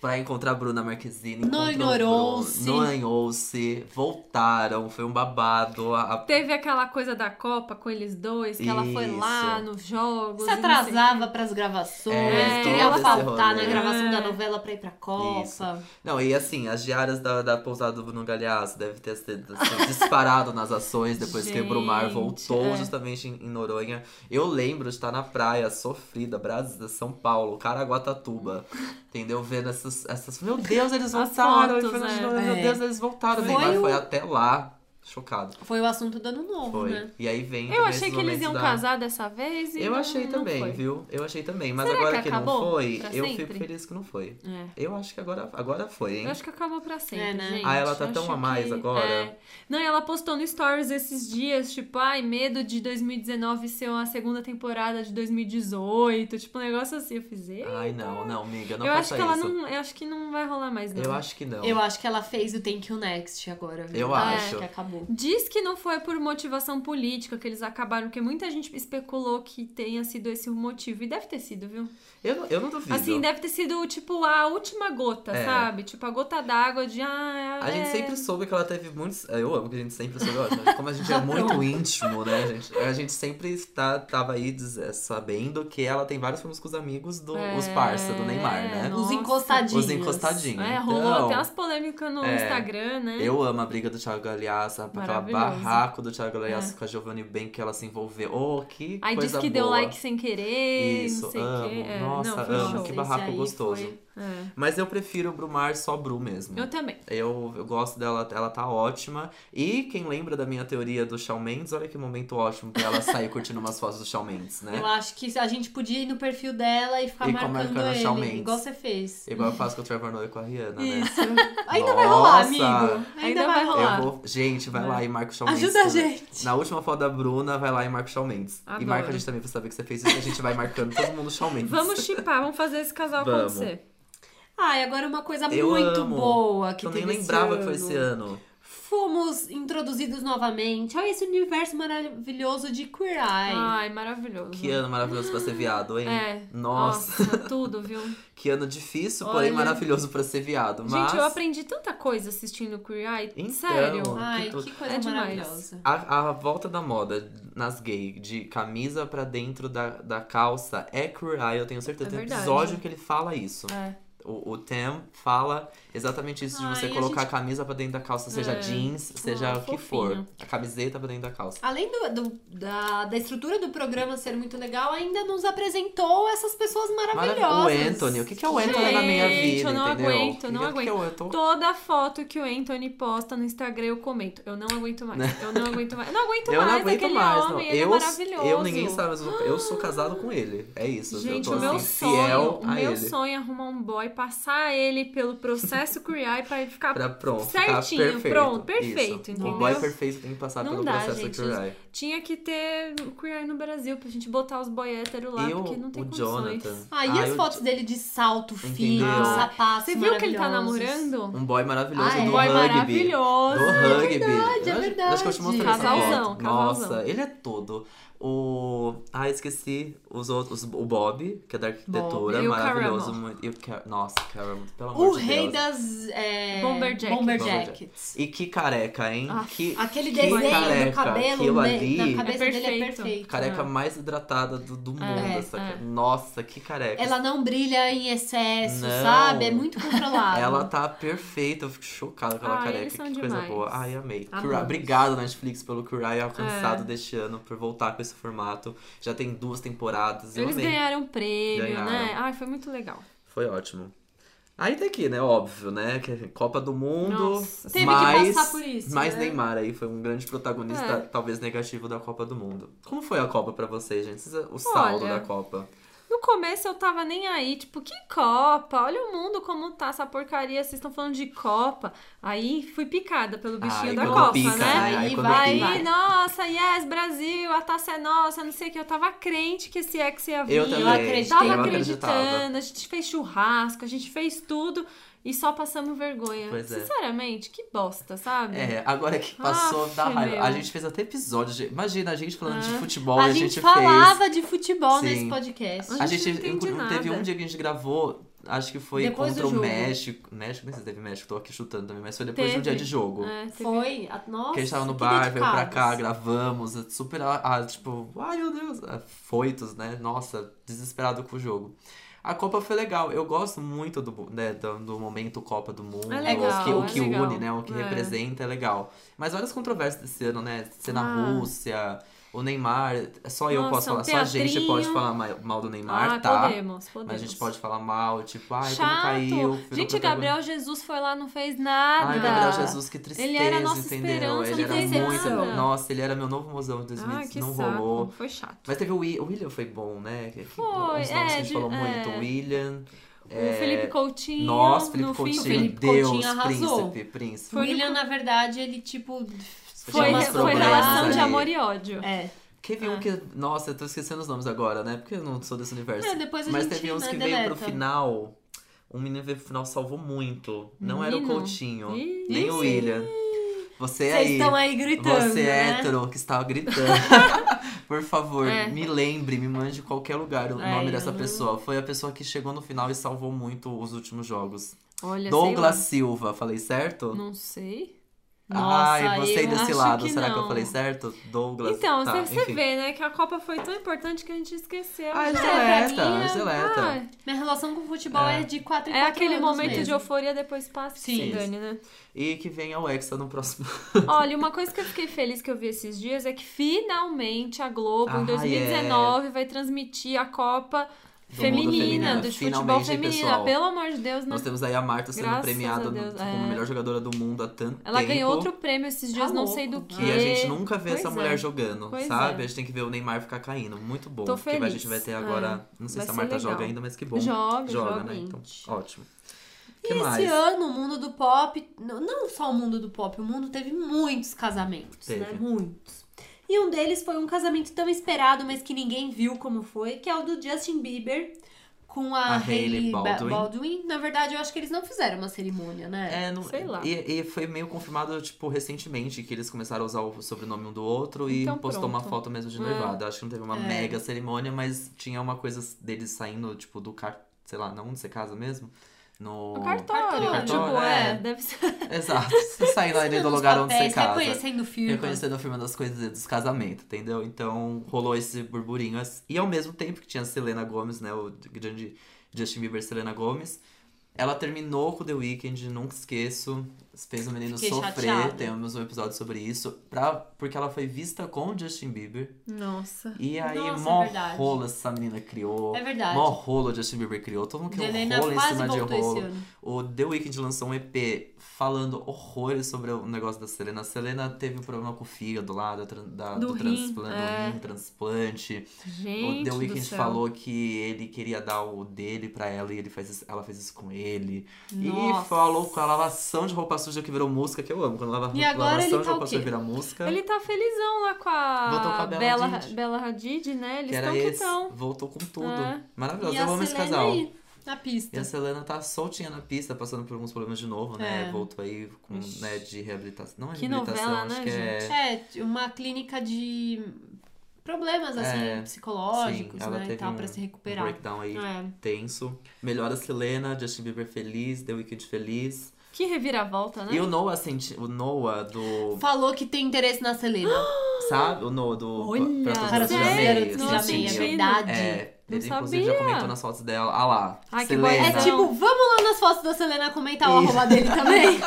[SPEAKER 2] pra encontrar a Bruna Marquezine. encontrou o Bruno,
[SPEAKER 1] Noiorou-se.
[SPEAKER 2] Noiorou-se. Voltaram, foi um babado. A, a-
[SPEAKER 3] Teve aquela coisa da Copa com eles dois, que ela foi lá
[SPEAKER 2] Isso.
[SPEAKER 3] nos jogos.
[SPEAKER 1] Se
[SPEAKER 3] e não sei-
[SPEAKER 1] atrasava pras gravações,
[SPEAKER 2] É,
[SPEAKER 1] queria
[SPEAKER 2] todo esse
[SPEAKER 1] faltar na
[SPEAKER 2] rolê.
[SPEAKER 1] gravação da
[SPEAKER 3] É.
[SPEAKER 1] novela pra ir pra Copa.
[SPEAKER 2] Isso. Não, e assim, as diárias da, da pousada do Bruno Galhaço deve ter sido assim, disparado nas ações depois que
[SPEAKER 3] Gente,
[SPEAKER 2] Brumar voltou
[SPEAKER 3] é.
[SPEAKER 2] justamente em, em Noronha. Eu lembro de estar na praia, sofrida, Brasa, São Paulo, Caraguatatuba. entendeu? Vendo essas, essas. Meu Deus, eles
[SPEAKER 3] As
[SPEAKER 2] voltaram!
[SPEAKER 3] fotos,
[SPEAKER 2] e foi na
[SPEAKER 3] né?
[SPEAKER 2] Noronha,
[SPEAKER 1] É.
[SPEAKER 2] Meu Deus, eles voltaram.
[SPEAKER 1] Foi
[SPEAKER 2] Foi,
[SPEAKER 1] o-
[SPEAKER 2] foi até lá, chocado.
[SPEAKER 1] Foi o assunto do ano novo,
[SPEAKER 2] Foi.
[SPEAKER 1] né?
[SPEAKER 2] E aí vem.
[SPEAKER 3] Uhum. Eu
[SPEAKER 2] também
[SPEAKER 3] achei
[SPEAKER 2] esses
[SPEAKER 3] que eles
[SPEAKER 2] momentos
[SPEAKER 3] iam
[SPEAKER 2] da-
[SPEAKER 3] casar dessa vez e
[SPEAKER 2] Eu
[SPEAKER 3] não-
[SPEAKER 2] achei
[SPEAKER 3] não
[SPEAKER 2] também,
[SPEAKER 3] foi.
[SPEAKER 2] viu? Eu achei também. Mas
[SPEAKER 3] Será
[SPEAKER 2] agora
[SPEAKER 3] que
[SPEAKER 2] que, não
[SPEAKER 3] acabou
[SPEAKER 2] foi,
[SPEAKER 3] pra
[SPEAKER 2] eu
[SPEAKER 3] sempre?
[SPEAKER 2] fico feliz que não foi.
[SPEAKER 3] É.
[SPEAKER 2] Eu acho que agora, agora foi, hein?
[SPEAKER 3] Eu acho que acabou pra sempre,
[SPEAKER 1] É, né?
[SPEAKER 3] gente.
[SPEAKER 2] Ah, ela tá
[SPEAKER 3] Acho
[SPEAKER 2] tão a mais
[SPEAKER 3] que-
[SPEAKER 2] agora.
[SPEAKER 3] é. Não, e ela postou no Stories esses dias, tipo, ai, medo de 2019 ser uma segunda temporada de 2018. Tipo, um negócio assim, eu fiz. "Ei".
[SPEAKER 2] Ai, não, não, amiga, não
[SPEAKER 3] eu acho
[SPEAKER 2] faça
[SPEAKER 3] que ela
[SPEAKER 2] isso.
[SPEAKER 3] não. Eu acho que não vai rolar mais, não.
[SPEAKER 2] Eu acho que não.
[SPEAKER 1] Eu acho que ela fez o Thank You Next agora. viu? É,
[SPEAKER 2] Então. Eu acho.
[SPEAKER 1] Que acabou.
[SPEAKER 3] Diz que não foi por motivação política que eles acabaram, porque muita gente especulou que tenha sido esse o motivo. E deve ter sido, viu?
[SPEAKER 2] Eu, não- eu não duvido.
[SPEAKER 3] Assim, deve ter sido, tipo, a última gota,
[SPEAKER 2] É.
[SPEAKER 3] sabe? Tipo, a gota d'água de. Ah,
[SPEAKER 2] A
[SPEAKER 3] é,
[SPEAKER 2] gente sempre soube que ela teve muitos. Eu amo que a gente sempre soube, eu acho, como a gente é muito íntimo, né, gente? A gente sempre está, tava aí diz- é, sabendo que ela tem vários filmes com os amigos dos
[SPEAKER 3] É,
[SPEAKER 2] os parça do Neymar, né?
[SPEAKER 3] nossa.
[SPEAKER 1] Os encostadinhos.
[SPEAKER 2] Os encostadinhos.
[SPEAKER 3] É, rolou
[SPEAKER 2] Então,
[SPEAKER 3] até umas polêmicas no
[SPEAKER 2] é,
[SPEAKER 3] Instagram, né?
[SPEAKER 2] Eu amo a briga do Thiago Galhaço, aquela
[SPEAKER 3] Maravilhoso.
[SPEAKER 2] barraco do Thiago Galhaço com a Giovanni Ben que ela se envolveu. Oh, que
[SPEAKER 3] Aí
[SPEAKER 2] coisa
[SPEAKER 3] disse que
[SPEAKER 2] boa.
[SPEAKER 3] deu like sem querer,
[SPEAKER 2] Isso,
[SPEAKER 3] não sei o
[SPEAKER 2] amo.
[SPEAKER 3] quê. É,
[SPEAKER 2] Nossa,
[SPEAKER 3] não, foi
[SPEAKER 2] amo,
[SPEAKER 3] show.
[SPEAKER 2] que
[SPEAKER 1] Esse
[SPEAKER 2] barraco
[SPEAKER 1] aí
[SPEAKER 2] gostoso.
[SPEAKER 1] foi-
[SPEAKER 3] É.
[SPEAKER 2] Mas eu prefiro o Brumar só Bru mesmo.
[SPEAKER 3] Eu também.
[SPEAKER 2] Eu, eu gosto dela, ela tá ótima. E quem lembra da minha teoria do Shawn Mendes, olha que momento ótimo pra ela sair curtindo umas fotos do Shawn Mendes,
[SPEAKER 1] Eu
[SPEAKER 2] né?
[SPEAKER 1] acho que a gente podia ir no perfil dela e ficar
[SPEAKER 2] E ficar
[SPEAKER 1] marcando
[SPEAKER 2] marcando a Shawn
[SPEAKER 1] ele,
[SPEAKER 2] Mendes.
[SPEAKER 1] igual você fez.
[SPEAKER 2] Igual eu faço com o Trevor Noah e com a Rihanna, né?
[SPEAKER 3] Isso.
[SPEAKER 1] Ainda vai rolar,
[SPEAKER 2] Nossa!
[SPEAKER 1] amigo. Ainda,
[SPEAKER 3] Ainda
[SPEAKER 1] vai
[SPEAKER 3] vai
[SPEAKER 1] rolar.
[SPEAKER 3] rolar.
[SPEAKER 2] Eu vou... Gente,
[SPEAKER 3] É.
[SPEAKER 2] vai lá e marca o Shawn Mendes.
[SPEAKER 1] Ajuda a
[SPEAKER 2] também.
[SPEAKER 1] gente.
[SPEAKER 2] Na última foto da Bruna, vai lá e marca o Shawn Mendes.
[SPEAKER 3] Adoro.
[SPEAKER 2] E marca a gente também pra saber que você fez isso, que a gente vai marcando todo mundo o Shawn Mendes.
[SPEAKER 3] Vamos chipar, vamos fazer esse casal
[SPEAKER 2] Vamos.
[SPEAKER 3] acontecer.
[SPEAKER 1] Ah, e agora uma coisa
[SPEAKER 2] Eu
[SPEAKER 1] muito
[SPEAKER 2] amo.
[SPEAKER 1] boa que
[SPEAKER 2] eu nem
[SPEAKER 1] teve esse
[SPEAKER 2] lembrava que foi
[SPEAKER 1] ano.
[SPEAKER 2] esse ano.
[SPEAKER 1] Fomos introduzidos novamente a esse universo maravilhoso de Queer Eye.
[SPEAKER 2] Ah,
[SPEAKER 3] Ai, maravilhoso.
[SPEAKER 2] Que ano maravilhoso pra ser viado, hein?
[SPEAKER 3] É.
[SPEAKER 2] Nossa,
[SPEAKER 3] tudo, viu?
[SPEAKER 2] que ano difícil, porém
[SPEAKER 1] Olha.
[SPEAKER 2] maravilhoso pra ser viado. Mas...
[SPEAKER 3] Gente, eu aprendi tanta coisa assistindo Queer Eye.
[SPEAKER 2] Então.
[SPEAKER 3] Sério.
[SPEAKER 1] Ai,
[SPEAKER 2] que
[SPEAKER 1] que, coisa
[SPEAKER 3] É demais.
[SPEAKER 1] maravilhosa.
[SPEAKER 2] A, a volta da moda nas gay, de camisa pra dentro da, da calça, é Queer Eye, eu tenho certeza.
[SPEAKER 3] É
[SPEAKER 2] Tem um
[SPEAKER 3] verdade.
[SPEAKER 2] episódio que ele fala isso.
[SPEAKER 3] É.
[SPEAKER 2] O, o Tem fala exatamente isso, de
[SPEAKER 1] Ai,
[SPEAKER 2] você
[SPEAKER 1] a
[SPEAKER 2] colocar a
[SPEAKER 1] gente-
[SPEAKER 2] camisa pra dentro da calça, seja
[SPEAKER 3] É.
[SPEAKER 2] jeans, seja
[SPEAKER 3] Ah,
[SPEAKER 2] o que
[SPEAKER 3] fofinho.
[SPEAKER 2] for. A camiseta pra dentro da calça.
[SPEAKER 1] Além do, do- da, da estrutura do programa ser muito legal, ainda nos apresentou essas pessoas maravilhosas.
[SPEAKER 2] Maravilhoso. O Anthony, o que, que é o Anthony na minha
[SPEAKER 3] Gente,
[SPEAKER 2] vida,
[SPEAKER 3] eu não
[SPEAKER 2] entendeu?
[SPEAKER 3] aguento, eu não
[SPEAKER 2] O que que é o Anthony?
[SPEAKER 3] Toda foto que o Anthony posta no Instagram eu comento. Eu não aguento mais. Eu não aguento mais. Eu não aguento
[SPEAKER 2] Eu
[SPEAKER 3] mais
[SPEAKER 2] não aguento
[SPEAKER 3] aquele
[SPEAKER 2] mais,
[SPEAKER 3] homem.
[SPEAKER 2] não.
[SPEAKER 3] Ele
[SPEAKER 2] eu,
[SPEAKER 3] é maravilhoso.
[SPEAKER 2] eu ninguém sabe, mas eu sou- eu sou casado com ele. É isso.
[SPEAKER 3] Gente,
[SPEAKER 2] eu tô
[SPEAKER 3] o meu
[SPEAKER 2] assim,
[SPEAKER 3] sonho,
[SPEAKER 2] fiel
[SPEAKER 3] o
[SPEAKER 2] a
[SPEAKER 3] meu
[SPEAKER 2] ele.
[SPEAKER 3] sonho é arrumar um boy, passar ele pelo processo Curiai pra ele ficar
[SPEAKER 2] Pra pronto, ficar
[SPEAKER 3] é certinho,
[SPEAKER 2] perfeito.
[SPEAKER 3] pronto, perfeito,
[SPEAKER 2] Isso.
[SPEAKER 3] entendeu?
[SPEAKER 2] O boy perfeito tem que passar
[SPEAKER 3] Não
[SPEAKER 2] pelo
[SPEAKER 3] dá,
[SPEAKER 2] processo
[SPEAKER 3] gente.
[SPEAKER 2] da Curai.
[SPEAKER 3] Tinha que ter o Curiai no Brasil pra gente botar os boy hétero lá,
[SPEAKER 2] E o,
[SPEAKER 3] porque não tem
[SPEAKER 2] o
[SPEAKER 3] condições.
[SPEAKER 2] Jonathan.
[SPEAKER 1] Ah, e
[SPEAKER 2] Ai,
[SPEAKER 1] as
[SPEAKER 2] o-
[SPEAKER 1] fotos dele de salto fino,
[SPEAKER 2] Entendeu?
[SPEAKER 1] sapato.
[SPEAKER 3] Você viu que ele tá
[SPEAKER 1] maravilhosos.
[SPEAKER 3] namorando?
[SPEAKER 2] Um boy maravilhoso
[SPEAKER 1] Ah, é.
[SPEAKER 2] do
[SPEAKER 3] Um boy
[SPEAKER 2] rugby. Do
[SPEAKER 3] maravilhoso.
[SPEAKER 2] rugby.
[SPEAKER 1] verdade, é
[SPEAKER 2] Eu acho-
[SPEAKER 1] verdade.
[SPEAKER 2] Acho que eu te mostrei
[SPEAKER 3] Casalzão,
[SPEAKER 2] essa foto.
[SPEAKER 3] casalzão.
[SPEAKER 2] Nossa, ele é todo. O. Ah, esqueci. Os outros. O Bob, que é da arquitetura.
[SPEAKER 3] Bob. E o
[SPEAKER 2] maravilhoso.
[SPEAKER 3] Caramel.
[SPEAKER 2] muito- E o Car... Nossa, Caramel, pelo amor
[SPEAKER 1] O
[SPEAKER 2] de
[SPEAKER 1] rei
[SPEAKER 2] Deus.
[SPEAKER 1] das é,
[SPEAKER 3] Bomber jackets.
[SPEAKER 1] bomber
[SPEAKER 2] Bomber
[SPEAKER 1] jackets.
[SPEAKER 2] E que careca, hein?
[SPEAKER 3] Ah,
[SPEAKER 2] que
[SPEAKER 1] Aquele
[SPEAKER 2] que
[SPEAKER 1] desenho do
[SPEAKER 2] careca.
[SPEAKER 1] cabelo
[SPEAKER 2] Aquilo
[SPEAKER 1] né,
[SPEAKER 2] ali.
[SPEAKER 1] na cabeça
[SPEAKER 3] É
[SPEAKER 1] dele é
[SPEAKER 3] perfeito.
[SPEAKER 1] perfeito.
[SPEAKER 2] Careca mais hidratada do, do mundo,
[SPEAKER 3] É,
[SPEAKER 2] essa
[SPEAKER 3] é.
[SPEAKER 2] cara. Nossa, que careca.
[SPEAKER 1] Ela não brilha em excesso,
[SPEAKER 2] Não.
[SPEAKER 1] sabe? É muito controlado.
[SPEAKER 2] Ela tá perfeita, eu fico chocada com aquela
[SPEAKER 3] Ai,
[SPEAKER 2] careca.
[SPEAKER 3] eles
[SPEAKER 2] Que
[SPEAKER 3] são
[SPEAKER 2] coisa
[SPEAKER 3] demais.
[SPEAKER 2] boa. Ai, amei.
[SPEAKER 3] Amamos.
[SPEAKER 2] Cura- Obrigado, Netflix, pelo Curai alcançado
[SPEAKER 3] É.
[SPEAKER 2] deste ano, por voltar com esse formato. Já tem duas temporadas, eu
[SPEAKER 3] Eles
[SPEAKER 2] amei.
[SPEAKER 3] ganharam um prêmio, né?
[SPEAKER 2] Ganharam.
[SPEAKER 3] Ai, foi muito legal.
[SPEAKER 2] Foi ótimo. Aí tá aqui, né? Óbvio, né? Que é Copa do Mundo.
[SPEAKER 3] Nossa,
[SPEAKER 1] teve que
[SPEAKER 2] mas,
[SPEAKER 1] passar por isso,
[SPEAKER 2] Mas
[SPEAKER 1] né?
[SPEAKER 2] Neymar aí foi um grande protagonista,
[SPEAKER 3] É.
[SPEAKER 2] talvez negativo, da Copa do Mundo. Como foi a Copa pra vocês, gente? Vocês- O saldo
[SPEAKER 3] Olha,
[SPEAKER 2] da Copa.
[SPEAKER 3] No começo eu tava nem aí, tipo, que Copa? Olha o mundo como tá essa porcaria, vocês estão falando de Copa. Aí fui picada pelo bichinho
[SPEAKER 2] Ai,
[SPEAKER 3] da
[SPEAKER 2] quando
[SPEAKER 3] Copa,
[SPEAKER 2] pica,
[SPEAKER 3] né?
[SPEAKER 1] né? Aí
[SPEAKER 2] quando
[SPEAKER 1] vai,
[SPEAKER 3] Aí,
[SPEAKER 2] pica.
[SPEAKER 1] vai.
[SPEAKER 3] nossa, yes, Brasil, a taça é nossa, não sei o que. Eu tava crente que esse ex ia vir.
[SPEAKER 2] Eu também.
[SPEAKER 1] Eu acreditei,
[SPEAKER 3] tava
[SPEAKER 1] eu
[SPEAKER 3] acreditando, a gente fez churrasco, a gente fez tudo e só passamos vergonha.
[SPEAKER 2] Pois é.
[SPEAKER 3] Sinceramente, que bosta, sabe?
[SPEAKER 2] É, agora que passou
[SPEAKER 3] Aff,
[SPEAKER 2] da raiva.
[SPEAKER 3] meu.
[SPEAKER 2] A gente fez até episódio. gente. Imagina a gente falando de futebol e
[SPEAKER 1] a
[SPEAKER 2] a
[SPEAKER 1] gente,
[SPEAKER 2] gente fez.
[SPEAKER 1] falava de futebol nesse
[SPEAKER 2] Sim.
[SPEAKER 1] podcast.
[SPEAKER 2] A
[SPEAKER 3] gente
[SPEAKER 2] gente
[SPEAKER 3] não entende
[SPEAKER 2] teve
[SPEAKER 3] nada.
[SPEAKER 2] um dia que a gente gravou Acho que foi
[SPEAKER 1] Depois do
[SPEAKER 2] contra o
[SPEAKER 1] jogo.
[SPEAKER 2] México. México, nem sei se teve México, tô aqui chutando também, mas foi depois de um
[SPEAKER 3] Teve.
[SPEAKER 2] dia de jogo.
[SPEAKER 3] É, teve-
[SPEAKER 1] Foi. A... Nossa,
[SPEAKER 2] que a gente tava no
[SPEAKER 1] que
[SPEAKER 2] bar, veio pra
[SPEAKER 1] dedicados.
[SPEAKER 2] cá, gravamos, super, ah, tipo, ai meu Deus, ah, foitos, né? Nossa, desesperado com o jogo. A Copa foi legal, eu gosto muito do, né, do, do momento Copa do Mundo,
[SPEAKER 3] É legal,
[SPEAKER 2] o que, o
[SPEAKER 3] é
[SPEAKER 2] que
[SPEAKER 3] legal.
[SPEAKER 2] une, né, o que
[SPEAKER 3] É.
[SPEAKER 2] representa, é legal. Mas olha as controvérsias desse ano, né, ser na
[SPEAKER 3] Ah.
[SPEAKER 2] Rússia, o Neymar, só eu
[SPEAKER 3] Nossa,
[SPEAKER 2] posso
[SPEAKER 3] um
[SPEAKER 2] falar, só a gente
[SPEAKER 3] teatrinho.
[SPEAKER 2] pode falar ma- mal do Neymar,
[SPEAKER 3] ah,
[SPEAKER 2] tá?
[SPEAKER 3] podemos, podemos.
[SPEAKER 2] Mas a gente pode falar mal, tipo, ai, como
[SPEAKER 3] Chato.
[SPEAKER 2] caiu. virou
[SPEAKER 3] Gente,
[SPEAKER 2] protagonista.
[SPEAKER 3] Gabriel Jesus foi lá, não fez nada.
[SPEAKER 2] Ai, Gabriel Jesus, que tristeza,
[SPEAKER 3] Ele era a nossa
[SPEAKER 2] entendeu?
[SPEAKER 3] esperança,
[SPEAKER 2] Ele
[SPEAKER 1] não
[SPEAKER 2] era
[SPEAKER 1] fez
[SPEAKER 2] muito.
[SPEAKER 3] nada.
[SPEAKER 2] Nossa, ele era meu novo mozão de 2000,
[SPEAKER 3] Ai, Ah, que
[SPEAKER 2] não
[SPEAKER 3] saco.
[SPEAKER 2] rolou.
[SPEAKER 3] Foi chato.
[SPEAKER 2] Mas teve o William, o William foi bom, né? Que- que-
[SPEAKER 3] Foi,
[SPEAKER 2] uns nomes que a
[SPEAKER 3] é,
[SPEAKER 2] gente
[SPEAKER 3] de-
[SPEAKER 2] falou
[SPEAKER 3] é.
[SPEAKER 2] muito. O William.
[SPEAKER 3] O Felipe Coutinho.
[SPEAKER 2] É, Nossa, Felipe
[SPEAKER 3] no
[SPEAKER 2] Coutinho,
[SPEAKER 3] Fim, Felipe
[SPEAKER 2] Deus,
[SPEAKER 1] Coutinho arrasou.
[SPEAKER 2] príncipe, príncipe.
[SPEAKER 1] O William, na verdade, ele tipo.
[SPEAKER 2] Tinha
[SPEAKER 3] foi,
[SPEAKER 2] umas
[SPEAKER 3] foi
[SPEAKER 2] problemas
[SPEAKER 3] relação de
[SPEAKER 2] aí.
[SPEAKER 3] amor e ódio.
[SPEAKER 1] É.
[SPEAKER 2] Teve um
[SPEAKER 3] Ah.
[SPEAKER 2] que. Nossa, eu tô esquecendo os nomes agora, né? Porque eu não sou desse universo.
[SPEAKER 1] Não, depois a
[SPEAKER 2] Mas
[SPEAKER 1] gente,
[SPEAKER 2] teve uns
[SPEAKER 1] né,
[SPEAKER 2] que veio pro
[SPEAKER 1] deleta.
[SPEAKER 2] final. Um menino veio pro final salvou muito. Não era o
[SPEAKER 3] Menino?
[SPEAKER 2] Coutinho.
[SPEAKER 3] Ih,
[SPEAKER 2] Nem o William. Você
[SPEAKER 1] Vocês
[SPEAKER 2] aí.
[SPEAKER 1] estão aí gritando.
[SPEAKER 2] Você é
[SPEAKER 1] né?
[SPEAKER 2] hétero que estava gritando. Por favor,
[SPEAKER 3] É.
[SPEAKER 2] me lembre, me mande de qualquer lugar o
[SPEAKER 3] É,
[SPEAKER 2] nome
[SPEAKER 3] eu
[SPEAKER 2] dessa
[SPEAKER 3] não-
[SPEAKER 2] pessoa. Foi a pessoa que chegou no final e salvou muito os últimos jogos.
[SPEAKER 3] Olha,
[SPEAKER 2] Douglas Silva, falei certo?
[SPEAKER 3] sei lá. Não sei.
[SPEAKER 2] Ai, é gostei
[SPEAKER 3] eu
[SPEAKER 2] desse
[SPEAKER 3] acho
[SPEAKER 2] lado.
[SPEAKER 3] que
[SPEAKER 2] Será que eu
[SPEAKER 3] não.
[SPEAKER 2] falei certo? Douglas.
[SPEAKER 3] Então,
[SPEAKER 2] tá,
[SPEAKER 3] você- você
[SPEAKER 2] enfim.
[SPEAKER 3] vê, né, que a Copa foi tão importante que a gente esqueceu.
[SPEAKER 2] Ah,
[SPEAKER 3] né?
[SPEAKER 2] deleta,
[SPEAKER 3] Pra mim, é-
[SPEAKER 2] deleta.
[SPEAKER 3] Ah,
[SPEAKER 1] Minha relação com o futebol
[SPEAKER 2] É.
[SPEAKER 1] é, de 4 em 4
[SPEAKER 3] É aquele
[SPEAKER 1] anos
[SPEAKER 3] momento de
[SPEAKER 1] mesmo.
[SPEAKER 3] euforia, depois passa que se
[SPEAKER 1] Sim.
[SPEAKER 3] dane, né?
[SPEAKER 2] E que venha o Hexa no próximo.
[SPEAKER 3] Olha, uma coisa que eu fiquei feliz que eu vi esses dias é que finalmente a Globo,
[SPEAKER 2] Ah,
[SPEAKER 3] em 2019, vai transmitir a Copa
[SPEAKER 2] Do mundo
[SPEAKER 3] feminina,
[SPEAKER 2] feminino.
[SPEAKER 3] do de futebol
[SPEAKER 2] Finalmente, hein,
[SPEAKER 3] feminina.
[SPEAKER 2] pessoal?
[SPEAKER 3] Pelo amor de Deus, né?
[SPEAKER 2] Nós temos aí a Marta sendo
[SPEAKER 3] Graças a
[SPEAKER 2] premiada no-
[SPEAKER 3] Deus,
[SPEAKER 2] como
[SPEAKER 3] é.
[SPEAKER 2] melhor jogadora do mundo há tanto tempo.
[SPEAKER 3] Ela ganhou outro prêmio esses dias, não sei do
[SPEAKER 1] louco.
[SPEAKER 3] que.
[SPEAKER 2] E a gente nunca vê essa
[SPEAKER 3] Pois
[SPEAKER 2] mulher
[SPEAKER 3] é.
[SPEAKER 2] jogando,
[SPEAKER 3] Pois
[SPEAKER 2] sabe?
[SPEAKER 3] é.
[SPEAKER 2] A gente tem que ver o Neymar ficar caindo. Muito bom.
[SPEAKER 3] Tô
[SPEAKER 2] Que a
[SPEAKER 3] feliz. É.
[SPEAKER 2] gente vai ter agora. não sei
[SPEAKER 3] vai
[SPEAKER 2] se a
[SPEAKER 3] ser
[SPEAKER 2] Marta
[SPEAKER 3] legal.
[SPEAKER 2] joga ainda, mas que bom.
[SPEAKER 3] Joga, joga,
[SPEAKER 2] né?
[SPEAKER 3] hein.
[SPEAKER 2] Então, ótimo.
[SPEAKER 1] E
[SPEAKER 2] que
[SPEAKER 1] esse
[SPEAKER 2] mais?
[SPEAKER 1] ano, o mundo do pop, não- não só o mundo do pop, o mundo teve muitos casamentos, né?
[SPEAKER 2] Teve.
[SPEAKER 1] Muitos. E um deles foi um casamento tão esperado, mas que ninguém viu como foi, que é o do Justin Bieber com a,
[SPEAKER 2] A Hailey
[SPEAKER 1] Hailey Ba-
[SPEAKER 2] Baldwin.
[SPEAKER 1] Baldwin. Na verdade, eu acho que eles não fizeram uma cerimônia, né?
[SPEAKER 2] É, não,
[SPEAKER 3] Sei lá.
[SPEAKER 2] E, e foi meio confirmado, tipo, recentemente, que eles começaram a usar o sobrenome um do outro e
[SPEAKER 3] Então,
[SPEAKER 2] postou
[SPEAKER 3] pronto.
[SPEAKER 2] uma foto mesmo de
[SPEAKER 3] É.
[SPEAKER 2] noivado. Acho que não teve uma
[SPEAKER 1] É.
[SPEAKER 2] mega cerimônia, mas tinha uma coisa deles saindo, tipo, do car... Sei lá, não onde você casa mesmo? No...
[SPEAKER 3] O cartório,
[SPEAKER 2] Cartório,
[SPEAKER 3] tipo,
[SPEAKER 2] é.
[SPEAKER 3] é. deve ser.
[SPEAKER 2] Exato. Saindo ali do
[SPEAKER 1] Assinando os
[SPEAKER 2] lugar onde você
[SPEAKER 1] papéis,
[SPEAKER 2] casa.
[SPEAKER 1] Reconhecendo o filme.
[SPEAKER 2] Reconhecendo a firma das coisas dos casamentos, entendeu? Então rolou esse burburinho. ass- E ao mesmo tempo que tinha Selena Gomes, né? O grande Justin Bieber e Selena Gomes. Ela terminou com The Weeknd, nunca esqueço. Fez o menino
[SPEAKER 1] Fiquei
[SPEAKER 2] sofrer.
[SPEAKER 1] chateada.
[SPEAKER 2] Temos um episódio sobre isso. Pra... Porque ela foi vista com o Justin Bieber.
[SPEAKER 3] Nossa.
[SPEAKER 2] E aí,
[SPEAKER 1] Nossa,
[SPEAKER 2] mó
[SPEAKER 1] é verdade.
[SPEAKER 2] rolo essa menina criou.
[SPEAKER 1] É verdade.
[SPEAKER 2] Mó rolo o Justin Bieber criou. Todo mundo criou um
[SPEAKER 1] Helena
[SPEAKER 2] rolo em
[SPEAKER 1] quase
[SPEAKER 2] cima de
[SPEAKER 1] voltou
[SPEAKER 2] rolo.
[SPEAKER 1] esse ano.
[SPEAKER 2] O The Weeknd lançou um EP falando horrores sobre o negócio da Selena. A Selena teve um problema com o fígado lá, da, tran- da- do,
[SPEAKER 3] Do rim,
[SPEAKER 2] transplante,
[SPEAKER 3] é.
[SPEAKER 2] do rim, transplante.
[SPEAKER 3] Gente.
[SPEAKER 2] o The
[SPEAKER 3] do
[SPEAKER 2] Weeknd
[SPEAKER 3] céu.
[SPEAKER 2] falou que ele queria dar o dele pra ela e ele faz isso- ela fez isso com ele. E
[SPEAKER 1] Nossa.
[SPEAKER 2] falou com a lavação de roupa suja que virou música, que eu amo. Quando a lava,
[SPEAKER 1] E agora
[SPEAKER 2] lavação
[SPEAKER 1] ele
[SPEAKER 2] de
[SPEAKER 1] tá o
[SPEAKER 2] roupa
[SPEAKER 1] quê?
[SPEAKER 2] suja vira música.
[SPEAKER 3] Ele tá felizão lá com
[SPEAKER 2] Voltou com
[SPEAKER 3] a,
[SPEAKER 2] a Bella
[SPEAKER 3] Bela
[SPEAKER 2] Hadid.
[SPEAKER 3] Bela Hadid, né? Eles
[SPEAKER 2] que era
[SPEAKER 3] estão que
[SPEAKER 2] esse,
[SPEAKER 3] estão.
[SPEAKER 2] voltou com tudo.
[SPEAKER 3] É.
[SPEAKER 2] Maravilhoso,
[SPEAKER 1] E
[SPEAKER 2] eu amo
[SPEAKER 1] a
[SPEAKER 2] esse
[SPEAKER 1] Selena é
[SPEAKER 2] casal.
[SPEAKER 1] aí, na pista.
[SPEAKER 2] E a Selena tá soltinha na pista, passando por alguns problemas de novo, né?
[SPEAKER 1] É.
[SPEAKER 2] Voltou aí com, né, de reabilitação. Não é
[SPEAKER 3] Que
[SPEAKER 2] reabilitação,
[SPEAKER 3] novela,
[SPEAKER 2] acho
[SPEAKER 3] né,
[SPEAKER 2] que é.
[SPEAKER 1] É, uma clínica de problemas, assim,
[SPEAKER 2] É,
[SPEAKER 1] psicológicos,
[SPEAKER 2] sim, ela
[SPEAKER 1] né,
[SPEAKER 2] teve
[SPEAKER 1] e tal,
[SPEAKER 2] um-
[SPEAKER 1] pra se
[SPEAKER 2] Um
[SPEAKER 1] recuperar.
[SPEAKER 2] breakdown aí
[SPEAKER 3] Ah.
[SPEAKER 1] É.
[SPEAKER 2] tenso. Melhora a Selena, Justin Bieber feliz, The Weeknd feliz.
[SPEAKER 3] Que reviravolta, né?
[SPEAKER 2] E o Noah, senti... o Noah do.
[SPEAKER 1] Falou que tem interesse na Selena.
[SPEAKER 2] Sabe? O Noah do.
[SPEAKER 3] Olha,
[SPEAKER 2] pra todos
[SPEAKER 1] Para
[SPEAKER 2] os assim,
[SPEAKER 1] todos os
[SPEAKER 3] sério?
[SPEAKER 1] garotos
[SPEAKER 3] Não
[SPEAKER 1] que já meia, é
[SPEAKER 3] sentido.
[SPEAKER 1] verdade. É.
[SPEAKER 2] É, ele
[SPEAKER 3] Não
[SPEAKER 2] inclusive já
[SPEAKER 3] sabia.
[SPEAKER 2] comentou nas fotos dela. Ah lá.
[SPEAKER 3] Ai, que É
[SPEAKER 2] Selena.
[SPEAKER 3] boy-
[SPEAKER 1] tipo, vamos lá nas fotos da Selena comentar o
[SPEAKER 2] Isso.
[SPEAKER 1] arroba dele também.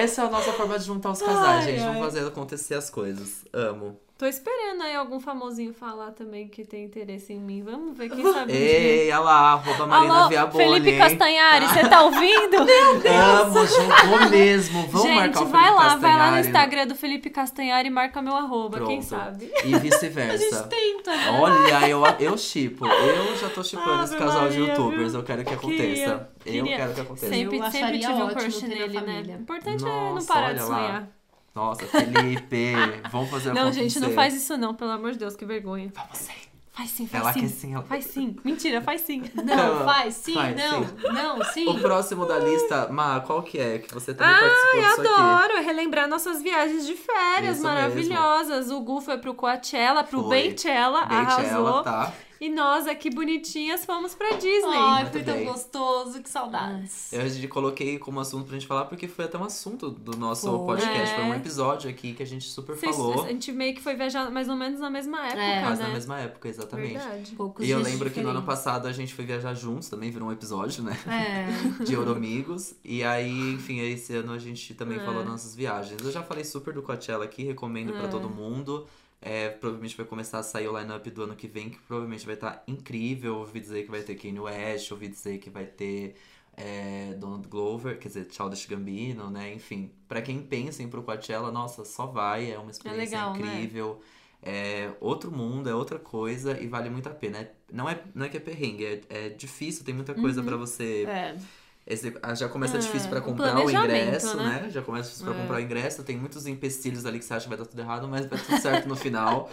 [SPEAKER 2] Essa é a nossa forma de juntar os casais,
[SPEAKER 3] Ai,
[SPEAKER 2] gente. Vamos
[SPEAKER 3] ai.
[SPEAKER 2] fazer acontecer as coisas. Amo.
[SPEAKER 3] Tô esperando aí algum famosinho falar também que tem interesse em mim. Vamos ver quem sabe. um dia.
[SPEAKER 2] Ei, olha lá, arroba Marina
[SPEAKER 3] Alô,
[SPEAKER 2] Viaboni.
[SPEAKER 3] Felipe
[SPEAKER 2] hein?
[SPEAKER 3] Castanhari, você tá ouvindo? Meu
[SPEAKER 2] Amo, juntou mesmo. Vamos
[SPEAKER 3] Gente,
[SPEAKER 2] marcar o Felipe
[SPEAKER 3] vai lá, vai lá no
[SPEAKER 2] Castanhari. né?
[SPEAKER 3] Instagram do Felipe Castanhari e marca meu arroba, quem
[SPEAKER 2] Pronto.
[SPEAKER 3] sabe?
[SPEAKER 2] E
[SPEAKER 1] A gente
[SPEAKER 2] vice-versa.
[SPEAKER 1] tenta.
[SPEAKER 2] Olha, eu, eu chipo. Eu já tô chipando esse
[SPEAKER 3] né? Ave
[SPEAKER 2] casal de
[SPEAKER 3] Maria,
[SPEAKER 2] youtubers. Eu quero que
[SPEAKER 3] Queria,
[SPEAKER 2] aconteça.
[SPEAKER 3] queria.
[SPEAKER 2] Eu quero que aconteça.
[SPEAKER 3] Sempre,
[SPEAKER 1] Eu
[SPEAKER 3] sempre
[SPEAKER 1] acharia
[SPEAKER 3] tive um
[SPEAKER 1] ótimo
[SPEAKER 3] crush
[SPEAKER 1] ter na
[SPEAKER 3] nele, né?
[SPEAKER 1] família.
[SPEAKER 3] O importante é não
[SPEAKER 2] Nossa,
[SPEAKER 3] parar de
[SPEAKER 2] olha lá. é
[SPEAKER 3] sonhar.
[SPEAKER 2] Nossa, Felipe, vamos fazer
[SPEAKER 3] Não,
[SPEAKER 2] acontecer.
[SPEAKER 3] gente, não faz isso não, pelo amor de Deus, que vergonha.
[SPEAKER 2] Vamos sim.
[SPEAKER 3] Faz sim, faz
[SPEAKER 2] Ela
[SPEAKER 3] sim.
[SPEAKER 2] quer sim. Ela...
[SPEAKER 3] Faz sim. Mentira, faz sim.
[SPEAKER 1] Não, faz, sim,
[SPEAKER 2] Faz,
[SPEAKER 1] não,
[SPEAKER 2] sim.
[SPEAKER 1] não, sim.
[SPEAKER 2] O próximo da lista, Ma, qual que é? Que você também participou disso aqui.
[SPEAKER 3] Adoro relembrar nossas viagens de férias
[SPEAKER 2] Isso
[SPEAKER 3] maravilhosas. O Gu foi pro Coachella, pro
[SPEAKER 2] Foi.
[SPEAKER 3] Beychella,
[SPEAKER 2] Beit
[SPEAKER 3] arrasou.
[SPEAKER 2] ela, tá?
[SPEAKER 3] E nós aqui bonitinhas fomos pra Disney.
[SPEAKER 1] Ai,
[SPEAKER 2] Muito
[SPEAKER 1] foi tão
[SPEAKER 2] bem.
[SPEAKER 1] gostoso, que saudades.
[SPEAKER 2] Eu já coloquei como assunto pra gente falar, porque foi até um assunto do nosso
[SPEAKER 1] Foi.
[SPEAKER 2] podcast. Foi um
[SPEAKER 3] É.
[SPEAKER 2] episódio aqui que a gente super
[SPEAKER 3] Vocês-
[SPEAKER 2] falou.
[SPEAKER 3] a gente meio que foi viajar mais ou menos na mesma época,
[SPEAKER 1] É.
[SPEAKER 2] Quase
[SPEAKER 3] né?
[SPEAKER 2] na mesma época, exatamente.
[SPEAKER 3] Verdade.
[SPEAKER 1] Poucos
[SPEAKER 2] E eu
[SPEAKER 1] dias
[SPEAKER 2] lembro que no ano
[SPEAKER 1] diferentes.
[SPEAKER 2] passado a gente foi viajar juntos, também virou um episódio, né?
[SPEAKER 1] É.
[SPEAKER 2] De Euromigos. E aí, enfim, esse ano a gente também
[SPEAKER 3] É.
[SPEAKER 2] falou nossas viagens. Eu já falei super do Coachella aqui, recomendo pra
[SPEAKER 3] É.
[SPEAKER 2] todo mundo. É, provavelmente vai começar a sair o line-up do ano que vem, que provavelmente vai estar incrível. Ouvi dizer que vai ter Kanye West, ouvi dizer que vai ter é, Donald Glover, quer dizer, Childish Gambino, né? Enfim, pra quem pensa em ir pro Coachella, nossa, só vai, é uma experiência
[SPEAKER 3] legal, né?
[SPEAKER 2] incrível. É outro mundo, é outra coisa e vale muito a pena. É- Não é, não é que é perrengue, é, é difícil, tem muita
[SPEAKER 3] Uhum.
[SPEAKER 2] coisa pra você
[SPEAKER 1] É.
[SPEAKER 2] esse- ah, já começa
[SPEAKER 3] É,
[SPEAKER 2] difícil pra
[SPEAKER 3] o
[SPEAKER 2] comprar o
[SPEAKER 3] planejamento,
[SPEAKER 2] ingresso,
[SPEAKER 3] né?
[SPEAKER 2] né? Já começa difícil pra
[SPEAKER 3] É.
[SPEAKER 2] comprar o ingresso. Tem muitos empecilhos ali que você acha que vai dar tudo errado, mas vai tudo certo no final.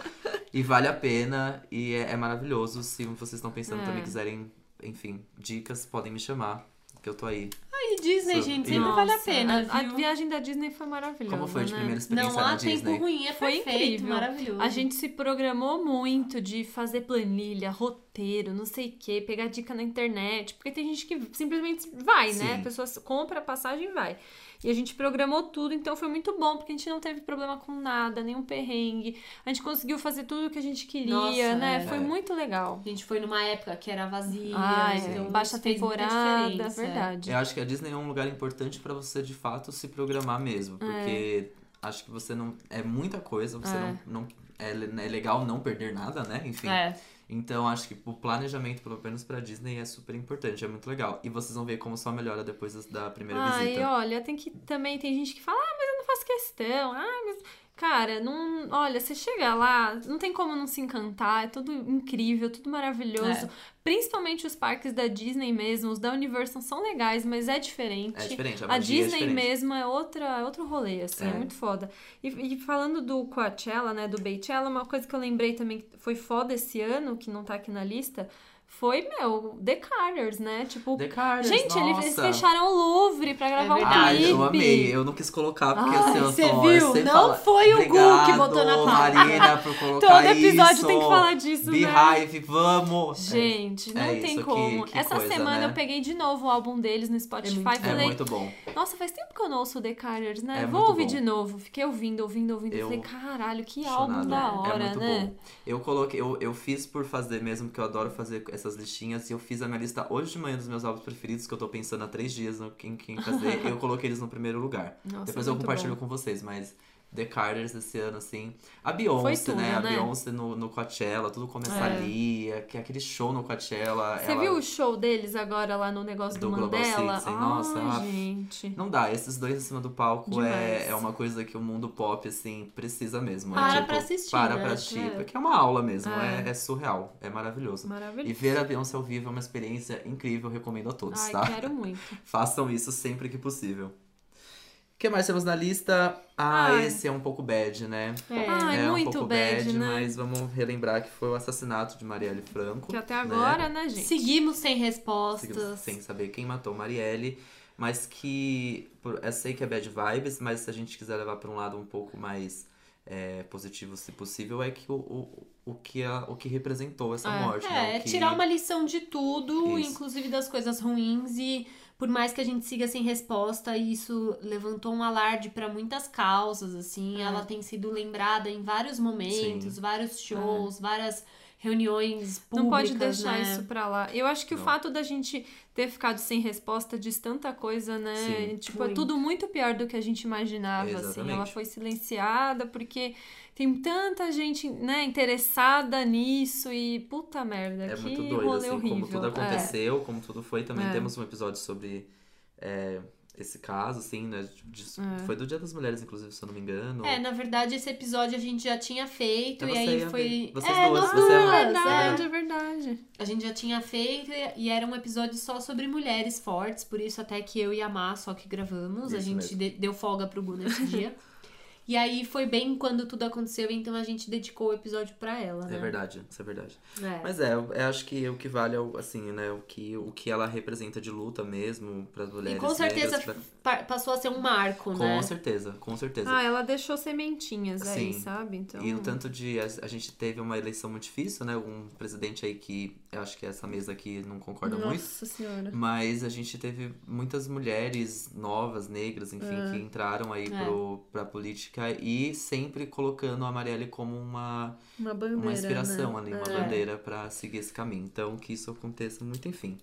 [SPEAKER 2] E vale a pena. E é, é maravilhoso. Se vocês estão pensando
[SPEAKER 3] É.
[SPEAKER 2] também, quiserem, enfim, dicas, podem me chamar. Que eu tô aí.
[SPEAKER 1] Ai, Disney,
[SPEAKER 2] Sim.
[SPEAKER 1] gente, sempre
[SPEAKER 2] Nossa,
[SPEAKER 1] vale a pena.
[SPEAKER 3] A, a
[SPEAKER 1] viu?
[SPEAKER 3] viagem da Disney foi maravilhosa.
[SPEAKER 2] Como foi de
[SPEAKER 3] né?
[SPEAKER 2] primeira experiência
[SPEAKER 1] Não
[SPEAKER 2] na
[SPEAKER 1] há
[SPEAKER 2] Disney?
[SPEAKER 1] tempo ruim, é
[SPEAKER 3] Foi
[SPEAKER 1] perfeito,
[SPEAKER 3] incrível.
[SPEAKER 1] maravilhoso.
[SPEAKER 3] A gente se programou muito de fazer planilha, roteiro, não sei o quê, pegar dica na internet, porque tem gente que simplesmente vai, né?
[SPEAKER 2] Sim.
[SPEAKER 3] A pessoa compra a passagem e vai. E a gente programou tudo, então foi muito bom, porque a gente não teve problema com nada, nenhum perrengue. A gente conseguiu fazer tudo o que a gente queria,
[SPEAKER 1] Nossa,
[SPEAKER 3] né?
[SPEAKER 1] é.
[SPEAKER 3] Foi muito legal.
[SPEAKER 1] A gente foi numa época que era vazia,
[SPEAKER 3] Ai,
[SPEAKER 1] então
[SPEAKER 3] Ah, é. baixa
[SPEAKER 1] isso fez muita
[SPEAKER 3] temporada, é
[SPEAKER 1] diferença. é.
[SPEAKER 3] verdade.
[SPEAKER 2] Eu acho que a Disney é um lugar importante pra você, de fato, se programar mesmo. Porque acho que você não. É muita coisa, você
[SPEAKER 3] É.
[SPEAKER 2] não. não é, le- é legal não perder nada, né? Enfim.
[SPEAKER 1] É.
[SPEAKER 2] Então, acho que o planejamento, pelo menos pra Disney, é super importante, é muito legal. E vocês vão ver como só melhora depois das- da primeira
[SPEAKER 3] Ai,
[SPEAKER 2] visita.
[SPEAKER 3] olha, tem que também tem gente que fala, ah, mas eu não faço questão. Ah, mas cara, não, olha, você chega lá, não tem como não se encantar, é tudo incrível, tudo
[SPEAKER 2] É.
[SPEAKER 3] maravilhoso. Principalmente os parques da Disney mesmo, os da Universal são legais, mas é diferente.
[SPEAKER 2] É diferente, a,
[SPEAKER 3] A
[SPEAKER 2] magia é
[SPEAKER 3] Disney
[SPEAKER 2] diferente.
[SPEAKER 3] mesmo é outra, é outro rolê, assim, é,
[SPEAKER 2] É.
[SPEAKER 3] muito foda. E, e falando do Coachella, né, do Beychella, uma coisa que eu lembrei também que foi foda esse ano, que não tá aqui na lista, foi, meu, The Carters, né? Tipo,
[SPEAKER 2] The Carters,
[SPEAKER 3] Gente, ele- eles
[SPEAKER 2] nossa.
[SPEAKER 3] fecharam o Louvre pra gravar o
[SPEAKER 1] verdade.
[SPEAKER 2] Ai,
[SPEAKER 3] clipe.
[SPEAKER 2] eu amei. Eu não quis colocar, porque
[SPEAKER 3] Ai,
[SPEAKER 2] assim, eu
[SPEAKER 1] você
[SPEAKER 2] tô-
[SPEAKER 1] viu?
[SPEAKER 2] você
[SPEAKER 1] Não
[SPEAKER 2] fala,
[SPEAKER 1] foi o Gu que
[SPEAKER 2] "Obrigado,
[SPEAKER 1] botou na pauta."
[SPEAKER 2] Marina, por colocar
[SPEAKER 3] Todo episódio
[SPEAKER 2] isso.
[SPEAKER 3] tem que falar disso, né?
[SPEAKER 2] Beehive, vamos!
[SPEAKER 3] Gente, não
[SPEAKER 2] É isso,
[SPEAKER 3] tem
[SPEAKER 2] que-
[SPEAKER 3] como.
[SPEAKER 2] que
[SPEAKER 3] Essa
[SPEAKER 2] coisa,
[SPEAKER 3] semana
[SPEAKER 2] né?
[SPEAKER 3] eu peguei de novo o álbum deles no Spotify.
[SPEAKER 1] muito
[SPEAKER 2] É, é
[SPEAKER 3] falei,
[SPEAKER 2] muito bom.
[SPEAKER 3] nossa, faz tempo que eu não ouço o The Carriers, né?
[SPEAKER 2] É
[SPEAKER 3] Vou
[SPEAKER 2] muito
[SPEAKER 3] ouvir
[SPEAKER 2] bom.
[SPEAKER 3] de novo. Fiquei ouvindo, ouvindo, ouvindo.
[SPEAKER 2] Eu-
[SPEAKER 3] Falei, caralho, que álbum
[SPEAKER 2] Apaixonado.
[SPEAKER 3] da
[SPEAKER 2] é
[SPEAKER 3] hora,
[SPEAKER 2] muito
[SPEAKER 3] né?
[SPEAKER 2] bom. Eu coloquei, eu, eu fiz por fazer mesmo, porque eu adoro fazer essas listinhas. E eu fiz a minha lista hoje de manhã dos meus álbuns preferidos, que eu tô pensando há três dias no, em quem fazer. eu coloquei eles no primeiro lugar.
[SPEAKER 3] Nossa, é
[SPEAKER 2] Depois eu
[SPEAKER 3] muito
[SPEAKER 2] compartilho
[SPEAKER 3] bom.
[SPEAKER 2] com vocês, mas The Carters esse ano, assim. A Beyoncé,
[SPEAKER 3] tudo,
[SPEAKER 2] né? A
[SPEAKER 3] né?
[SPEAKER 2] Beyoncé no, no Coachella, tudo começa
[SPEAKER 3] É.
[SPEAKER 2] ali, aque- aquele show no Coachella.
[SPEAKER 3] Você
[SPEAKER 2] ela-
[SPEAKER 3] viu o show deles agora lá no negócio do,
[SPEAKER 2] Do Global
[SPEAKER 3] Mandela?
[SPEAKER 2] Citizen, nossa,
[SPEAKER 3] Ai,
[SPEAKER 2] ah,
[SPEAKER 3] gente.
[SPEAKER 2] Não dá, esses dois em cima do palco
[SPEAKER 3] Demais.
[SPEAKER 2] é, é uma coisa que o mundo pop, assim, precisa mesmo.
[SPEAKER 1] Para
[SPEAKER 2] é, tipo,
[SPEAKER 1] pra assistir,
[SPEAKER 2] Para
[SPEAKER 1] né?
[SPEAKER 2] pra assistir,
[SPEAKER 1] É.
[SPEAKER 2] porque é uma aula mesmo,
[SPEAKER 3] É.
[SPEAKER 2] é, é surreal, é maravilhoso. E
[SPEAKER 3] Maravilhoso.
[SPEAKER 2] ver a Beyoncé ao vivo é uma experiência incrível, recomendo a todos,
[SPEAKER 3] Ai,
[SPEAKER 2] tá?
[SPEAKER 3] quero muito.
[SPEAKER 2] Façam isso sempre que possível. O que mais temos na lista? Ah,
[SPEAKER 3] Ai.
[SPEAKER 2] esse é um pouco bad, né?
[SPEAKER 1] É.
[SPEAKER 3] Ai,
[SPEAKER 2] é
[SPEAKER 3] muito
[SPEAKER 2] um pouco
[SPEAKER 3] bad, né?
[SPEAKER 2] mas vamos relembrar que foi o assassinato de Marielle Franco.
[SPEAKER 3] Que até
[SPEAKER 2] né?
[SPEAKER 3] agora, né, gente?
[SPEAKER 1] Seguimos sem
[SPEAKER 2] Seguimos
[SPEAKER 1] respostas. É,
[SPEAKER 2] sem saber quem matou Marielle. Mas que. por- eu sei que é bad vibes, mas se a gente quiser levar pra um lado um pouco mais é, positivo, se possível, é que o, o, o que, a- o que representou essa
[SPEAKER 3] É.
[SPEAKER 2] morte. né?
[SPEAKER 1] É,
[SPEAKER 2] O que-
[SPEAKER 1] tirar uma lição de tudo,
[SPEAKER 2] Isso.
[SPEAKER 1] inclusive das coisas ruins e por mais que a gente siga sem resposta, isso levantou um alarde pra muitas causas, assim,
[SPEAKER 3] É.
[SPEAKER 1] ela tem sido lembrada em vários momentos, vários shows, várias reuniões públicas,
[SPEAKER 3] Não pode deixar
[SPEAKER 1] né?
[SPEAKER 3] isso pra lá. Eu acho que o
[SPEAKER 2] Não.
[SPEAKER 3] fato da gente ter ficado sem resposta diz tanta coisa, né?
[SPEAKER 2] Sim.
[SPEAKER 3] Tipo, é
[SPEAKER 1] Muito.
[SPEAKER 3] tudo muito pior do que a gente imaginava, assim.
[SPEAKER 2] Exatamente.
[SPEAKER 3] Ela foi silenciada porque tem tanta gente, né, interessada nisso e puta merda,
[SPEAKER 2] É
[SPEAKER 3] que
[SPEAKER 2] muito doido,
[SPEAKER 3] rolê
[SPEAKER 2] assim,
[SPEAKER 3] horrível.
[SPEAKER 2] como tudo
[SPEAKER 3] É.
[SPEAKER 2] aconteceu, como tudo foi. Também
[SPEAKER 3] É.
[SPEAKER 2] temos um episódio sobre é, esse caso, assim, né? de- de-
[SPEAKER 3] É.
[SPEAKER 2] Foi do Dia das Mulheres, inclusive, se eu não me engano.
[SPEAKER 1] É, na verdade, esse episódio a gente já tinha feito
[SPEAKER 2] Eu
[SPEAKER 1] e
[SPEAKER 2] não sei,
[SPEAKER 1] aí
[SPEAKER 2] eu
[SPEAKER 1] foi.
[SPEAKER 2] vi. Vocês
[SPEAKER 1] é,
[SPEAKER 2] duas,
[SPEAKER 1] nós
[SPEAKER 2] você é
[SPEAKER 1] duas,
[SPEAKER 2] mais-
[SPEAKER 3] É verdade,
[SPEAKER 1] é.
[SPEAKER 3] é verdade.
[SPEAKER 1] A gente já tinha feito e- e era um episódio só sobre mulheres fortes, por isso até que eu e a Má só que gravamos, a
[SPEAKER 2] Isso
[SPEAKER 1] gente de- deu folga pro Gu nesse dia. E aí foi bem quando tudo aconteceu, então a gente dedicou o episódio pra ela, né?
[SPEAKER 2] É verdade, isso é verdade.
[SPEAKER 1] É.
[SPEAKER 2] Mas é, eu eu acho que o que vale é o, assim, né, o que, o que ela representa de luta mesmo pras mulheres.
[SPEAKER 1] e com certeza
[SPEAKER 2] negras, pra-
[SPEAKER 1] pa- passou a ser um marco,
[SPEAKER 2] Com
[SPEAKER 1] né?
[SPEAKER 2] certeza, com certeza.
[SPEAKER 3] Ah, ela deixou sementinhas aí,
[SPEAKER 2] Sim.
[SPEAKER 3] sabe? Então.
[SPEAKER 2] E o tanto de. A, a gente teve uma eleição muito difícil, né? Um presidente aí que eu acho que essa mesa aqui não concorda
[SPEAKER 3] Nossa
[SPEAKER 2] muito.
[SPEAKER 3] senhora.
[SPEAKER 2] Mas a gente teve muitas mulheres novas, negras, enfim, que entraram aí
[SPEAKER 1] É.
[SPEAKER 2] pro, pra política e sempre colocando a Marielle como uma,
[SPEAKER 3] Uma bandeira.
[SPEAKER 2] uma inspiração
[SPEAKER 3] né?
[SPEAKER 2] ali, uma
[SPEAKER 3] É.
[SPEAKER 2] bandeira pra seguir esse caminho. Então que isso aconteça muito, enfim.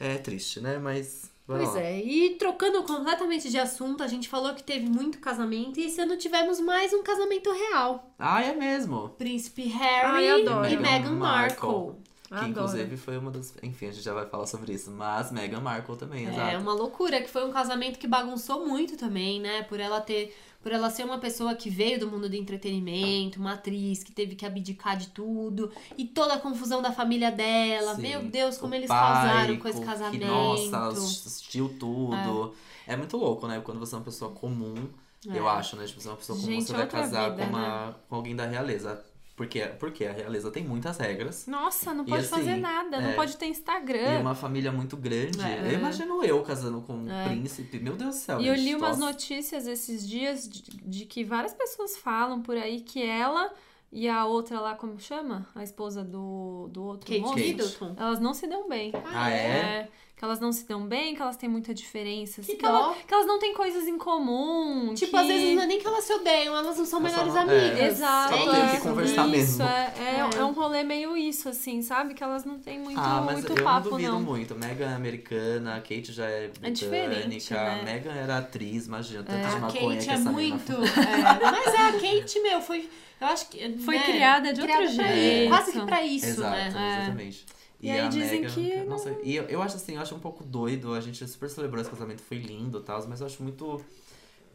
[SPEAKER 2] É triste, né? Mas. vai
[SPEAKER 1] Pois
[SPEAKER 2] lá.
[SPEAKER 1] é, e trocando completamente de assunto, a gente falou que teve muito casamento e esse ano tivemos mais um casamento real.
[SPEAKER 2] Ah, é mesmo!
[SPEAKER 1] Príncipe Harry
[SPEAKER 3] Ai, adoro.
[SPEAKER 1] e
[SPEAKER 3] Meghan
[SPEAKER 1] Meghan Markle.
[SPEAKER 2] Que
[SPEAKER 3] Adoro.
[SPEAKER 2] inclusive foi uma das. Enfim, a gente já vai falar sobre isso. Mas Meghan Markle também, exato.
[SPEAKER 1] É uma loucura, que foi um casamento que bagunçou muito também, né? Por ela ter. Por ela ser uma pessoa que veio do mundo do entretenimento, uma atriz que teve que abdicar de tudo, e toda a confusão da família dela.
[SPEAKER 2] Sim.
[SPEAKER 1] Meu Deus, como
[SPEAKER 2] O
[SPEAKER 1] eles
[SPEAKER 2] pai,
[SPEAKER 1] causaram com esse
[SPEAKER 2] que,
[SPEAKER 1] casamento.
[SPEAKER 2] Nossa, assistiu tudo. É. muito louco, né? Quando você é uma pessoa comum,
[SPEAKER 1] É.
[SPEAKER 2] eu acho, né? Tipo, você é uma pessoa comum,
[SPEAKER 3] Gente,
[SPEAKER 2] você vai
[SPEAKER 3] outra
[SPEAKER 2] casar
[SPEAKER 3] vida,
[SPEAKER 2] com, uma,
[SPEAKER 1] né?
[SPEAKER 2] com alguém da realeza. Porque, porque a realeza tem muitas regras.
[SPEAKER 3] Nossa, não
[SPEAKER 2] E
[SPEAKER 3] pode
[SPEAKER 2] assim,
[SPEAKER 3] fazer nada. Não
[SPEAKER 2] é.
[SPEAKER 3] pode ter Instagram.
[SPEAKER 2] E uma família muito grande.
[SPEAKER 1] É.
[SPEAKER 2] Eu imagino eu casando com um
[SPEAKER 3] É.
[SPEAKER 2] príncipe. Meu Deus do céu.
[SPEAKER 3] E eu
[SPEAKER 2] Então, gente,
[SPEAKER 3] li umas
[SPEAKER 2] nossa.
[SPEAKER 3] notícias esses dias de, de que várias pessoas falam por aí que ela e a outra lá, como chama? A esposa do, do outro
[SPEAKER 1] Kate
[SPEAKER 3] moço.
[SPEAKER 2] Kate.
[SPEAKER 1] Middleton.
[SPEAKER 3] Elas não se dão bem.
[SPEAKER 2] Ah, é?
[SPEAKER 3] Que elas não se dão bem, que elas têm muita diferença. assim,
[SPEAKER 1] Que
[SPEAKER 3] que, ela-
[SPEAKER 1] dó.
[SPEAKER 3] que elas não têm coisas em comum.
[SPEAKER 1] Tipo,
[SPEAKER 3] que-
[SPEAKER 1] às vezes não é nem que elas se odeiam, elas não são
[SPEAKER 2] Elas
[SPEAKER 1] melhores
[SPEAKER 2] só não- é.
[SPEAKER 1] amigas.
[SPEAKER 3] Exato.
[SPEAKER 2] Só tem que
[SPEAKER 3] é.
[SPEAKER 2] conversar
[SPEAKER 3] isso,
[SPEAKER 2] mesmo.
[SPEAKER 3] É, é,
[SPEAKER 1] É.
[SPEAKER 3] é um rolê meio isso, assim, sabe? Que elas não têm muito,
[SPEAKER 2] Ah, mas
[SPEAKER 3] muito
[SPEAKER 2] eu
[SPEAKER 3] papo,
[SPEAKER 2] não duvido
[SPEAKER 3] não.
[SPEAKER 2] muito. Megan é americana, a Kate já é britânica.
[SPEAKER 3] diferente, né?
[SPEAKER 2] Megan era atriz, imagina, tanto de
[SPEAKER 1] A
[SPEAKER 2] maconha
[SPEAKER 1] Kate
[SPEAKER 2] que
[SPEAKER 1] é
[SPEAKER 2] essa menina
[SPEAKER 1] muito. é, mas é, a Kate, meu, foi. Eu acho que.
[SPEAKER 3] Foi
[SPEAKER 1] né,
[SPEAKER 3] criada de outro
[SPEAKER 1] pra
[SPEAKER 2] jeito.
[SPEAKER 1] isso, Quase que pra isso,
[SPEAKER 2] Exato,
[SPEAKER 1] né?
[SPEAKER 3] É.
[SPEAKER 2] exatamente.
[SPEAKER 3] E aí
[SPEAKER 2] a
[SPEAKER 3] dizem
[SPEAKER 2] Meghan,
[SPEAKER 3] que
[SPEAKER 2] Nossa, e eu, eu acho assim, eu acho um pouco doido. A gente super celebrou esse casamento, foi lindo e tal, mas eu acho muito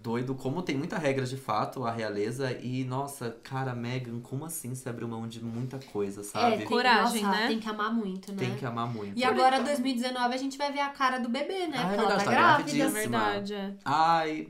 [SPEAKER 2] doido como tem muita regra de fato, a realeza. E, nossa, cara, Megan, como assim se abriu mão de muita coisa,
[SPEAKER 1] É,
[SPEAKER 2] sabe?
[SPEAKER 1] tem,
[SPEAKER 3] Coragem,
[SPEAKER 1] nossa,
[SPEAKER 3] né?
[SPEAKER 1] Tem que amar muito, né?
[SPEAKER 2] Tem que amar muito.
[SPEAKER 1] E agora, 2019, a gente vai ver a cara do bebê, né?
[SPEAKER 2] Ah, é
[SPEAKER 1] Porque ela
[SPEAKER 2] verdade,
[SPEAKER 1] tá
[SPEAKER 2] tá
[SPEAKER 1] grávida.
[SPEAKER 3] É
[SPEAKER 2] gravidíssima.
[SPEAKER 3] verdade, é.
[SPEAKER 2] Ai.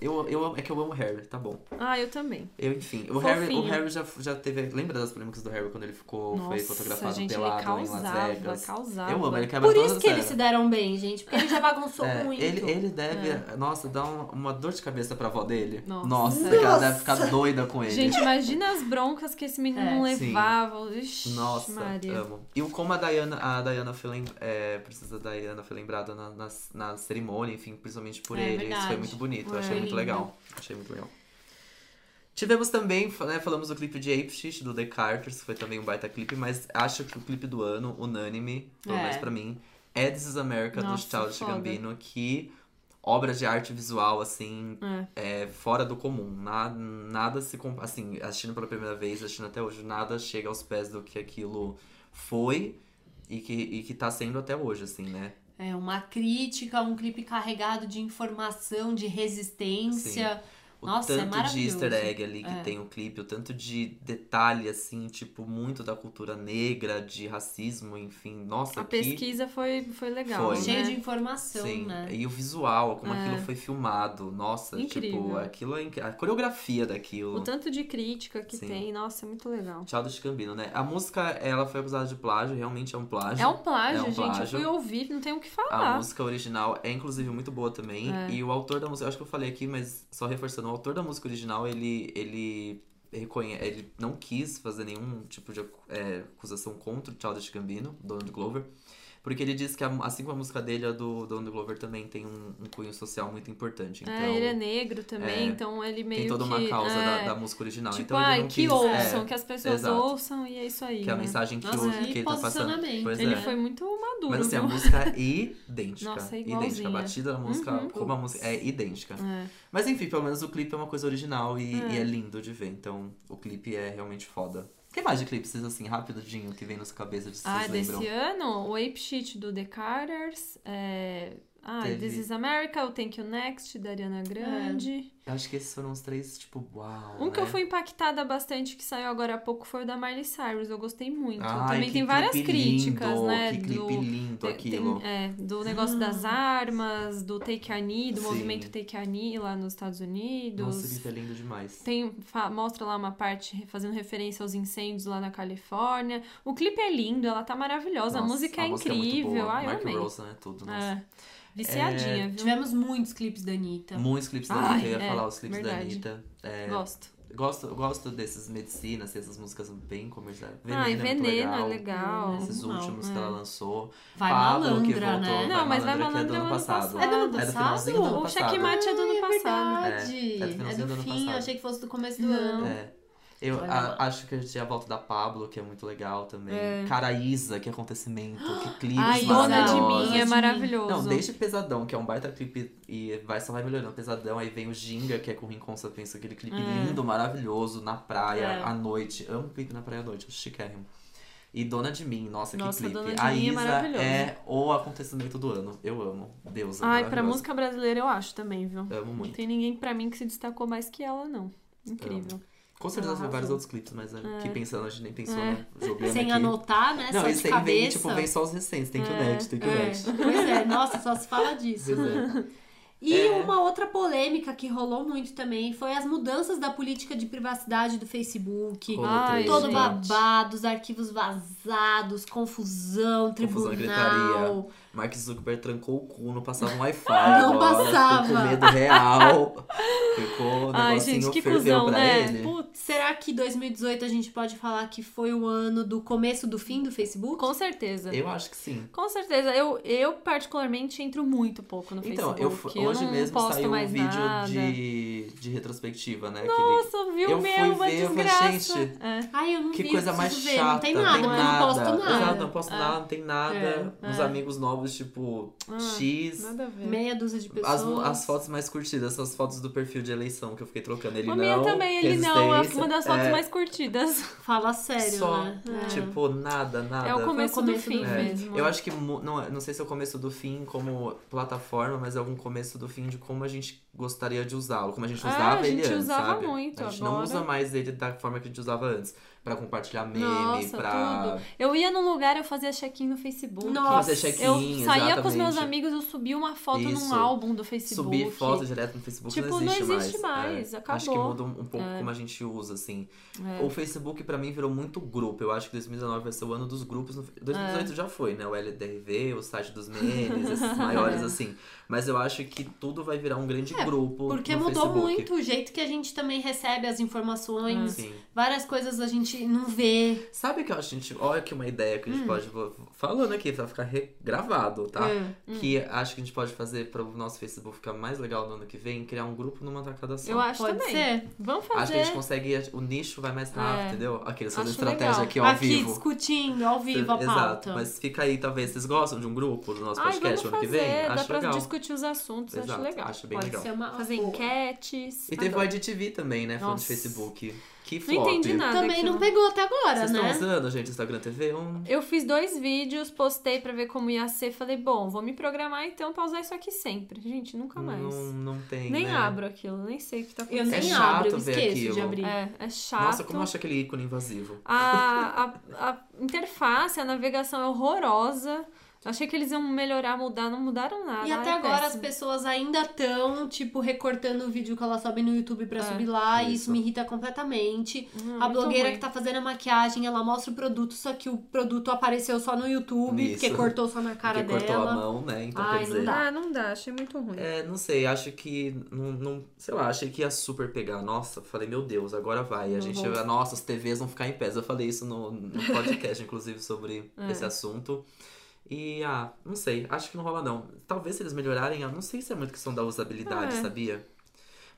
[SPEAKER 2] Eu, eu, é que eu amo Harry, tá bom.
[SPEAKER 3] Ah, eu também.
[SPEAKER 2] Eu, enfim, o Harry, o
[SPEAKER 3] Fofinho.
[SPEAKER 2] Harry já, já teve. Lembra das polêmicas do Harry quando ele ficou, foi fotografado
[SPEAKER 3] gente, ele
[SPEAKER 2] pelado em Las
[SPEAKER 3] causava,
[SPEAKER 2] Vegas?
[SPEAKER 3] causava.
[SPEAKER 2] Eu amo, ele quebra
[SPEAKER 1] Por
[SPEAKER 2] todas
[SPEAKER 1] isso
[SPEAKER 2] as
[SPEAKER 1] que eles
[SPEAKER 2] regras.
[SPEAKER 1] se deram bem, gente. Porque ele já bagunçou
[SPEAKER 2] É,
[SPEAKER 1] muito. É.
[SPEAKER 2] Ele, ele deve, nossa, dar um- uma dor de cabeça pra avó dele.
[SPEAKER 3] Nossa.
[SPEAKER 2] que ela
[SPEAKER 1] Nossa.
[SPEAKER 2] deve ficar doida com ele. é
[SPEAKER 3] Gente, imagina as broncas que esse menino
[SPEAKER 1] É.
[SPEAKER 3] não
[SPEAKER 2] Sim.
[SPEAKER 3] levava. Ixi,
[SPEAKER 2] nossa,
[SPEAKER 3] Maria.
[SPEAKER 2] amo. E o como a Diana, a Diana foi, lem- é, precisa da Diana foi lembrada na, na, na cerimônia, enfim, principalmente por
[SPEAKER 1] É
[SPEAKER 2] ele.
[SPEAKER 1] verdade.
[SPEAKER 2] Isso foi muito bonito, eu
[SPEAKER 3] É,
[SPEAKER 2] achei muito
[SPEAKER 1] lindo.
[SPEAKER 2] legal. Achei muito legal. Tivemos também, fa- né, falamos do clipe de Ape Shit, do The Carters, que foi também um baita clipe, mas acho que o clipe do ano, unânime, pelo
[SPEAKER 1] É.
[SPEAKER 2] menos pra mim, é This Is America,
[SPEAKER 3] Nossa,
[SPEAKER 2] do Childish
[SPEAKER 3] foda.
[SPEAKER 2] Gambino, que obra de arte visual, assim,
[SPEAKER 3] É.
[SPEAKER 2] é, fora do comum. Nada, nada se compara. Assim, assistindo pela primeira vez, assistindo até hoje, nada chega aos pés do que aquilo foi e que, e que tá sendo até hoje, assim, né?
[SPEAKER 1] É uma crítica, um clipe carregado de informação, de resistência.
[SPEAKER 2] O
[SPEAKER 1] Nossa, é
[SPEAKER 2] tanto de
[SPEAKER 1] maravilhoso.
[SPEAKER 2] easter egg ali que
[SPEAKER 1] É.
[SPEAKER 2] tem o clipe, o tanto de detalhe, assim, tipo, muito da cultura negra, de racismo, enfim. Nossa,
[SPEAKER 3] A
[SPEAKER 2] que-
[SPEAKER 3] pesquisa foi, foi legal.
[SPEAKER 2] Foi.
[SPEAKER 3] né?
[SPEAKER 1] Cheio de informação,
[SPEAKER 2] Sim,
[SPEAKER 1] né?
[SPEAKER 2] e o visual, como
[SPEAKER 3] É.
[SPEAKER 2] aquilo foi filmado. Nossa, tipo,
[SPEAKER 3] Incrível.
[SPEAKER 2] aquilo é inc- a coreografia daquilo.
[SPEAKER 3] O tanto de crítica que
[SPEAKER 2] Sim.
[SPEAKER 3] tem, nossa, é muito legal.
[SPEAKER 2] Childish Gambino, né? A música, ela foi acusada de plágio, realmente é um plágio.
[SPEAKER 3] É um plágio,
[SPEAKER 2] É um
[SPEAKER 3] gente. Eu
[SPEAKER 2] plágio.
[SPEAKER 3] fui ouvir, não tem o que
[SPEAKER 2] A
[SPEAKER 3] falar.
[SPEAKER 2] música original é, inclusive, muito boa também.
[SPEAKER 3] É.
[SPEAKER 2] E o autor da música, eu acho que eu falei aqui, mas só reforçando, o autor da música original, ele, ele, reconhe... ele não quis fazer nenhum tipo de acu- é, acusação contra o Childish Gambino, Donald Glover. Porque ele disse que, a- assim como a música dele, a do Donald Glover também tem um, um cunho social muito importante. Então,
[SPEAKER 3] É, ele é negro também,
[SPEAKER 2] é,
[SPEAKER 3] então ele meio
[SPEAKER 2] tem toda
[SPEAKER 3] que...
[SPEAKER 2] uma causa da,
[SPEAKER 3] é,
[SPEAKER 2] da música original.
[SPEAKER 3] Tipo,
[SPEAKER 2] então, ele
[SPEAKER 3] ai,
[SPEAKER 2] não
[SPEAKER 3] que
[SPEAKER 2] quis,
[SPEAKER 3] ouçam,
[SPEAKER 2] é,
[SPEAKER 3] que as pessoas
[SPEAKER 2] exato.
[SPEAKER 3] ouçam e é isso aí.
[SPEAKER 2] que é a
[SPEAKER 3] né?
[SPEAKER 2] mensagem que,
[SPEAKER 1] Nossa,
[SPEAKER 2] o,
[SPEAKER 1] e
[SPEAKER 2] que ele tá passando.
[SPEAKER 1] posicionamento,
[SPEAKER 2] Pois
[SPEAKER 3] Ele
[SPEAKER 2] é.
[SPEAKER 3] foi muito maduro.
[SPEAKER 2] Mas assim, a
[SPEAKER 3] viu?
[SPEAKER 2] música é idêntica.
[SPEAKER 3] Nossa, é
[SPEAKER 2] idêntica. A
[SPEAKER 3] igualzinha.
[SPEAKER 2] batida da música,
[SPEAKER 3] Uhum.
[SPEAKER 2] como a música é idêntica.
[SPEAKER 3] É.
[SPEAKER 2] Mas enfim, pelo menos o clipe é uma coisa original e e é,
[SPEAKER 3] É.
[SPEAKER 2] lindo de ver. Então, o clipe é realmente foda. O que mais de clipes, vocês, assim, rapidinho, que vem na sua cabeça de vocês
[SPEAKER 3] Ah,
[SPEAKER 2] lembram?
[SPEAKER 3] desse ano, o Ape Shit do The Carters. É... Ah,
[SPEAKER 2] Teve- É.
[SPEAKER 3] This is America, o Thank You Next, da Ariana Grande.
[SPEAKER 2] Eu acho que esses foram os três, tipo, uau.
[SPEAKER 3] Um que eu
[SPEAKER 2] né?
[SPEAKER 3] fui impactada bastante, que saiu agora há pouco, foi o da Miley Cyrus. Eu gostei muito.
[SPEAKER 2] Ai,
[SPEAKER 3] Também
[SPEAKER 2] que
[SPEAKER 3] tem várias
[SPEAKER 2] clipe
[SPEAKER 3] críticas,
[SPEAKER 2] lindo,
[SPEAKER 3] né?
[SPEAKER 2] Que clipe
[SPEAKER 3] do...
[SPEAKER 2] lindo
[SPEAKER 3] tem-
[SPEAKER 2] aquilo.
[SPEAKER 3] tem- é, do negócio das armas, do Take a Knee, do
[SPEAKER 2] Sim.
[SPEAKER 3] movimento Take a Knee lá nos Estados Unidos.
[SPEAKER 2] Nossa, o clipe é lindo demais.
[SPEAKER 3] Tem, fa- mostra lá uma parte re- fazendo referência aos incêndios lá na Califórnia. O clipe é lindo, ela tá maravilhosa, a
[SPEAKER 2] Nossa,
[SPEAKER 3] música é
[SPEAKER 2] música muito
[SPEAKER 3] incrível.
[SPEAKER 2] boa.
[SPEAKER 3] Ai, eu
[SPEAKER 2] Mark
[SPEAKER 3] amei.
[SPEAKER 2] Rose, né? Tudo, nossa. É,
[SPEAKER 3] É. Viciadinha, viu?
[SPEAKER 1] Tivemos muitos clipes da Anitta.
[SPEAKER 2] Muitos clipes da
[SPEAKER 3] então. Ai,
[SPEAKER 2] Anitta, eu ia
[SPEAKER 3] é,
[SPEAKER 2] falar os clipes
[SPEAKER 3] verdade.
[SPEAKER 2] da Anitta. É,
[SPEAKER 3] Gosto.
[SPEAKER 2] gosto, gosto desses medicinas, essas músicas bem comerciais. Veneno,
[SPEAKER 3] Ai,
[SPEAKER 2] é muito
[SPEAKER 3] veneno é
[SPEAKER 2] legal.
[SPEAKER 3] legal.
[SPEAKER 2] Esses
[SPEAKER 1] Não,
[SPEAKER 2] últimos
[SPEAKER 3] é.
[SPEAKER 2] que ela lançou.
[SPEAKER 1] Vai
[SPEAKER 2] Pablo, que
[SPEAKER 1] malandra,
[SPEAKER 2] voltou.
[SPEAKER 1] né?
[SPEAKER 3] Não, mas
[SPEAKER 2] Malandra,
[SPEAKER 3] vai
[SPEAKER 2] que
[SPEAKER 3] malandro
[SPEAKER 2] é do ano passado.
[SPEAKER 1] É do ano
[SPEAKER 2] É do
[SPEAKER 1] passado?
[SPEAKER 2] finalzinho do ano
[SPEAKER 3] O
[SPEAKER 2] passado.
[SPEAKER 3] checkmate é do ano
[SPEAKER 1] Ai,
[SPEAKER 3] passado.
[SPEAKER 1] verdade.
[SPEAKER 2] É, é do
[SPEAKER 1] É,
[SPEAKER 2] finalzinho do
[SPEAKER 1] do
[SPEAKER 2] ano
[SPEAKER 1] fim, eu
[SPEAKER 2] passado.
[SPEAKER 1] achei que fosse do começo do
[SPEAKER 3] Não.
[SPEAKER 1] ano.
[SPEAKER 2] É. Eu
[SPEAKER 1] Vai
[SPEAKER 2] a-
[SPEAKER 1] lá.
[SPEAKER 2] acho que a gente já volta da Pablo, que é muito legal também. Cara, Isa, que é acontecimento, que clipe.
[SPEAKER 3] É. Ai,
[SPEAKER 1] Dona
[SPEAKER 3] Dona de
[SPEAKER 1] maravilhosos.
[SPEAKER 3] Mim é maravilhoso.
[SPEAKER 2] Não, desde Pesadão, que é um baita clipe e vai, só vai melhorando. Pesadão, aí vem o Ginga, que é com o Rincon Sapiens, aquele clipe
[SPEAKER 3] É.
[SPEAKER 2] lindo, maravilhoso, na praia,
[SPEAKER 1] É.
[SPEAKER 2] à noite. Amo clipe na praia à noite, acho chiquérrimo. E Dona de Mim, nossa,
[SPEAKER 3] Nossa,
[SPEAKER 2] que clipe.
[SPEAKER 3] Dona de
[SPEAKER 2] a
[SPEAKER 3] Mim é
[SPEAKER 2] Isa
[SPEAKER 3] maravilhosa.
[SPEAKER 2] é o acontecimento do ano. Eu amo. Deus, é
[SPEAKER 3] Ai, pra música brasileira eu acho também, viu?
[SPEAKER 2] Amo
[SPEAKER 3] Não
[SPEAKER 2] muito.
[SPEAKER 3] tem ninguém pra mim que se destacou mais que ela, não. Incrível.
[SPEAKER 2] Com certeza
[SPEAKER 1] Arrasou.
[SPEAKER 2] tem vários outros clipes, mas é, que pensando, a gente nem pensou,
[SPEAKER 3] É.
[SPEAKER 2] né? Jogando
[SPEAKER 1] Sem
[SPEAKER 2] aqui.
[SPEAKER 1] anotar, né?
[SPEAKER 2] Não,
[SPEAKER 1] Só
[SPEAKER 2] isso
[SPEAKER 1] de
[SPEAKER 2] aí
[SPEAKER 1] cabeça.
[SPEAKER 2] vem, tipo, vem só os recentes. Tem que o Next, tem que o
[SPEAKER 1] É,
[SPEAKER 2] Next.
[SPEAKER 1] Pois é, nossa, só se fala disso.
[SPEAKER 2] Pois é.
[SPEAKER 1] E
[SPEAKER 2] É.
[SPEAKER 1] uma outra polêmica que rolou muito também foi as mudanças da política de privacidade do Facebook.
[SPEAKER 2] Rolou
[SPEAKER 3] Ai,
[SPEAKER 2] três,
[SPEAKER 1] Todo
[SPEAKER 2] gente.
[SPEAKER 1] babado, os arquivos vazados, confusão,
[SPEAKER 2] Confusão e
[SPEAKER 1] tribunal.
[SPEAKER 2] Mark Zuckerberg trancou o cu, não passava um Wi-Fi.
[SPEAKER 1] Não
[SPEAKER 2] agora,
[SPEAKER 1] passava.
[SPEAKER 2] Ficou com medo real. Ficou o
[SPEAKER 3] Ai,
[SPEAKER 2] negocinho
[SPEAKER 3] gente, que
[SPEAKER 2] ferveu
[SPEAKER 3] cuzão,
[SPEAKER 2] pra
[SPEAKER 3] né?
[SPEAKER 2] ele.
[SPEAKER 3] Putz.
[SPEAKER 1] Será que 2018 a gente pode falar que foi o ano do começo do fim do Facebook?
[SPEAKER 3] Com certeza.
[SPEAKER 2] Eu acho que sim.
[SPEAKER 3] Com certeza. Eu, eu, particularmente, entro muito pouco no
[SPEAKER 2] Então,
[SPEAKER 3] Facebook.
[SPEAKER 2] eu,
[SPEAKER 3] eu
[SPEAKER 2] hoje
[SPEAKER 3] não
[SPEAKER 2] mesmo
[SPEAKER 3] posto
[SPEAKER 2] saiu um
[SPEAKER 3] mais
[SPEAKER 2] vídeo
[SPEAKER 3] nada.
[SPEAKER 2] de, de retrospectiva, né? Aquele-
[SPEAKER 3] Nossa, viu?
[SPEAKER 2] Eu
[SPEAKER 3] meu,
[SPEAKER 2] fui
[SPEAKER 3] uma
[SPEAKER 2] ver, eu falei,
[SPEAKER 3] desgraça.
[SPEAKER 2] gente,
[SPEAKER 3] É.
[SPEAKER 1] Ai, eu não
[SPEAKER 2] Que
[SPEAKER 1] vi,
[SPEAKER 2] coisa
[SPEAKER 1] eu
[SPEAKER 2] mais
[SPEAKER 1] preciso ver.
[SPEAKER 2] chata.
[SPEAKER 1] não tem nada, porque eu não posto nada.
[SPEAKER 2] Exato, não posto nada, não tem nada.
[SPEAKER 3] É,
[SPEAKER 2] Uns
[SPEAKER 3] é.
[SPEAKER 2] amigos novos, tipo,
[SPEAKER 3] Ah,
[SPEAKER 2] X.
[SPEAKER 3] Nada a ver.
[SPEAKER 1] Meia dúzia de pessoas.
[SPEAKER 2] As, mu- as fotos mais curtidas são as fotos do perfil de eleição que eu fiquei trocando. Ele
[SPEAKER 3] A
[SPEAKER 2] não.
[SPEAKER 3] minha também, ele não. É
[SPEAKER 2] resistência.
[SPEAKER 3] uma das fotos
[SPEAKER 2] É,
[SPEAKER 3] mais curtidas.
[SPEAKER 1] Fala sério,
[SPEAKER 2] Só,
[SPEAKER 1] né?
[SPEAKER 2] tipo, nada, nada.
[SPEAKER 3] É o começo,
[SPEAKER 1] começo
[SPEAKER 3] do fim
[SPEAKER 1] do
[SPEAKER 2] É,
[SPEAKER 1] fim.
[SPEAKER 3] mesmo. né?
[SPEAKER 2] Eu acho que mu- não, não sei se é o começo do fim como plataforma, mas é algum começo do fim de como a gente gostaria de usá-lo, como a gente
[SPEAKER 3] É, a
[SPEAKER 2] usava ele
[SPEAKER 3] gente
[SPEAKER 2] antes,
[SPEAKER 3] usava
[SPEAKER 2] sabe?
[SPEAKER 3] muito
[SPEAKER 2] a gente não
[SPEAKER 3] agora.
[SPEAKER 2] usa mais ele da forma que a gente usava antes, Pra compartilhar meme,
[SPEAKER 3] Nossa,
[SPEAKER 2] pra
[SPEAKER 3] tudo. Eu ia num lugar, eu fazia check-in no Facebook.
[SPEAKER 1] Nossa,
[SPEAKER 2] fazer check-in,
[SPEAKER 3] Eu saía
[SPEAKER 2] exatamente.
[SPEAKER 3] com os meus amigos, eu subia uma foto
[SPEAKER 2] Isso.
[SPEAKER 3] num álbum do Facebook.
[SPEAKER 2] Subir foto direto no Facebook
[SPEAKER 3] Tipo,
[SPEAKER 2] não
[SPEAKER 3] não
[SPEAKER 2] existe mais.
[SPEAKER 3] existe mais,
[SPEAKER 2] É, Acho
[SPEAKER 3] acabou.
[SPEAKER 2] que muda um, um pouco como a gente usa, assim.
[SPEAKER 3] É.
[SPEAKER 2] O Facebook, pra mim, virou muito grupo. Eu acho que 2019 vai ser o ano dos grupos. No...
[SPEAKER 3] É.
[SPEAKER 2] 2018 já foi, né? O LDRV, o site dos memes, esses maiores,
[SPEAKER 3] É.
[SPEAKER 2] assim. Mas eu acho que tudo vai virar um grande grupo.
[SPEAKER 1] Porque
[SPEAKER 2] no
[SPEAKER 1] mudou
[SPEAKER 2] Facebook. Ah,
[SPEAKER 1] muito o jeito que a gente também recebe as
[SPEAKER 3] né?
[SPEAKER 1] informações.
[SPEAKER 2] Sim.
[SPEAKER 1] Várias coisas a gente não vê.
[SPEAKER 2] assim. Sabe que eu acho, gente? Olha que uma ideia
[SPEAKER 3] Hum.
[SPEAKER 2] que a gente pode. vou- Falando aqui, pra ficar re- gravado, tá?
[SPEAKER 1] É.
[SPEAKER 2] Que acho que a gente pode fazer pro nosso Facebook ficar mais legal no ano que vem, criar um grupo numa tacada só.
[SPEAKER 3] Eu acho
[SPEAKER 1] Pode
[SPEAKER 3] também.
[SPEAKER 1] ser.
[SPEAKER 3] Vamos
[SPEAKER 2] Acho que
[SPEAKER 3] fazer.
[SPEAKER 2] a gente consegue. O nicho vai mais rápido,
[SPEAKER 3] É.
[SPEAKER 2] entendeu? Aqueles fazendo
[SPEAKER 3] Acho
[SPEAKER 2] estratégia
[SPEAKER 3] legal.
[SPEAKER 2] aqui é ao
[SPEAKER 1] Aqui
[SPEAKER 2] vivo.
[SPEAKER 1] discutindo, ao vivo, a
[SPEAKER 2] Exato,
[SPEAKER 1] pauta.
[SPEAKER 2] mas fica aí, talvez. Vocês gostam de um grupo do nosso
[SPEAKER 3] Ai, vamos
[SPEAKER 2] podcast ano que vem?
[SPEAKER 3] fazer. Dá
[SPEAKER 2] Acho
[SPEAKER 3] pra
[SPEAKER 2] legal.
[SPEAKER 3] discutir os assuntos,
[SPEAKER 2] Exato,
[SPEAKER 3] acho legal.
[SPEAKER 2] acho bem
[SPEAKER 3] Pode
[SPEAKER 2] legal.
[SPEAKER 1] Ser uma...
[SPEAKER 3] Ah, Fazer
[SPEAKER 1] boa.
[SPEAKER 3] enquetes.
[SPEAKER 2] E teve o
[SPEAKER 3] Adoro.
[SPEAKER 2] IGTV também, né? Falando de
[SPEAKER 3] Nossa.
[SPEAKER 2] Facebook. Que
[SPEAKER 3] Não
[SPEAKER 2] flop.
[SPEAKER 3] entendi nada.
[SPEAKER 1] Também não
[SPEAKER 3] aquilo.
[SPEAKER 1] pegou até agora,
[SPEAKER 2] Vocês
[SPEAKER 1] né?
[SPEAKER 2] estão usando, gente, Instagram TV? Um...
[SPEAKER 3] Eu fiz dois vídeos, postei pra ver como ia ser. Falei, bom, vou me programar então pra usar isso aqui sempre. Gente, nunca mais.
[SPEAKER 2] Não, não tem,
[SPEAKER 3] nem
[SPEAKER 2] né?
[SPEAKER 3] abro aquilo, nem sei o que tá
[SPEAKER 1] Eu
[SPEAKER 3] acontecendo.
[SPEAKER 1] nem
[SPEAKER 2] é chato
[SPEAKER 1] abro, eu
[SPEAKER 2] ver
[SPEAKER 1] esqueço de
[SPEAKER 2] aquilo.
[SPEAKER 1] abrir.
[SPEAKER 3] É, é chato.
[SPEAKER 2] Nossa, como eu acho aquele ícone invasivo.
[SPEAKER 3] A, a, a interface, a navegação é horrorosa. Eu achei que eles iam melhorar, mudar, não mudaram nada.
[SPEAKER 1] E até
[SPEAKER 3] Ai, é
[SPEAKER 1] agora as
[SPEAKER 3] péssimo.
[SPEAKER 1] pessoas ainda estão, tipo, recortando o vídeo que ela sobe no YouTube pra subir lá, e isso
[SPEAKER 2] isso.
[SPEAKER 1] me irrita completamente.
[SPEAKER 3] Hum,
[SPEAKER 1] A
[SPEAKER 3] muito
[SPEAKER 1] blogueira
[SPEAKER 3] ruim.
[SPEAKER 1] que tá fazendo a maquiagem, ela mostra o produto, só que o produto apareceu só no YouTube,
[SPEAKER 2] Isso.
[SPEAKER 1] porque cortou só na cara
[SPEAKER 2] porque
[SPEAKER 1] dela.
[SPEAKER 2] cortou a mão, né? Então
[SPEAKER 1] Ai,
[SPEAKER 2] quer
[SPEAKER 1] não
[SPEAKER 2] dizer.
[SPEAKER 1] dá.
[SPEAKER 3] Ah, não dá, achei muito ruim.
[SPEAKER 2] É, não sei, acho que. Não, não- sei lá, achei que ia super pegar. Nossa, falei, meu Deus, agora vai. A
[SPEAKER 3] Não
[SPEAKER 2] gente.
[SPEAKER 3] vou.
[SPEAKER 2] Nossa, as TVs vão ficar em pés. Eu falei isso no, no podcast, inclusive, sobre
[SPEAKER 3] É.
[SPEAKER 2] esse assunto. E, ah, não sei, acho que não rola não. Talvez se eles melhorarem, eu não sei se é muito questão da usabilidade,
[SPEAKER 3] É.
[SPEAKER 2] sabia?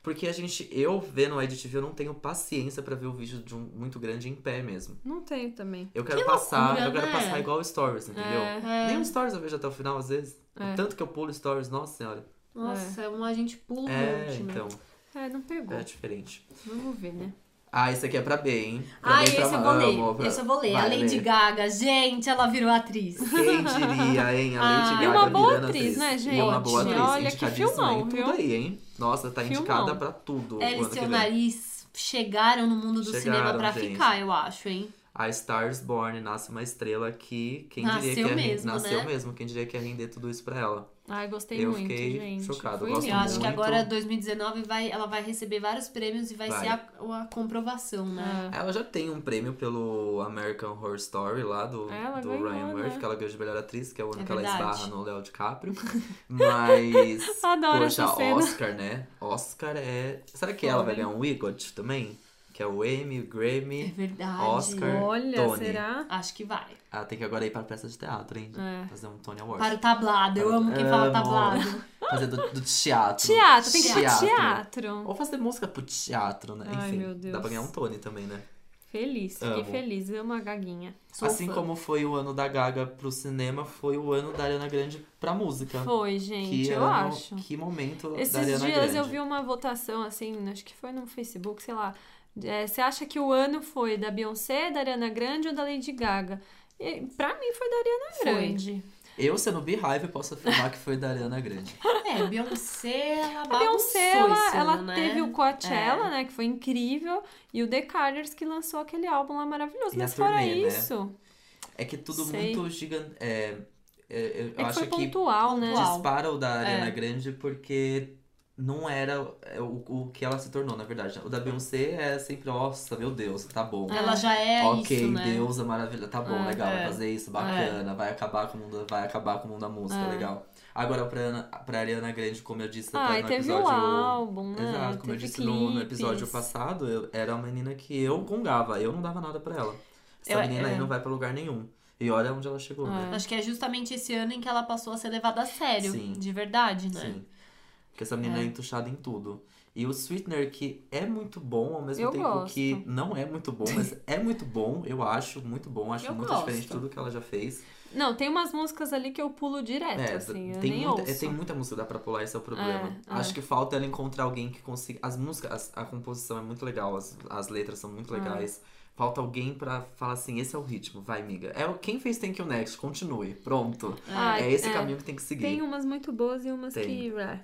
[SPEAKER 2] Porque a gente, eu vendo o IGTV, eu não tenho paciência pra ver o vídeo de um muito grande em pé mesmo.
[SPEAKER 3] Não tenho também.
[SPEAKER 2] Eu quero
[SPEAKER 1] Que
[SPEAKER 2] passar,
[SPEAKER 1] loucura,
[SPEAKER 2] eu quero
[SPEAKER 1] né?
[SPEAKER 2] passar igual o Stories, entendeu?
[SPEAKER 3] É,
[SPEAKER 1] É.
[SPEAKER 2] Nem um o Stories eu vejo até o final, às vezes.
[SPEAKER 3] É.
[SPEAKER 2] O tanto que eu pulo Stories, nossa senhora.
[SPEAKER 1] Nossa, é. um a gente pula um
[SPEAKER 2] É,
[SPEAKER 1] monte, né?
[SPEAKER 2] então.
[SPEAKER 3] é, não pegou.
[SPEAKER 2] É diferente.
[SPEAKER 3] Vamos ver, né?
[SPEAKER 2] Ah, esse aqui é pra B, hein? Pra
[SPEAKER 1] Ai,
[SPEAKER 2] bem, pra
[SPEAKER 1] Ah, esse eu
[SPEAKER 2] mal.
[SPEAKER 1] vou
[SPEAKER 2] Amo,
[SPEAKER 1] ler.
[SPEAKER 2] pra-
[SPEAKER 1] Esse eu vou ler.
[SPEAKER 2] Vai,
[SPEAKER 1] a Lady
[SPEAKER 2] lê.
[SPEAKER 1] Gaga, gente, ela virou atriz.
[SPEAKER 2] Quem diria, hein? A
[SPEAKER 1] Ah,
[SPEAKER 2] Lady
[SPEAKER 1] e
[SPEAKER 2] Gaga
[SPEAKER 3] uma boa
[SPEAKER 2] virando
[SPEAKER 3] atriz, né,
[SPEAKER 2] E uma boa
[SPEAKER 1] gente?
[SPEAKER 2] atriz.
[SPEAKER 3] Olha, que
[SPEAKER 2] Indicadíssima
[SPEAKER 3] filmão,
[SPEAKER 2] em
[SPEAKER 3] viu?
[SPEAKER 2] Tudo aí, hein? Nossa, tá
[SPEAKER 3] Filmão.
[SPEAKER 2] indicada pra tudo. o
[SPEAKER 1] Ela
[SPEAKER 2] ano
[SPEAKER 1] e
[SPEAKER 2] que
[SPEAKER 1] seu
[SPEAKER 2] vem.
[SPEAKER 1] nariz chegaram no mundo do
[SPEAKER 2] Chegaram,
[SPEAKER 1] cinema pra
[SPEAKER 2] gente.
[SPEAKER 1] ficar, eu acho, hein?
[SPEAKER 2] A Stars Born nasce uma estrela que quem
[SPEAKER 1] Nasceu
[SPEAKER 2] diria que ia ren-
[SPEAKER 1] mesmo,
[SPEAKER 2] nasceu
[SPEAKER 1] né?
[SPEAKER 2] mesmo, quem diria que ia render tudo isso pra ela.
[SPEAKER 3] Ai, gostei
[SPEAKER 2] Eu
[SPEAKER 3] muito,
[SPEAKER 2] fiquei
[SPEAKER 3] gente.
[SPEAKER 2] chocado,
[SPEAKER 3] Fui
[SPEAKER 2] gosto
[SPEAKER 1] eu acho que é
[SPEAKER 2] muito.
[SPEAKER 1] agora 2019 vai, ela vai receber vários prêmios e vai,
[SPEAKER 2] Vai.
[SPEAKER 1] ser a, a comprovação, né?
[SPEAKER 3] É.
[SPEAKER 2] Ela já tem um prêmio pelo American Horror Story lá do,
[SPEAKER 3] Ela
[SPEAKER 2] do
[SPEAKER 3] ganhou,
[SPEAKER 2] Ryan
[SPEAKER 3] né?
[SPEAKER 2] Murphy, que ela ganhou de melhor atriz, que é o ano
[SPEAKER 1] É
[SPEAKER 2] que ela
[SPEAKER 1] verdade.
[SPEAKER 2] esbarra no Léo DiCaprio. Mas.
[SPEAKER 3] Adoro
[SPEAKER 2] poxa,
[SPEAKER 3] essa cena.
[SPEAKER 2] Oscar, né? Oscar é. Será que ela vai
[SPEAKER 3] Foda,
[SPEAKER 2] ganhar um Wigot também? Que é o Emmy, o
[SPEAKER 1] É,
[SPEAKER 2] Grammy.
[SPEAKER 1] verdade.
[SPEAKER 2] Oscar.
[SPEAKER 3] Olha,
[SPEAKER 2] Tony.
[SPEAKER 3] será?
[SPEAKER 1] Acho que vai.
[SPEAKER 2] Ela tem que agora ir pra peça de teatro, hein?
[SPEAKER 3] É.
[SPEAKER 2] Fazer um Tony Award.
[SPEAKER 1] Para o tablado. Eu amo quem fala
[SPEAKER 2] Amo.
[SPEAKER 1] tablado.
[SPEAKER 2] Fazer do, do teatro.
[SPEAKER 3] Teatro, tem que ser
[SPEAKER 2] Teatro.
[SPEAKER 3] teatro.
[SPEAKER 2] Ou fazer música pro teatro, né?
[SPEAKER 3] Ai,
[SPEAKER 2] Enfim,
[SPEAKER 3] meu Deus.
[SPEAKER 2] dá pra ganhar um Tony também, né?
[SPEAKER 3] Feliz, fiquei
[SPEAKER 2] Amo.
[SPEAKER 3] feliz. Eu uma gaguinha.
[SPEAKER 1] Sou
[SPEAKER 2] assim
[SPEAKER 1] fã.
[SPEAKER 2] como foi o ano da Gaga pro cinema, foi o ano da Ariana Grande pra música.
[SPEAKER 3] Foi, gente, eu
[SPEAKER 2] ano-
[SPEAKER 3] acho.
[SPEAKER 2] Que momento da
[SPEAKER 3] Esses
[SPEAKER 2] Ariana
[SPEAKER 3] dias
[SPEAKER 2] Grande.
[SPEAKER 3] eu vi uma votação, assim, acho que foi no Facebook, sei lá. É, Você acha que o ano foi da Beyoncé, da Ariana Grande ou da Lady Gaga? E, pra mim foi da Ariana
[SPEAKER 1] Foi.
[SPEAKER 3] Grande.
[SPEAKER 2] Eu, sendo Beehive, posso afirmar que foi da Ariana Grande.
[SPEAKER 1] É, Beyoncé, ela
[SPEAKER 3] A Beyoncé,
[SPEAKER 1] bagunçou
[SPEAKER 3] ela,
[SPEAKER 1] Ah, esse
[SPEAKER 3] ela
[SPEAKER 1] ano, né? É.
[SPEAKER 3] teve o Coachella, né? Que foi incrível. E o The Carters, que lançou aquele álbum lá maravilhoso.
[SPEAKER 2] E a
[SPEAKER 3] Mas fora
[SPEAKER 2] turnê, né?
[SPEAKER 3] isso,
[SPEAKER 2] É que tudo
[SPEAKER 3] Sei.
[SPEAKER 2] muito gigante. É, é, eu
[SPEAKER 3] é que
[SPEAKER 2] acho
[SPEAKER 3] foi
[SPEAKER 2] que
[SPEAKER 3] pontual, É. né?
[SPEAKER 1] Pontual.
[SPEAKER 2] dispara o da Ariana Grande porque não era é, o, o que ela se tornou, na verdade. O da Beyoncé é sempre, nossa, meu Deus, tá bom.
[SPEAKER 1] Ela já é
[SPEAKER 2] ok,
[SPEAKER 1] isso, né?
[SPEAKER 2] deusa maravilha, tá bom,
[SPEAKER 3] É,
[SPEAKER 2] legal,
[SPEAKER 1] é.
[SPEAKER 2] vai fazer isso, bacana, vai acabar com o mundo, vai acabar com o mundo da música,
[SPEAKER 3] É.
[SPEAKER 2] legal. Agora pra, Ana, pra Ariana Grande, como eu disse
[SPEAKER 3] Ah,
[SPEAKER 2] até
[SPEAKER 3] e
[SPEAKER 2] no
[SPEAKER 3] teve
[SPEAKER 2] episódio.
[SPEAKER 3] o álbum, né?
[SPEAKER 2] Exato, como eu
[SPEAKER 3] Teve
[SPEAKER 2] disse no, no
[SPEAKER 3] clipes.
[SPEAKER 2] episódio passado, eu, era uma menina que eu gongava, eu não dava nada pra ela. Essa
[SPEAKER 1] Eu-
[SPEAKER 2] menina
[SPEAKER 1] é.
[SPEAKER 2] aí não vai pra lugar nenhum. E olha onde ela chegou, né?
[SPEAKER 1] Acho que é justamente esse ano em que ela passou a ser levada a sério,
[SPEAKER 2] Sim.
[SPEAKER 1] de verdade, né?
[SPEAKER 2] Sim. Porque essa menina é. entuchada em tudo. E o Sweetener, que é muito bom, ao mesmo
[SPEAKER 3] Eu
[SPEAKER 2] tempo
[SPEAKER 3] gosto.
[SPEAKER 2] que não é muito bom, mas é muito bom, eu acho muito bom. Acho
[SPEAKER 1] Eu
[SPEAKER 2] muito
[SPEAKER 1] gosto.
[SPEAKER 2] diferente de tudo que ela já fez.
[SPEAKER 3] Não, tem umas músicas ali que eu pulo direto,
[SPEAKER 2] É,
[SPEAKER 3] assim. Eu
[SPEAKER 2] tem,
[SPEAKER 3] nem
[SPEAKER 2] muita, é,
[SPEAKER 3] ouço.
[SPEAKER 2] tem muita música que dá pra pular, esse é o problema.
[SPEAKER 3] É, é.
[SPEAKER 2] Acho que falta ela encontrar alguém que consiga. As músicas, as- a composição é muito legal, as, as letras são muito
[SPEAKER 3] É.
[SPEAKER 2] legais. Falta alguém pra falar assim: esse é o ritmo, vai, miga. É, o- quem fez Thank You Next, continue, pronto.
[SPEAKER 3] Ah,
[SPEAKER 2] é esse
[SPEAKER 3] é.
[SPEAKER 2] caminho que tem que seguir.
[SPEAKER 3] Tem umas muito boas e umas
[SPEAKER 2] Tem.
[SPEAKER 3] que. é.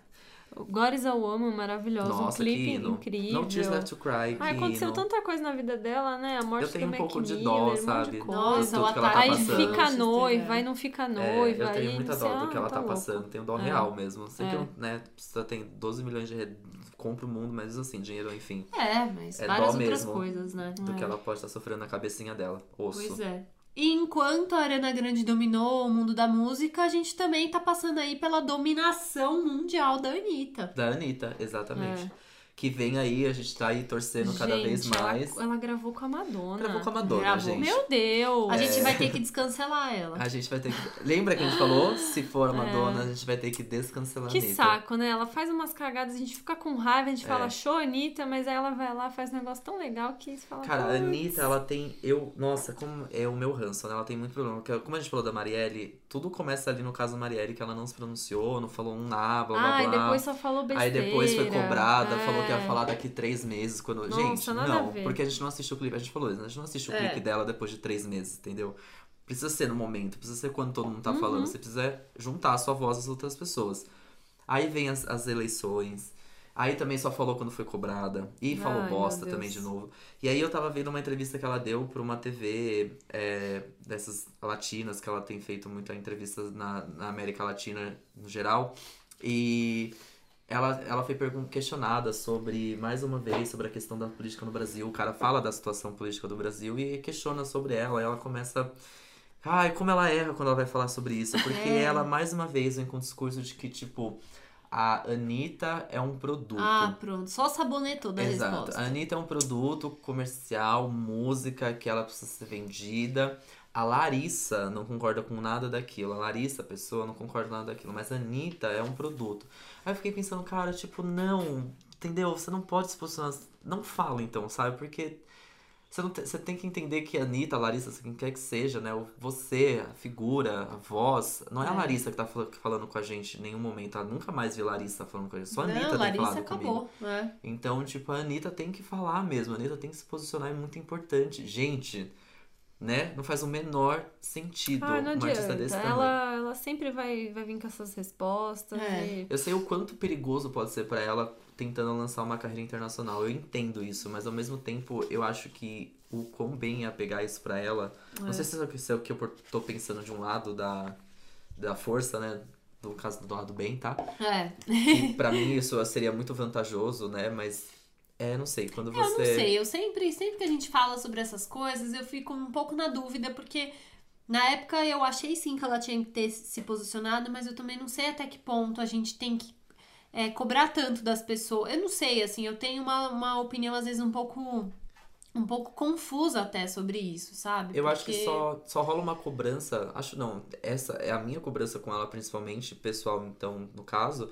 [SPEAKER 3] O God is a Woman, maravilhoso.
[SPEAKER 2] Nossa,
[SPEAKER 3] um
[SPEAKER 2] que
[SPEAKER 3] clipe
[SPEAKER 2] hino.
[SPEAKER 3] incrível.
[SPEAKER 2] No Tears Left to Cry, que
[SPEAKER 3] Ai, aconteceu
[SPEAKER 2] hino.
[SPEAKER 3] tanta coisa na vida dela, né? A morte
[SPEAKER 2] Eu tenho
[SPEAKER 3] do
[SPEAKER 2] um pouco de
[SPEAKER 3] Mac
[SPEAKER 2] dó,
[SPEAKER 3] Miller, um monte
[SPEAKER 2] sabe?
[SPEAKER 3] de
[SPEAKER 2] de
[SPEAKER 3] coisa.
[SPEAKER 1] Nossa,
[SPEAKER 2] tudo
[SPEAKER 1] o
[SPEAKER 2] que ela tá
[SPEAKER 1] ataque
[SPEAKER 3] aí
[SPEAKER 2] passando.
[SPEAKER 3] fica
[SPEAKER 1] Manchester,
[SPEAKER 3] noiva,
[SPEAKER 1] né?
[SPEAKER 3] aí não fica
[SPEAKER 2] É,
[SPEAKER 3] noiva.
[SPEAKER 2] eu tenho
[SPEAKER 3] aí
[SPEAKER 2] muita
[SPEAKER 3] você,
[SPEAKER 2] dó do
[SPEAKER 3] ah,
[SPEAKER 2] que ela tá,
[SPEAKER 3] louco.
[SPEAKER 2] passando, tenho dó
[SPEAKER 3] É.
[SPEAKER 2] real mesmo. Sei que
[SPEAKER 3] É.
[SPEAKER 2] eu, né, você tem 12 milhões de re... compra o mundo, mas assim, dinheiro, enfim.
[SPEAKER 1] É, mas
[SPEAKER 2] É dó
[SPEAKER 1] várias outras
[SPEAKER 2] mesmo.
[SPEAKER 1] coisas, né?
[SPEAKER 2] do que
[SPEAKER 3] É.
[SPEAKER 2] ela pode estar sofrendo na cabecinha dela. Osso.
[SPEAKER 1] Pois é. E enquanto a Ariana Grande dominou o mundo da música, a gente também tá passando aí pela dominação mundial da Anitta.
[SPEAKER 2] Da Anitta, exatamente. Que vem aí, a gente tá aí torcendo cada
[SPEAKER 3] É. Gente,
[SPEAKER 2] vez mais.
[SPEAKER 3] Ela, ela gravou com a Madonna.
[SPEAKER 2] Gravou com a Madonna,
[SPEAKER 1] Gravou.
[SPEAKER 2] gente. É,
[SPEAKER 3] Meu Deus!
[SPEAKER 1] A gente vai ter que descancelar ela.
[SPEAKER 2] A gente vai ter que. Lembra que a gente falou? Se for a Madonna, a gente vai ter que descancelar a
[SPEAKER 3] É. Que
[SPEAKER 2] Anitta.
[SPEAKER 3] saco, né? Ela faz umas cagadas, a gente fica com raiva, a gente
[SPEAKER 2] É.
[SPEAKER 3] fala show, Anitta, mas aí ela vai lá, faz um negócio tão legal que você fala. "Ah".
[SPEAKER 2] Cara, a
[SPEAKER 3] "Putz".
[SPEAKER 2] Anitta, ela tem. Eu. Nossa, como é o meu ranço, né? Ela tem muito problema. Porque, como a gente falou da Marielle, tudo começa ali no caso da Marielle, que ela não se pronunciou, não falou um nada, blá blá
[SPEAKER 3] Ah, e
[SPEAKER 2] blá.
[SPEAKER 3] depois só falou
[SPEAKER 2] Aí
[SPEAKER 3] besteira.
[SPEAKER 2] depois foi cobrada, falou que ia
[SPEAKER 3] É.
[SPEAKER 2] falar daqui três meses. Quando...
[SPEAKER 3] Nossa,
[SPEAKER 2] gente,
[SPEAKER 3] nada a
[SPEAKER 2] não,
[SPEAKER 3] ver.
[SPEAKER 2] porque a gente não assiste o clipe. A gente falou isso, né? a gente não assiste o
[SPEAKER 1] É.
[SPEAKER 2] clipe dela depois de três meses, entendeu? Precisa ser no momento, precisa ser quando todo mundo tá falando.
[SPEAKER 3] Uhum.
[SPEAKER 2] Você precisa juntar a sua voz às outras pessoas. Aí vem as, as eleições. Aí também só falou quando foi cobrada. E falou
[SPEAKER 3] Ai, meu
[SPEAKER 2] bosta
[SPEAKER 3] Deus.
[SPEAKER 2] também de novo. E aí eu tava vendo uma entrevista que ela deu pra uma TV é, dessas latinas, que ela tem feito muita entrevista na, na América Latina no geral. E ela, ela foi pergun- questionada sobre, mais uma vez, sobre a questão da política no Brasil. O cara fala da situação política do Brasil e questiona sobre ela. E ela começa. Ai, como ela erra quando ela vai falar sobre isso. Porque
[SPEAKER 1] É.
[SPEAKER 2] ela, mais uma vez, vem com o discurso de que, tipo, a Anitta é um produto.
[SPEAKER 1] Ah, pronto. Só sabonetou da
[SPEAKER 2] Exato.
[SPEAKER 1] resposta.
[SPEAKER 2] A Anitta é um produto comercial, música, que ela precisa ser vendida. A Larissa não concorda com nada daquilo. A Larissa, a pessoa, não concorda com nada daquilo. Mas a Anitta é um produto. Aí eu fiquei pensando, cara, tipo, não, entendeu? Você não pode se posicionar. assim. Não fala então, sabe? Porque você, não te- você tem que entender que a Anitta, a Larissa, quem quer que seja, né? o- Você, a figura, a voz. Não é,
[SPEAKER 1] É.
[SPEAKER 2] a Larissa que tá fal- falando com a gente em nenhum momento. Eu nunca mais vi Larissa falando com a gente. Só a Anitta
[SPEAKER 1] não,
[SPEAKER 2] tem
[SPEAKER 1] Larissa
[SPEAKER 2] falado comigo.
[SPEAKER 1] acabou. né?
[SPEAKER 2] Então, tipo, a Anitta tem que falar mesmo, a Anitta tem que se posicionar, é muito importante. Gente, né? Não faz o menor sentido
[SPEAKER 3] Ah,
[SPEAKER 2] uma
[SPEAKER 3] não
[SPEAKER 2] um artista
[SPEAKER 3] adianta.
[SPEAKER 2] desse tamanho.
[SPEAKER 3] Ela, ela sempre vai, vai vir com essas respostas.
[SPEAKER 1] É.
[SPEAKER 3] e-
[SPEAKER 2] Eu sei o quanto perigoso pode ser pra ela tentando lançar uma carreira internacional. Eu entendo isso, mas ao mesmo tempo eu acho que o quão bem ia pegar isso pra ela. Não sei se é- se é o que eu tô pensando de um lado da, da força, né? Do caso do lado bem, tá?
[SPEAKER 1] É.
[SPEAKER 2] Que pra mim isso seria muito vantajoso, né? Mas é, não sei, quando você.
[SPEAKER 1] Ah, Eu não sei, eu sempre, sempre que a gente fala sobre essas coisas, eu fico um pouco na dúvida, porque na época eu achei sim que ela tinha que ter se posicionado, mas eu também não sei até que ponto a gente tem que é, cobrar tanto das pessoas. Eu não sei, assim, eu tenho uma, uma opinião às vezes um pouco um pouco confusa até sobre isso, sabe?
[SPEAKER 2] Eu acho que
[SPEAKER 1] Porque-
[SPEAKER 2] só, só rola uma cobrança. Acho não, essa é a minha cobrança com ela, principalmente, pessoal, então, no caso.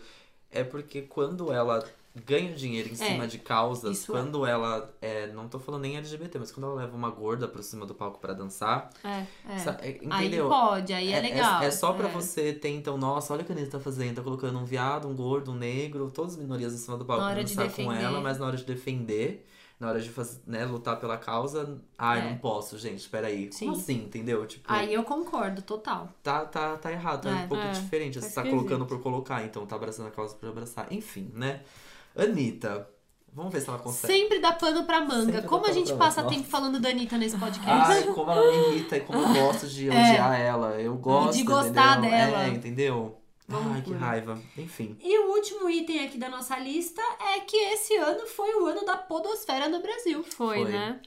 [SPEAKER 2] É porque quando ela ganha dinheiro em cima de causas,
[SPEAKER 1] isso é.
[SPEAKER 2] quando ela. é, não tô falando nem LGBT, mas quando ela leva uma gorda pra cima do palco pra dançar.
[SPEAKER 1] É, é.
[SPEAKER 2] sa- é,
[SPEAKER 1] Aí
[SPEAKER 2] entendeu?
[SPEAKER 1] pode, aí é, legal.
[SPEAKER 2] É, só pra
[SPEAKER 1] é.
[SPEAKER 2] você ter, então, nossa, olha o que a Anitta tá fazendo. Tá colocando um viado, um gordo, um negro, todas as minorias em cima do palco
[SPEAKER 1] Na
[SPEAKER 2] pra
[SPEAKER 1] hora de
[SPEAKER 2] dançar com
[SPEAKER 1] defender.
[SPEAKER 2] ela, mas na hora de defender, na hora de faz, né, lutar pela causa, ai,
[SPEAKER 1] É.
[SPEAKER 2] não posso, gente, peraí.
[SPEAKER 1] Sim.
[SPEAKER 2] Como assim, entendeu? Tipo,
[SPEAKER 1] Aí eu concordo, total.
[SPEAKER 2] tá, tá, tá errado, tá
[SPEAKER 1] É.
[SPEAKER 2] um pouco
[SPEAKER 3] É,
[SPEAKER 2] diferente.
[SPEAKER 3] tá
[SPEAKER 2] Você tá
[SPEAKER 3] esquisito.
[SPEAKER 2] colocando por colocar, então tá abraçando a causa por abraçar. Enfim, né? Anitta, vamos ver se ela consegue.
[SPEAKER 1] Sempre dá pano pra manga.
[SPEAKER 2] Sempre dá
[SPEAKER 1] como a
[SPEAKER 2] pano
[SPEAKER 1] gente
[SPEAKER 2] pra
[SPEAKER 1] passa
[SPEAKER 2] manga,
[SPEAKER 1] tempo falando da Anitta
[SPEAKER 2] Ah,
[SPEAKER 1] nesse podcast?
[SPEAKER 2] Ai, como ela me irrita e como eu gosto de odiar ela. Eu gosto,
[SPEAKER 1] É. gostar
[SPEAKER 2] entendeu?
[SPEAKER 1] dela.
[SPEAKER 2] É, entendeu?
[SPEAKER 1] Vamos
[SPEAKER 2] Ai, que
[SPEAKER 1] por-
[SPEAKER 2] raiva. Enfim.
[SPEAKER 1] E o último item aqui da nossa lista é que esse ano foi o ano da podosfera no Brasil.
[SPEAKER 3] Foi,
[SPEAKER 2] Foi.
[SPEAKER 3] né?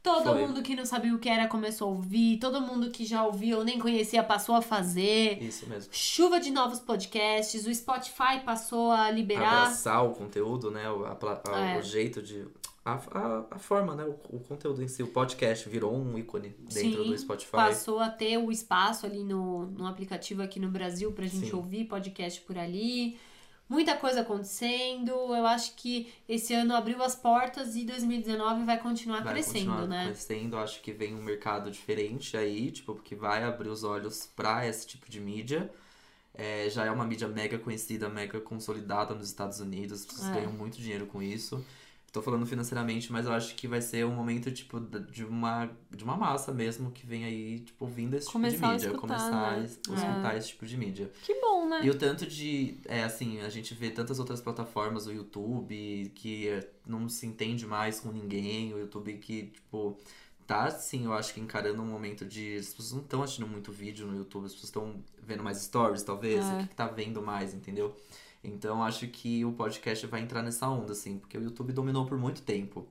[SPEAKER 1] Todo
[SPEAKER 2] Foi.
[SPEAKER 1] mundo que não sabia o que era começou a ouvir, todo mundo que já ouviu ou nem conhecia passou a fazer.
[SPEAKER 2] Isso mesmo.
[SPEAKER 1] Chuva de novos podcasts, o Spotify passou a liberar.
[SPEAKER 2] Abraçar o conteúdo, né? O, a pla- a-
[SPEAKER 1] É.
[SPEAKER 2] o jeito de. A, a, a forma, né? O, o conteúdo em si. O podcast virou um ícone dentro
[SPEAKER 1] Sim,
[SPEAKER 2] do Spotify.
[SPEAKER 1] Passou a ter o espaço ali no, no aplicativo aqui no Brasil pra gente
[SPEAKER 2] Sim.
[SPEAKER 1] ouvir podcast por ali. Muita coisa acontecendo. Eu acho que esse ano abriu as portas e 2019 vai continuar
[SPEAKER 2] Vai
[SPEAKER 1] crescendo,
[SPEAKER 2] continuar
[SPEAKER 1] né?
[SPEAKER 2] crescendo. Acho que vem um mercado diferente aí, tipo, que vai abrir os olhos pra esse tipo de mídia. É, já é uma mídia mega conhecida, mega consolidada nos Estados Unidos. As pessoas
[SPEAKER 1] É.
[SPEAKER 2] ganham muito dinheiro com isso. Tô falando financeiramente, mas eu acho que vai ser um momento, tipo, da- de uma, de uma massa mesmo que vem aí, tipo, vindo esse
[SPEAKER 3] Começar a
[SPEAKER 2] tipo de mídia.
[SPEAKER 3] escutar,
[SPEAKER 2] começar
[SPEAKER 3] né?
[SPEAKER 2] a es- escutar esse tipo de mídia.
[SPEAKER 3] Que bom, né?
[SPEAKER 2] E o tanto de. É assim, a gente vê tantas outras plataformas, o YouTube, que é, não se entende mais com ninguém, o YouTube que, tipo. Tá, sim, eu acho que encarando um momento de. As pessoas não estão assistindo muito vídeo no YouTube, as pessoas estão vendo mais stories, talvez,
[SPEAKER 3] É.
[SPEAKER 2] o que, que tá vendo mais, entendeu? Então acho que o podcast vai entrar nessa onda, assim, porque o YouTube dominou por muito tempo.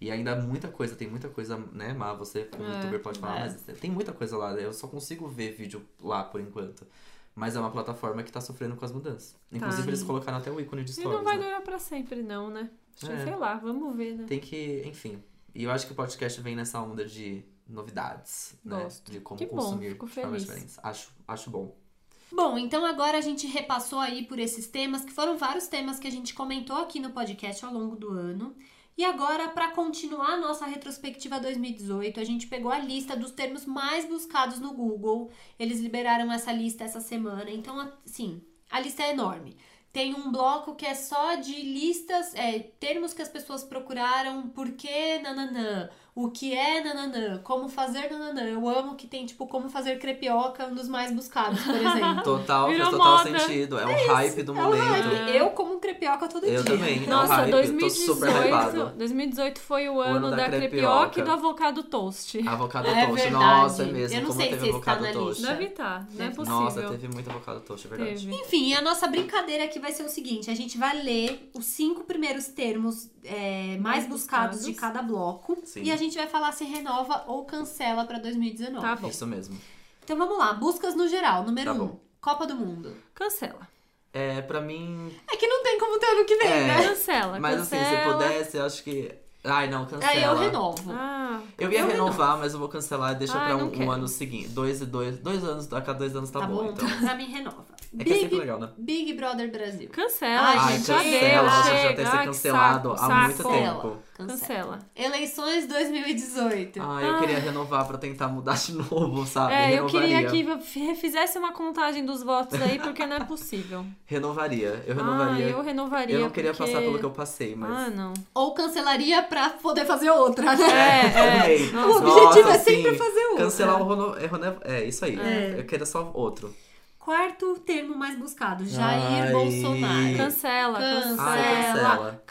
[SPEAKER 2] E ainda muita coisa, tem muita coisa, né, Má? Você, como
[SPEAKER 3] É,
[SPEAKER 2] youtuber, pode falar,
[SPEAKER 1] é.
[SPEAKER 2] mas tem muita coisa lá, né? Eu só consigo ver vídeo lá por enquanto. Mas é uma plataforma que tá sofrendo com as mudanças. Inclusive, eles
[SPEAKER 1] Sim.
[SPEAKER 2] colocaram até o ícone de
[SPEAKER 3] E
[SPEAKER 2] stories.
[SPEAKER 3] não vai
[SPEAKER 2] né?
[SPEAKER 3] durar pra sempre, não, né?
[SPEAKER 2] É.
[SPEAKER 3] Sei lá, vamos ver, né?
[SPEAKER 2] Tem que, enfim. E eu acho que o podcast vem nessa onda de novidades,
[SPEAKER 3] Gosto.
[SPEAKER 2] né? De como
[SPEAKER 3] Que bom,
[SPEAKER 2] consumir
[SPEAKER 3] fico
[SPEAKER 2] de formas
[SPEAKER 3] feliz.
[SPEAKER 2] diferentes. Acho, acho bom.
[SPEAKER 1] Bom, então agora a gente repassou aí por esses temas, que foram vários temas que a gente comentou aqui no podcast ao longo do ano. E agora, para continuar a nossa retrospectiva 2018, a gente pegou a lista dos termos mais buscados no Google. Eles liberaram essa lista essa semana. Então, assim, a lista é enorme. Tem um bloco que é só de listas, é, termos que as pessoas procuraram, por que nananã, o que é nananã, como fazer nananã. Eu amo que tem, tipo, como fazer crepioca, um dos mais buscados, por exemplo.
[SPEAKER 2] Total,
[SPEAKER 3] Virou
[SPEAKER 2] faz total
[SPEAKER 3] moda.
[SPEAKER 2] sentido. É, o hype do
[SPEAKER 1] É o hype.
[SPEAKER 2] momento.
[SPEAKER 1] Eu como crepioca todo
[SPEAKER 2] Eu
[SPEAKER 1] dia.
[SPEAKER 2] também. é o
[SPEAKER 3] Nossa,
[SPEAKER 2] hype. Tô super hypado.
[SPEAKER 3] 2018, foi o ano, da, crepioca. e do avocado toast.
[SPEAKER 2] Avocado
[SPEAKER 1] É
[SPEAKER 2] toast.
[SPEAKER 1] verdade.
[SPEAKER 2] Nossa, é mesmo.
[SPEAKER 1] Eu não
[SPEAKER 2] como
[SPEAKER 1] sei
[SPEAKER 2] teve
[SPEAKER 1] se esse tá
[SPEAKER 2] avocado
[SPEAKER 1] na
[SPEAKER 2] toast.
[SPEAKER 1] lista.
[SPEAKER 3] Deve estar, não é
[SPEAKER 1] Deve-
[SPEAKER 3] possível.
[SPEAKER 2] Nossa, teve muito avocado toast, é verdade.
[SPEAKER 3] Teve.
[SPEAKER 1] Enfim, a nossa brincadeira aqui vai ser o seguinte: a gente vai ler os cinco primeiros termos é, mais
[SPEAKER 3] Mais
[SPEAKER 1] buscados,
[SPEAKER 3] buscados.
[SPEAKER 1] de cada bloco
[SPEAKER 2] Sim.
[SPEAKER 1] e a gente vai falar se renova ou cancela pra 2019.
[SPEAKER 3] Tá bom.
[SPEAKER 2] Isso mesmo.
[SPEAKER 1] Então vamos lá, buscas no geral. Número
[SPEAKER 2] Tá
[SPEAKER 1] um,
[SPEAKER 2] bom.
[SPEAKER 1] Copa do Mundo.
[SPEAKER 3] Cancela.
[SPEAKER 2] É, pra mim.
[SPEAKER 1] É que não tem como ter ano que vem,
[SPEAKER 2] É.
[SPEAKER 1] né?
[SPEAKER 3] Cancela,
[SPEAKER 2] Mas
[SPEAKER 3] cancela.
[SPEAKER 2] assim, se pudesse, eu acho que. Ai, não, cancela. Tá
[SPEAKER 1] Aí eu renovo.
[SPEAKER 3] Ah,
[SPEAKER 2] Eu ia
[SPEAKER 1] Eu renovo.
[SPEAKER 2] renovar, mas eu vou cancelar e deixa
[SPEAKER 3] Ai,
[SPEAKER 2] pra
[SPEAKER 3] Ah, não
[SPEAKER 2] um, um
[SPEAKER 3] quero.
[SPEAKER 2] ano seguinte. Dois e dois. Dois anos, a cada dois anos tá, bom, então.
[SPEAKER 1] Pra mim renova.
[SPEAKER 2] É que é sempre
[SPEAKER 1] Big,
[SPEAKER 2] legal, né?
[SPEAKER 1] Big Brother Brasil.
[SPEAKER 3] cancela,
[SPEAKER 1] Ai,
[SPEAKER 3] gente.
[SPEAKER 1] cancela,
[SPEAKER 3] já
[SPEAKER 1] gente,
[SPEAKER 3] deu,
[SPEAKER 1] já
[SPEAKER 3] chega.
[SPEAKER 2] deve ser
[SPEAKER 3] Ai, que
[SPEAKER 2] cancelado
[SPEAKER 3] saco,
[SPEAKER 2] há
[SPEAKER 3] saco.
[SPEAKER 2] muito tempo. Ah.
[SPEAKER 1] Cancela.
[SPEAKER 3] Cancela.
[SPEAKER 1] Eleições 2018.
[SPEAKER 2] Ai, eu queria renovar pra tentar mudar de novo, sabe?
[SPEAKER 3] Tá. Ah. É, eu
[SPEAKER 2] Ah, renovaria.
[SPEAKER 3] queria que refizesse uma contagem dos votos aí, porque não é possível.
[SPEAKER 2] Renovaria. Eu
[SPEAKER 3] Ah,
[SPEAKER 2] renovaria.
[SPEAKER 3] eu renovaria.
[SPEAKER 2] Eu não queria
[SPEAKER 3] porque-
[SPEAKER 2] passar pelo que eu passei, mas.
[SPEAKER 3] Ah, não.
[SPEAKER 1] Ou cancelaria pra poder fazer outra, né?
[SPEAKER 3] É,
[SPEAKER 2] amei.
[SPEAKER 3] é.
[SPEAKER 1] O
[SPEAKER 3] Nossa.
[SPEAKER 1] objetivo
[SPEAKER 2] Nossa,
[SPEAKER 1] é sempre
[SPEAKER 2] sim.
[SPEAKER 1] fazer outra.
[SPEAKER 2] Cancelar o reno... é, reno- é isso aí.
[SPEAKER 1] É.
[SPEAKER 2] Eu queria só outro.
[SPEAKER 1] Quarto termo mais buscado, Jair
[SPEAKER 2] Ai.
[SPEAKER 1] Bolsonaro. Cancela.
[SPEAKER 3] Cancela, cancela,
[SPEAKER 2] Ah, Será que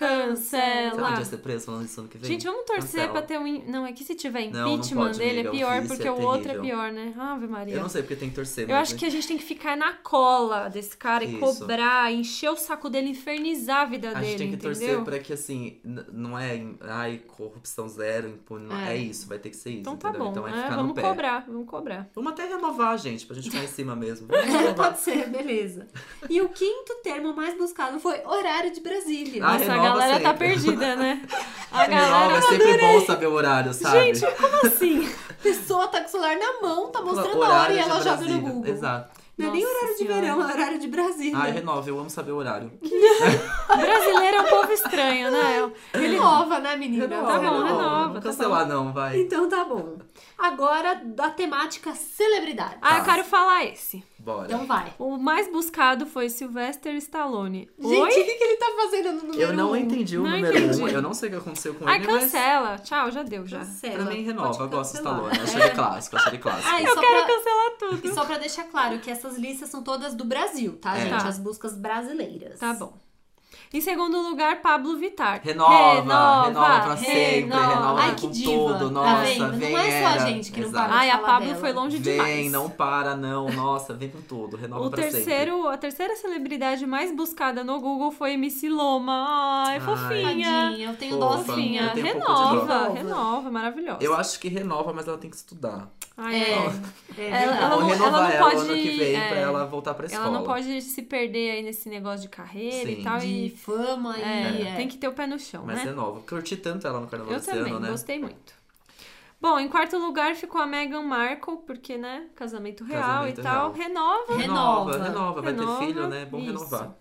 [SPEAKER 3] cancela.
[SPEAKER 2] vai ser preso falando isso ano que vem?
[SPEAKER 3] Gente, vamos torcer
[SPEAKER 2] Cancela.
[SPEAKER 3] pra ter um. im- Não, é que se tiver
[SPEAKER 2] Não, não
[SPEAKER 3] impeachment
[SPEAKER 2] pode,
[SPEAKER 3] dele
[SPEAKER 2] amiga,
[SPEAKER 3] é
[SPEAKER 2] o
[SPEAKER 3] pior,
[SPEAKER 2] vício é
[SPEAKER 3] porque o outro é
[SPEAKER 2] terrível.
[SPEAKER 3] pior, né? Ave Maria.
[SPEAKER 2] Eu não sei porque tem que torcer,
[SPEAKER 3] Eu
[SPEAKER 2] mas né? é.
[SPEAKER 3] acho que a gente tem que ficar na cola desse cara e
[SPEAKER 2] Isso.
[SPEAKER 3] cobrar, encher o saco dele, infernizar a vida
[SPEAKER 2] a
[SPEAKER 3] dele,
[SPEAKER 2] gente tem que
[SPEAKER 3] entendeu?
[SPEAKER 2] torcer pra que, assim, n- não é, em- ai, corrupção zero, impune, não-
[SPEAKER 3] É.
[SPEAKER 2] é. isso, vai ter que ser isso,
[SPEAKER 3] Então tá
[SPEAKER 2] entendeu?
[SPEAKER 3] bom,
[SPEAKER 2] então é
[SPEAKER 3] né?
[SPEAKER 2] ficar no
[SPEAKER 3] Vamos
[SPEAKER 2] pé.
[SPEAKER 3] cobrar, vamos cobrar.
[SPEAKER 2] Vamos até renovar, gente, pra gente ficar em cima mesmo. Vamos renovar.
[SPEAKER 1] Pode ser, beleza. E o quinto termo mais buscado foi horário de Brasília.
[SPEAKER 2] Ah,
[SPEAKER 3] Nossa, a
[SPEAKER 2] renova
[SPEAKER 3] galera tá
[SPEAKER 2] sempre.
[SPEAKER 3] perdida, né? A
[SPEAKER 2] Renova,
[SPEAKER 3] galera.
[SPEAKER 2] é sempre bom saber o horário, sabe?
[SPEAKER 3] Gente, como assim?
[SPEAKER 1] A pessoa tá com o celular na mão, tá mostrando a hora
[SPEAKER 2] Horário
[SPEAKER 1] e
[SPEAKER 2] de
[SPEAKER 1] ela joga no
[SPEAKER 2] Brasília.
[SPEAKER 1] Google.
[SPEAKER 2] Exato.
[SPEAKER 1] Não é nem
[SPEAKER 3] Nossa
[SPEAKER 1] horário
[SPEAKER 3] Senhora.
[SPEAKER 1] de verão, é horário de Brasília.
[SPEAKER 2] Ai, renova, eu amo saber o
[SPEAKER 3] Tá
[SPEAKER 2] horário.
[SPEAKER 3] Brasileiro é um povo estranho,
[SPEAKER 2] Tá.
[SPEAKER 3] né?
[SPEAKER 1] Renova, né, menina?
[SPEAKER 3] Tá bom, renova,
[SPEAKER 2] Não
[SPEAKER 3] tá
[SPEAKER 2] cancelar, não, vai.
[SPEAKER 1] Então tá bom. Agora da temática celebridade.
[SPEAKER 3] Ah, eu
[SPEAKER 2] Tá.
[SPEAKER 3] quero falar esse.
[SPEAKER 2] Bora.
[SPEAKER 1] Então vai.
[SPEAKER 3] O mais buscado foi Sylvester Stallone.
[SPEAKER 1] Gente,
[SPEAKER 3] Oi?
[SPEAKER 1] o que, que ele tá fazendo no número
[SPEAKER 2] eu não
[SPEAKER 1] um?
[SPEAKER 2] entendi o
[SPEAKER 3] Não
[SPEAKER 2] número
[SPEAKER 3] entendi.
[SPEAKER 2] um, eu não sei o que aconteceu com
[SPEAKER 3] Ai,
[SPEAKER 2] ele,
[SPEAKER 3] cancela. Tchau, já deu, já.
[SPEAKER 2] mas
[SPEAKER 1] Cancela.
[SPEAKER 2] pra mim renova, eu
[SPEAKER 1] Pode
[SPEAKER 2] gosto do
[SPEAKER 1] cancelar.
[SPEAKER 2] Stallone,
[SPEAKER 3] É.
[SPEAKER 2] achei ele clássico, achei ele clássico.
[SPEAKER 1] Ah, e
[SPEAKER 3] Eu
[SPEAKER 1] só
[SPEAKER 3] quero
[SPEAKER 1] pra-
[SPEAKER 3] cancelar tudo.
[SPEAKER 1] E só pra deixar claro que essas listas são todas do Brasil, tá,
[SPEAKER 2] É.
[SPEAKER 1] gente?
[SPEAKER 3] Tá.
[SPEAKER 1] As buscas brasileiras.
[SPEAKER 3] Tá bom. Em segundo lugar, Pablo Vittar.
[SPEAKER 2] Renova, renova, pra sempre,
[SPEAKER 3] renova.
[SPEAKER 2] renova
[SPEAKER 1] Ai, que
[SPEAKER 2] com
[SPEAKER 1] diva. Tá
[SPEAKER 2] tudo, nossa,
[SPEAKER 1] vendo? Não
[SPEAKER 2] vem
[SPEAKER 1] é só a
[SPEAKER 2] era.
[SPEAKER 1] gente que não
[SPEAKER 2] Exato.
[SPEAKER 1] paga.
[SPEAKER 3] Ai, a
[SPEAKER 1] Fala
[SPEAKER 3] Pablo
[SPEAKER 1] dela.
[SPEAKER 3] foi longe
[SPEAKER 2] Vem,
[SPEAKER 3] demais.
[SPEAKER 2] não para, não, nossa, vem com tudo, renova
[SPEAKER 3] O
[SPEAKER 2] pra sempre.
[SPEAKER 3] terceiro, a terceira celebridade mais buscada no Google foi MC Loma. Ai,
[SPEAKER 2] Ai,
[SPEAKER 3] fofinha.
[SPEAKER 1] Tadinha, eu tenho
[SPEAKER 2] Fofa.
[SPEAKER 1] dozinha.
[SPEAKER 2] Eu tenho um pouco de
[SPEAKER 3] renova,
[SPEAKER 1] dó.
[SPEAKER 3] renova, maravilhosa.
[SPEAKER 2] Eu acho que renova, mas ela tem que estudar.
[SPEAKER 3] Ai,
[SPEAKER 1] É,
[SPEAKER 3] é.
[SPEAKER 1] é,
[SPEAKER 3] Ela-
[SPEAKER 1] verdade.
[SPEAKER 2] Vamos
[SPEAKER 3] não- ela não
[SPEAKER 2] renovar ela, o ano
[SPEAKER 3] pode-
[SPEAKER 2] que vem pra
[SPEAKER 3] é.
[SPEAKER 2] ela voltar pra escola.
[SPEAKER 3] Ela não pode se perder aí nesse negócio de carreira e
[SPEAKER 2] Sim.
[SPEAKER 3] tal.
[SPEAKER 1] de
[SPEAKER 3] E
[SPEAKER 1] fama e...
[SPEAKER 3] é,
[SPEAKER 1] é.
[SPEAKER 3] tem que ter o pé no chão,
[SPEAKER 2] Mas
[SPEAKER 3] né?
[SPEAKER 2] renova. Curti tanto ela no carnaval
[SPEAKER 3] Eu
[SPEAKER 2] desse
[SPEAKER 3] também,
[SPEAKER 2] ano, né?
[SPEAKER 3] gostei muito. Bom, em quarto lugar ficou a Meghan Markle, porque, né, casamento real e
[SPEAKER 2] Casamento
[SPEAKER 3] tal.
[SPEAKER 2] real.
[SPEAKER 3] Renova.
[SPEAKER 1] Renova.
[SPEAKER 2] renova, renova, vai
[SPEAKER 3] Renova,
[SPEAKER 2] ter filho, né? É Bom
[SPEAKER 3] isso.
[SPEAKER 2] renovar.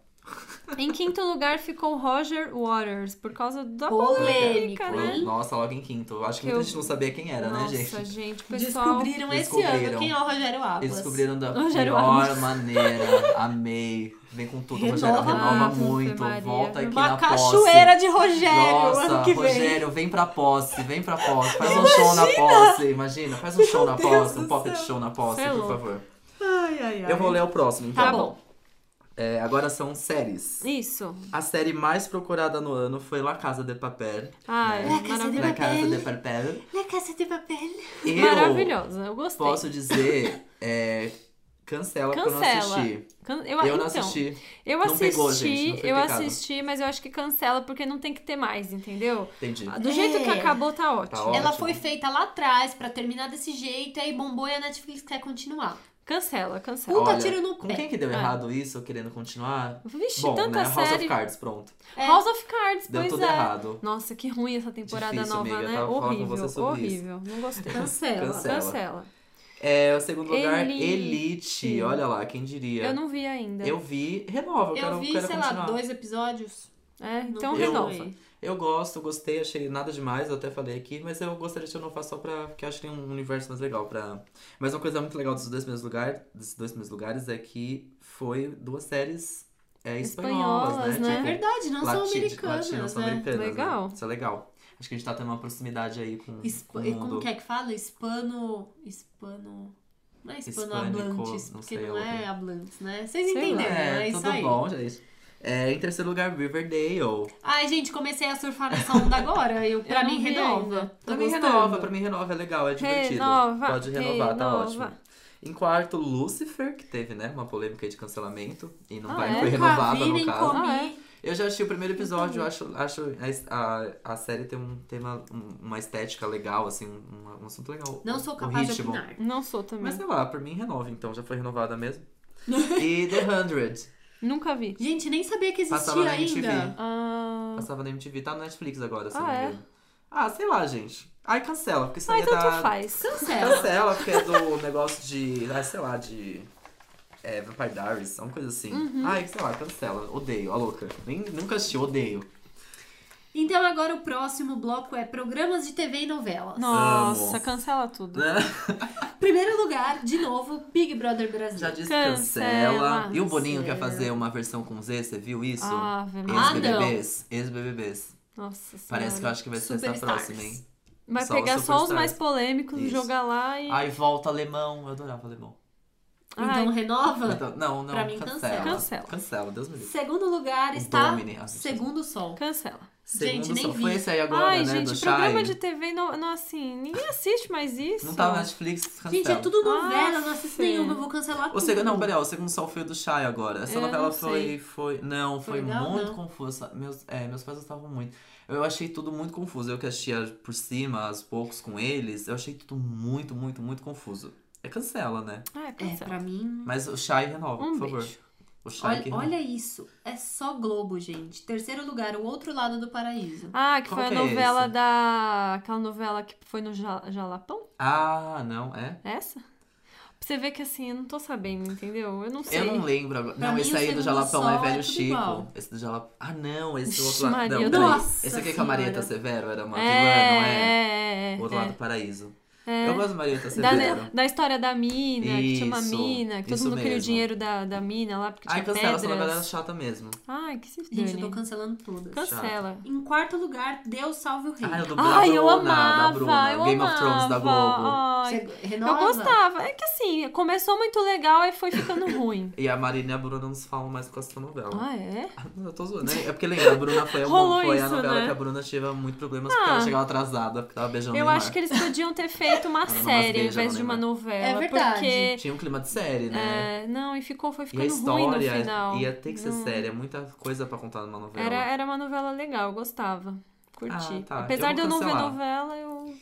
[SPEAKER 3] em quinto lugar ficou Roger Waters, por causa da
[SPEAKER 1] Polêmica,
[SPEAKER 3] polêmica, né?
[SPEAKER 1] hein?
[SPEAKER 2] Nossa, logo em quinto. Eu acho que
[SPEAKER 3] Que
[SPEAKER 2] muita
[SPEAKER 3] eu-
[SPEAKER 2] gente não sabia quem era, né,
[SPEAKER 3] Nossa,
[SPEAKER 2] gente?
[SPEAKER 3] gente, o pessoal...
[SPEAKER 1] Descobriram esse
[SPEAKER 2] Descobriram.
[SPEAKER 1] ano quem é o Rogério Águas.
[SPEAKER 2] Eles descobriram da
[SPEAKER 3] Rogério
[SPEAKER 2] pior
[SPEAKER 3] Alves.
[SPEAKER 2] maneira. Amei. Vem com tudo, Rogério.
[SPEAKER 1] Renova.
[SPEAKER 2] Renova
[SPEAKER 3] Ave
[SPEAKER 2] muito.
[SPEAKER 3] Maria.
[SPEAKER 2] Volta aqui
[SPEAKER 1] Uma
[SPEAKER 2] na
[SPEAKER 1] cachoeira
[SPEAKER 2] posse.
[SPEAKER 1] de Rogério ano
[SPEAKER 2] Nossa,
[SPEAKER 1] que vem.
[SPEAKER 2] Rogério, vem pra posse, vem pra posse. Faz um show na posse, imagina. Faz um show na
[SPEAKER 1] Deus
[SPEAKER 2] posse,
[SPEAKER 1] do
[SPEAKER 2] um pocket
[SPEAKER 1] céu.
[SPEAKER 2] show na posse,
[SPEAKER 3] Cê é
[SPEAKER 2] por
[SPEAKER 3] louco.
[SPEAKER 2] favor.
[SPEAKER 1] Ai, ai, ai.
[SPEAKER 2] Eu vou ler o próximo, então.
[SPEAKER 3] Tá bom.
[SPEAKER 2] É, agora são séries.
[SPEAKER 3] Isso.
[SPEAKER 2] A série mais procurada no ano foi La Casa de Papel.
[SPEAKER 3] Ai,
[SPEAKER 1] Né?
[SPEAKER 3] maravilhosa.
[SPEAKER 2] La Casa
[SPEAKER 1] Papel.
[SPEAKER 2] de Papel.
[SPEAKER 1] La Casa de é Papel.
[SPEAKER 2] Eu
[SPEAKER 3] Maravilhosa, eu gostei.
[SPEAKER 2] posso dizer, é, cancela, porque eu não
[SPEAKER 3] Cancela.
[SPEAKER 2] assisti.
[SPEAKER 3] Can- Eu,
[SPEAKER 2] Eu não
[SPEAKER 3] então,
[SPEAKER 2] assisti.
[SPEAKER 3] Eu
[SPEAKER 2] Não
[SPEAKER 3] assisti,
[SPEAKER 2] pegou, gente, não foi
[SPEAKER 3] eu
[SPEAKER 2] pecado.
[SPEAKER 3] assisti, mas eu acho que cancela porque não tem que ter mais, entendeu?
[SPEAKER 2] Entendi.
[SPEAKER 3] Do jeito que
[SPEAKER 1] É.
[SPEAKER 3] acabou, tá ótimo.
[SPEAKER 2] Tá ótimo.
[SPEAKER 1] Ela foi feita lá atrás pra terminar desse jeito, aí bombou e a Netflix quer continuar.
[SPEAKER 3] Cancela, cancela.
[SPEAKER 1] Puta
[SPEAKER 2] Olha,
[SPEAKER 1] tiro no
[SPEAKER 2] com
[SPEAKER 1] pé.
[SPEAKER 2] quem que deu
[SPEAKER 3] É.
[SPEAKER 2] errado isso, querendo continuar?
[SPEAKER 3] Vixe,
[SPEAKER 2] Bom,
[SPEAKER 3] tanta
[SPEAKER 2] né? House
[SPEAKER 3] série.
[SPEAKER 2] of Cards, pronto.
[SPEAKER 1] É.
[SPEAKER 3] House of Cards,
[SPEAKER 2] Deu
[SPEAKER 3] pois
[SPEAKER 2] tudo
[SPEAKER 3] é.
[SPEAKER 2] errado.
[SPEAKER 3] Nossa, que ruim essa temporada
[SPEAKER 2] Difícil,
[SPEAKER 3] nova,
[SPEAKER 2] amiga, eu
[SPEAKER 3] né?
[SPEAKER 2] tava falando com
[SPEAKER 3] horrível,
[SPEAKER 2] você sobre isso.
[SPEAKER 3] horrível. Não gostei.
[SPEAKER 1] Cancela.
[SPEAKER 2] Cancela.
[SPEAKER 3] Cancela.
[SPEAKER 2] É, o segundo lugar,
[SPEAKER 3] Elite.
[SPEAKER 2] Elite. Olha lá, quem diria.
[SPEAKER 3] Eu não vi ainda.
[SPEAKER 2] Eu vi, renova, eu,
[SPEAKER 1] Eu
[SPEAKER 2] quero,
[SPEAKER 1] vi,
[SPEAKER 2] quero
[SPEAKER 1] sei
[SPEAKER 2] continuar.
[SPEAKER 1] lá, dois episódios.
[SPEAKER 3] É, então
[SPEAKER 1] Não
[SPEAKER 2] eu-
[SPEAKER 3] renova.
[SPEAKER 1] continuei.
[SPEAKER 2] Eu gosto, gostei, achei nada demais, eu até falei aqui, mas eu gostaria de renovar só pra. Porque eu acho que tem um universo mais legal pra. Mas uma coisa muito legal desses dois primeiros lugares, desses dois primeiros lugares é que foi duas séries é, espanholas, né?
[SPEAKER 3] Espanholas, né?
[SPEAKER 1] É
[SPEAKER 2] Tipo,
[SPEAKER 1] verdade, não são
[SPEAKER 2] lati-
[SPEAKER 1] americanas,
[SPEAKER 2] latinas, são
[SPEAKER 1] né?
[SPEAKER 2] americanas, né?
[SPEAKER 3] Legal.
[SPEAKER 2] Isso é legal. Acho que a gente tá tendo uma proximidade aí com,
[SPEAKER 1] Hisp-
[SPEAKER 2] com o
[SPEAKER 1] e
[SPEAKER 2] mundo.
[SPEAKER 1] Como que é que fala? Hispano. Hispano. Não é
[SPEAKER 2] Hispânico,
[SPEAKER 1] hispano-hablantes,
[SPEAKER 2] não
[SPEAKER 1] porque
[SPEAKER 2] sei
[SPEAKER 1] não
[SPEAKER 2] outra.
[SPEAKER 1] é hablantes, né? Vocês
[SPEAKER 3] Sei lá.
[SPEAKER 1] entenderam, né?
[SPEAKER 2] É,
[SPEAKER 1] É isso
[SPEAKER 2] tudo
[SPEAKER 1] aí.
[SPEAKER 2] bom, gente. É, em terceiro lugar, Riverdale.
[SPEAKER 1] Ai, gente, comecei a surfar nessa onda agora. Eu, pra
[SPEAKER 3] Eu não
[SPEAKER 1] mim,
[SPEAKER 3] vi
[SPEAKER 1] renova.
[SPEAKER 3] ainda.
[SPEAKER 1] Tô
[SPEAKER 2] Pra mim
[SPEAKER 1] gostando.
[SPEAKER 2] renova, Tá pra mim renova, é legal, é divertido.
[SPEAKER 3] Renova,
[SPEAKER 2] Pode renovar, tá
[SPEAKER 3] renova.
[SPEAKER 2] ótimo. Em quarto, Lucifer, que teve, né, uma polêmica aí de cancelamento. E não
[SPEAKER 3] Ah,
[SPEAKER 2] vai,
[SPEAKER 3] é?
[SPEAKER 2] foi
[SPEAKER 1] Nunca
[SPEAKER 2] renovada
[SPEAKER 1] vi,
[SPEAKER 2] no
[SPEAKER 1] nem
[SPEAKER 2] caso.
[SPEAKER 1] comi.
[SPEAKER 3] Ah, é?
[SPEAKER 2] Eu já assisti o primeiro episódio, eu acho, acho a- a, a série tem um tema, um- uma estética legal, assim, um, um assunto legal.
[SPEAKER 1] Não
[SPEAKER 2] um-
[SPEAKER 1] sou
[SPEAKER 2] um
[SPEAKER 1] capaz de
[SPEAKER 2] ritmo.
[SPEAKER 1] opinar.
[SPEAKER 3] Não sou também.
[SPEAKER 2] Mas sei lá, por mim renova então, já foi renovada mesmo. e The 100,
[SPEAKER 3] Nunca vi.
[SPEAKER 1] Gente, nem sabia que
[SPEAKER 2] passava
[SPEAKER 1] existia
[SPEAKER 2] na MTV.
[SPEAKER 1] ainda.
[SPEAKER 3] Ah,
[SPEAKER 2] Passava na MTV, tá na Netflix agora, se eu
[SPEAKER 3] Ah,
[SPEAKER 2] não
[SPEAKER 3] é?
[SPEAKER 2] me engano. Ah, sei lá, gente. Ai, cancela, porque isso aí
[SPEAKER 3] mas
[SPEAKER 2] é
[SPEAKER 3] tanto
[SPEAKER 2] da,
[SPEAKER 3] faz.
[SPEAKER 1] Cancela.
[SPEAKER 2] Cancela, porque é do negócio de. Ah, sei lá, de. É, Vampire Diaries, uma coisa assim.
[SPEAKER 3] Uhum.
[SPEAKER 2] Ai, sei lá, cancela. Odeio, a louca. Nem, nunca assisti, odeio.
[SPEAKER 1] Então agora o próximo bloco é programas de TV e novelas.
[SPEAKER 3] Nossa,
[SPEAKER 2] Amo.
[SPEAKER 3] cancela tudo.
[SPEAKER 2] né?
[SPEAKER 1] Primeiro lugar, de novo, Big Brother Brasil.
[SPEAKER 2] Já disse
[SPEAKER 3] Cancela.
[SPEAKER 2] cancela. E o Boninho
[SPEAKER 1] Cancela.
[SPEAKER 2] quer fazer uma versão com Z, você viu isso?
[SPEAKER 3] Ave
[SPEAKER 1] Ah,
[SPEAKER 3] Maria.
[SPEAKER 1] não.
[SPEAKER 2] Ex-BBBs. Ex-BBBs.
[SPEAKER 3] Nossa senhora.
[SPEAKER 2] Parece que eu acho que vai ser essa
[SPEAKER 1] Superstars.
[SPEAKER 2] próxima, hein?
[SPEAKER 3] Vai
[SPEAKER 2] só
[SPEAKER 3] pegar
[SPEAKER 2] os
[SPEAKER 3] só os
[SPEAKER 2] superstars.
[SPEAKER 3] mais polêmicos,
[SPEAKER 2] Isso.
[SPEAKER 3] jogar lá e.
[SPEAKER 2] Ai, volta alemão. Eu adorava alemão.
[SPEAKER 1] Então
[SPEAKER 3] Ai.
[SPEAKER 1] renova?
[SPEAKER 2] Então, não, não.
[SPEAKER 1] Pra mim,
[SPEAKER 2] cancela.
[SPEAKER 3] cancela.
[SPEAKER 2] Cancela, Deus me livre.
[SPEAKER 1] Segundo lugar
[SPEAKER 2] O
[SPEAKER 1] está
[SPEAKER 2] Domini, ah,
[SPEAKER 1] Segundo Sol.
[SPEAKER 3] Cancela.
[SPEAKER 1] Gente,
[SPEAKER 2] Segundo
[SPEAKER 1] nem
[SPEAKER 2] só.
[SPEAKER 1] vi.
[SPEAKER 2] Foi esse aí agora, né?
[SPEAKER 3] Ai,
[SPEAKER 2] do
[SPEAKER 3] gente,
[SPEAKER 2] Shai.
[SPEAKER 3] programa de TV, não, não, assim, ninguém assiste mais isso.
[SPEAKER 2] Não tá na Netflix, cancela.
[SPEAKER 1] Gente, é tudo novela, eu não
[SPEAKER 3] Aff.
[SPEAKER 1] assisto nenhuma, eu vou cancelar
[SPEAKER 2] O
[SPEAKER 1] tudo.
[SPEAKER 2] segundo, não, peraí, ó, o segundo sol foi o do Shai agora.
[SPEAKER 1] É,
[SPEAKER 2] Essa
[SPEAKER 3] Eu
[SPEAKER 2] novela
[SPEAKER 3] não
[SPEAKER 2] foi,
[SPEAKER 3] sei.
[SPEAKER 2] foi. Não, foi,
[SPEAKER 1] Foi legal,
[SPEAKER 2] muito
[SPEAKER 1] não?
[SPEAKER 2] confusa. Meus, é, meus pais gostavam muito. Eu achei tudo muito confuso. Eu que assistia por cima, aos poucos com eles, eu achei tudo muito, muito, muito confuso. É cancela, né?
[SPEAKER 3] Ah,
[SPEAKER 1] É,
[SPEAKER 3] cancela.
[SPEAKER 1] pra mim.
[SPEAKER 2] Mas o Shai renova,
[SPEAKER 3] um
[SPEAKER 2] por favor.
[SPEAKER 3] beijo.
[SPEAKER 2] O Shai que
[SPEAKER 1] Olha,
[SPEAKER 2] renova.
[SPEAKER 1] olha isso. É só Globo, gente. Terceiro lugar, o outro lado do paraíso.
[SPEAKER 3] Ah, que
[SPEAKER 2] Qual
[SPEAKER 3] foi a
[SPEAKER 2] que é
[SPEAKER 3] novela
[SPEAKER 2] esse?
[SPEAKER 3] da. Aquela novela que foi no Ja- Jalapão?
[SPEAKER 2] Ah, não, é?
[SPEAKER 3] Essa? Pra você ver que assim, eu não tô sabendo, entendeu? Eu não sei.
[SPEAKER 2] Eu não lembro agora.
[SPEAKER 1] Pra
[SPEAKER 2] não,
[SPEAKER 1] mim,
[SPEAKER 2] esse
[SPEAKER 1] o
[SPEAKER 2] aí do
[SPEAKER 1] Segundo
[SPEAKER 2] Jalapão é
[SPEAKER 1] Sol é
[SPEAKER 2] velho
[SPEAKER 1] tudo
[SPEAKER 2] Chico.
[SPEAKER 1] igual.
[SPEAKER 2] Esse do Jalapão. Ah, não, esse
[SPEAKER 3] Ixi,
[SPEAKER 2] do outro lado.
[SPEAKER 3] Maria,
[SPEAKER 2] Não,
[SPEAKER 3] eu
[SPEAKER 2] peraí.
[SPEAKER 1] tô-
[SPEAKER 2] Esse
[SPEAKER 1] Nossa
[SPEAKER 2] aqui é com a Marieta
[SPEAKER 1] Senhora.
[SPEAKER 2] Severo, era uma
[SPEAKER 3] é,
[SPEAKER 2] vilã, não é?
[SPEAKER 3] é, é,
[SPEAKER 2] O outro
[SPEAKER 3] é.
[SPEAKER 2] lado do paraíso.
[SPEAKER 3] É.
[SPEAKER 2] Eu gosto da Marieta
[SPEAKER 3] Da,
[SPEAKER 2] Severo.
[SPEAKER 3] da história da mina, que tinha uma
[SPEAKER 2] Isso,
[SPEAKER 3] mina, que todo
[SPEAKER 2] isso
[SPEAKER 3] mundo queria o
[SPEAKER 2] mesmo.
[SPEAKER 3] dinheiro da, da mina lá, porque
[SPEAKER 2] Ai,
[SPEAKER 3] tinha
[SPEAKER 2] cancela, essa novela é
[SPEAKER 3] pedras.
[SPEAKER 2] chata mesmo.
[SPEAKER 3] Ai, que se
[SPEAKER 1] Gente, eu tô
[SPEAKER 3] dane.
[SPEAKER 1] cancelando todas.
[SPEAKER 2] Cansa-
[SPEAKER 3] Cancela.
[SPEAKER 1] Em quarto lugar, Deus salve o rei.
[SPEAKER 2] Ai, eu do da
[SPEAKER 3] Ai, eu
[SPEAKER 2] Bruna, da
[SPEAKER 3] amava,
[SPEAKER 2] Bruna.
[SPEAKER 3] eu
[SPEAKER 2] Game
[SPEAKER 3] amava.
[SPEAKER 2] of Thrones da Globo.
[SPEAKER 3] Ai,
[SPEAKER 1] Você renova?
[SPEAKER 3] eu gostava. É que assim, começou muito legal e foi ficando ruim.
[SPEAKER 2] E a Marina e a Bruna não se falam mais por causa dessa novela.
[SPEAKER 3] Ah, é?
[SPEAKER 2] Não, Eu tô zoando. né? É porque lembra, a Bruna foi, a,
[SPEAKER 3] Rolou
[SPEAKER 2] foi a
[SPEAKER 3] isso,
[SPEAKER 2] novela
[SPEAKER 3] né?
[SPEAKER 2] que a Bruna tinha muito problemas
[SPEAKER 3] Ah.
[SPEAKER 2] porque ela chegava atrasada, porque tava beijando o
[SPEAKER 3] Eu
[SPEAKER 2] Neymar.
[SPEAKER 3] acho que eles podiam ter feito uma
[SPEAKER 2] Era umas
[SPEAKER 3] série ao
[SPEAKER 2] beijas,
[SPEAKER 3] invés
[SPEAKER 2] eu
[SPEAKER 3] de uma novela.
[SPEAKER 1] É verdade.
[SPEAKER 3] Porque.
[SPEAKER 2] Tinha um clima de série, né?
[SPEAKER 3] é, não, e ficou, foi
[SPEAKER 2] e a
[SPEAKER 3] ficando ruim no
[SPEAKER 2] história
[SPEAKER 3] final.
[SPEAKER 2] ia ter que ser
[SPEAKER 3] Não.
[SPEAKER 2] séria, muita coisa pra contar numa novela.
[SPEAKER 3] Era, era uma novela legal, eu gostava. Curti.
[SPEAKER 2] Ah, tá.
[SPEAKER 3] Apesar
[SPEAKER 2] Eu
[SPEAKER 3] de eu
[SPEAKER 2] vou
[SPEAKER 3] não ver
[SPEAKER 2] cancelar.
[SPEAKER 3] novela, eu.